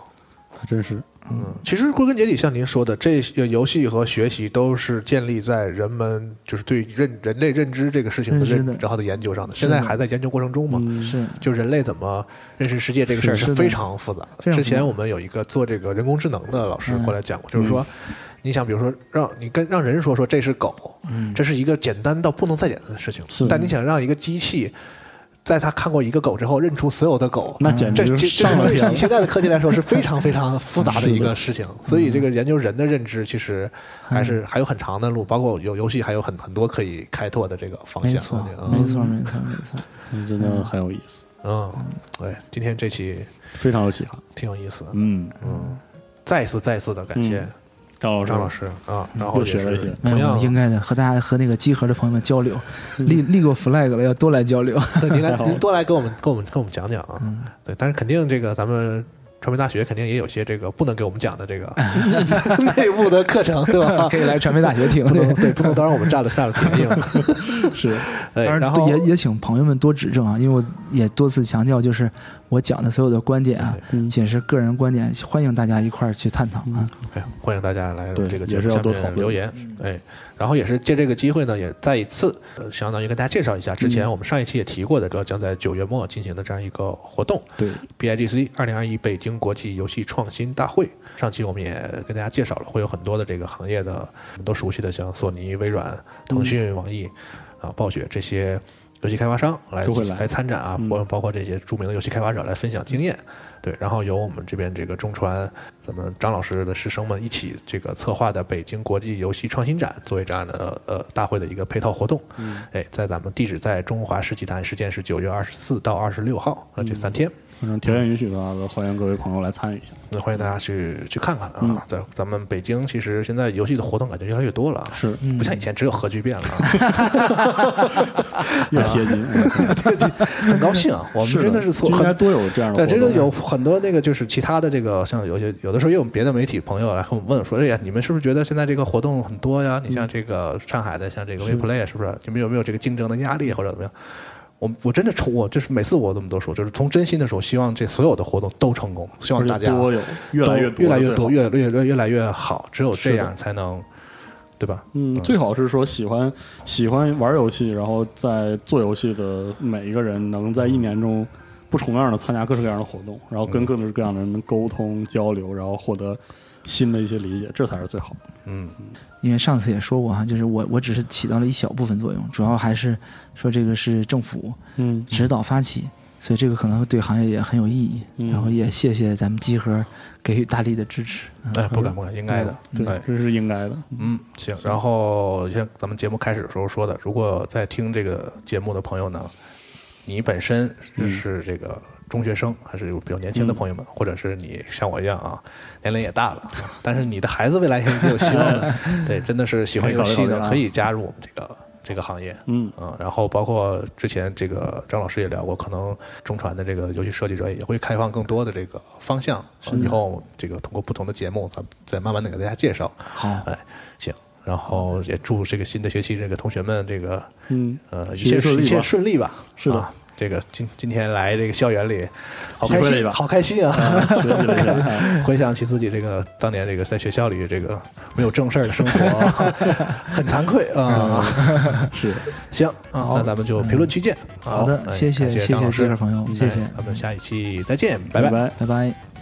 Speaker 2: 还真是
Speaker 1: 嗯，其实归根结底，像您说的，这些游戏和学习都是建立在人们就是对认人类认知这个事情的
Speaker 3: 认知
Speaker 1: 认
Speaker 3: 的
Speaker 1: 然后的研究上的。
Speaker 3: 是
Speaker 1: 现
Speaker 3: 的
Speaker 1: 在还在研究过程中嘛，
Speaker 2: 嗯
Speaker 3: 是
Speaker 1: 就人类怎么认识世界这个事儿
Speaker 3: 是
Speaker 1: 是
Speaker 3: 是的
Speaker 1: 非常复杂
Speaker 3: 非常复
Speaker 1: 的。
Speaker 3: 杂
Speaker 1: 之前我们有一个做这个人工智能的老师
Speaker 3: 嗯
Speaker 1: 过来讲过，就是说，你想比如说让你跟让人说说这是狗，
Speaker 3: 嗯
Speaker 1: 这是一个简单到不能再简单的事情
Speaker 2: 是，
Speaker 1: 但你想让一个机器在它看过一个狗之后认出所有的狗，
Speaker 3: 嗯
Speaker 2: 那简
Speaker 1: 这
Speaker 2: 直
Speaker 1: 这
Speaker 2: 就
Speaker 1: 这
Speaker 2: 是
Speaker 1: 是
Speaker 2: 上了
Speaker 1: 对
Speaker 2: 天
Speaker 1: 以
Speaker 2: 了。
Speaker 1: 现在的科技来说是非常非常复 杂的一个事情，所以这个研究人的认知其实还
Speaker 3: 嗯
Speaker 1: 是还有很长的路，包括有游戏还有很很多可以开拓的这个方
Speaker 3: 没
Speaker 1: 向
Speaker 3: 错
Speaker 1: 的。，
Speaker 3: 没
Speaker 1: 嗯
Speaker 3: 错，没错，没错。
Speaker 2: 嗯真的很有意思，
Speaker 1: 嗯，对，今天这期
Speaker 2: 非常有启发。
Speaker 1: 挺有意思的，
Speaker 2: 嗯，
Speaker 1: 再一次再一次的感谢
Speaker 2: 嗯张老师，
Speaker 1: 张老师啊，然后
Speaker 2: 嗯又
Speaker 1: 也
Speaker 2: 学了一
Speaker 1: 是
Speaker 2: 学
Speaker 1: 同
Speaker 3: 没有，
Speaker 1: 样啊
Speaker 3: 嗯
Speaker 1: 嗯
Speaker 3: 应该的，和大家和那个集合的朋友们交流，立立过 flag 了，要多来交流。
Speaker 1: 对，您来
Speaker 2: 太，好了
Speaker 1: 您多来给我们、给我们、给我们讲讲啊。
Speaker 3: 嗯
Speaker 1: 对，但是肯定这个咱们传媒大学肯定也有些这个不能给我们讲的 这个内部的课程，对吧？
Speaker 3: 可以来传媒大学听，
Speaker 1: 不能对，不能当然我们占了占了便宜 了。
Speaker 2: 是
Speaker 1: 对，
Speaker 3: 当
Speaker 1: 哎然
Speaker 3: 然
Speaker 1: 后
Speaker 3: 也也请朋友们多指正啊，因为我也多次强调，就是我讲的所有的观点啊，
Speaker 2: 嗯
Speaker 3: 仅是个人观点，欢迎大家一块儿去探讨啊。
Speaker 1: OK，欢哎迎大家来
Speaker 2: 对
Speaker 1: 这个
Speaker 2: 也
Speaker 1: 节
Speaker 2: 是
Speaker 1: 目
Speaker 2: 要
Speaker 1: 下
Speaker 2: 多讨
Speaker 1: 面
Speaker 2: 论
Speaker 1: 留言，哎，然后也是借这个机会呢，也再一次呃相当于跟大家介绍一下，之
Speaker 3: 嗯
Speaker 1: 前我们上一期也提过的，这将在九月末进行的这样一个活动
Speaker 2: 对，
Speaker 1: ，BIGC 二零二一北京国际游戏创新大会。上期我们也跟大家介绍了，会有很多的这个行业的我们都熟悉的，像索尼、微软、
Speaker 2: 嗯
Speaker 1: 腾讯、网易啊、暴雪这些游戏开发商来
Speaker 2: 都会来嗯
Speaker 1: 来参展啊，包包括这些著名的游戏开发者来分享经验。对，然后由我们这边这个中传，咱们张老师的师生们一起这个策划的北京国际游戏创新展作为这样的呃大会的一个配套活动。嗯，哎，在咱们地址在中华世纪坛，时间是九月二十四到二十六号，呃，这三天。
Speaker 2: 反正条件允许的话，都欢迎各位朋友来参与一下。
Speaker 1: 那欢迎大家去去看看
Speaker 2: 嗯
Speaker 1: 啊，在咱们北京，其实现在游戏的活动感觉越来越多了啊，
Speaker 2: 是嗯
Speaker 1: 不像以前只有核聚变了啊。
Speaker 2: 越贴近， 嗯
Speaker 1: 很高兴啊，我们
Speaker 2: 是
Speaker 1: 真的是错
Speaker 2: 就应该
Speaker 1: 很。
Speaker 2: 多有这样
Speaker 1: 对，
Speaker 2: 的活动。啊
Speaker 1: 真的有很多那个，就是其他的这个，像有些有的时候也有别的媒体朋友来和我们问说，哎呀，你们是不是觉得现在这个活动很多呀？你像
Speaker 2: 嗯
Speaker 1: 这个上海的，像这个 WePlay 是不是？你们有没有这个竞争的压力或者怎么样？我我真的从我就是每次我这么多说，就是从真心的说，希望这所有的活动都成功，希望
Speaker 2: 而且
Speaker 1: 大家
Speaker 2: 多有越
Speaker 1: 都
Speaker 2: 来越
Speaker 1: 越来越多，越
Speaker 2: 越
Speaker 1: 来越越来越好，只有这
Speaker 2: 是的
Speaker 1: 样才能对吧？
Speaker 2: 嗯，最好是说喜欢喜欢玩游戏，然后在做游戏的每一个人能在一年中不重样的参加各式各样的活动，然后跟各式各样的人能沟通交流，然后获得新的一些理解，这才是最好的。
Speaker 1: 嗯，
Speaker 3: 因为上次也说过哈，就是我我只是起到了一小部分作用，主要还是说这个是政府
Speaker 2: 嗯
Speaker 3: 指导发起，所以这个可能对行业也很有意义。
Speaker 2: 嗯
Speaker 3: 然后也谢谢咱们集合给予大力的支持。嗯
Speaker 1: 哎，不敢不敢，应该的。
Speaker 2: 嗯对
Speaker 1: 哎，
Speaker 2: 这是应该的。
Speaker 1: 嗯，行。然后像咱们节目开始的时候说的，如果在听这个节目的朋友呢，你本身
Speaker 2: 嗯
Speaker 1: 是这个中学生，还是有比较年轻的朋友们，或者是你像我一样啊，年龄也大了，但是你的孩子未来也是有希望 的。对，真的是喜欢游戏
Speaker 2: 可以考虑考虑
Speaker 1: 的，
Speaker 2: 啊
Speaker 1: 可以加入我们这个这个行业。
Speaker 2: 嗯
Speaker 1: 嗯，然后包括之前这个张老师也聊过，可能中传的这个游戏设计专业也会开放更多的这个方向。以后这个通过不同的节目，咱们再慢慢的给大家介绍。
Speaker 3: 好，
Speaker 1: 哎，行，然后也祝这个新的学期这个同学们这个
Speaker 2: 嗯，
Speaker 1: 呃一
Speaker 2: 学
Speaker 1: 切
Speaker 2: 习顺利
Speaker 1: 一切
Speaker 2: 吧
Speaker 1: 顺利吧。
Speaker 2: 是的
Speaker 1: 啊这个今今天来这个校园里，好开
Speaker 2: 体会了一
Speaker 1: 心，
Speaker 2: 把
Speaker 1: 好开心啊！
Speaker 2: 学 习了一下。哎
Speaker 1: 回想起自己这个当年这个在学校里这个没有正事儿的生活， 很惭愧啊。
Speaker 2: 是，
Speaker 1: 行啊，那咱们就评论区见。
Speaker 3: 嗯好的，
Speaker 1: 哎
Speaker 3: 谢
Speaker 1: 感
Speaker 3: 谢
Speaker 1: 谢
Speaker 3: 谢
Speaker 1: 张
Speaker 3: 谢
Speaker 1: 老
Speaker 3: 集合
Speaker 1: 师，哎
Speaker 3: 朋友，谢谢
Speaker 1: 哎，咱们下一期再见，
Speaker 2: 拜
Speaker 1: 拜。
Speaker 2: 拜。
Speaker 3: 拜拜。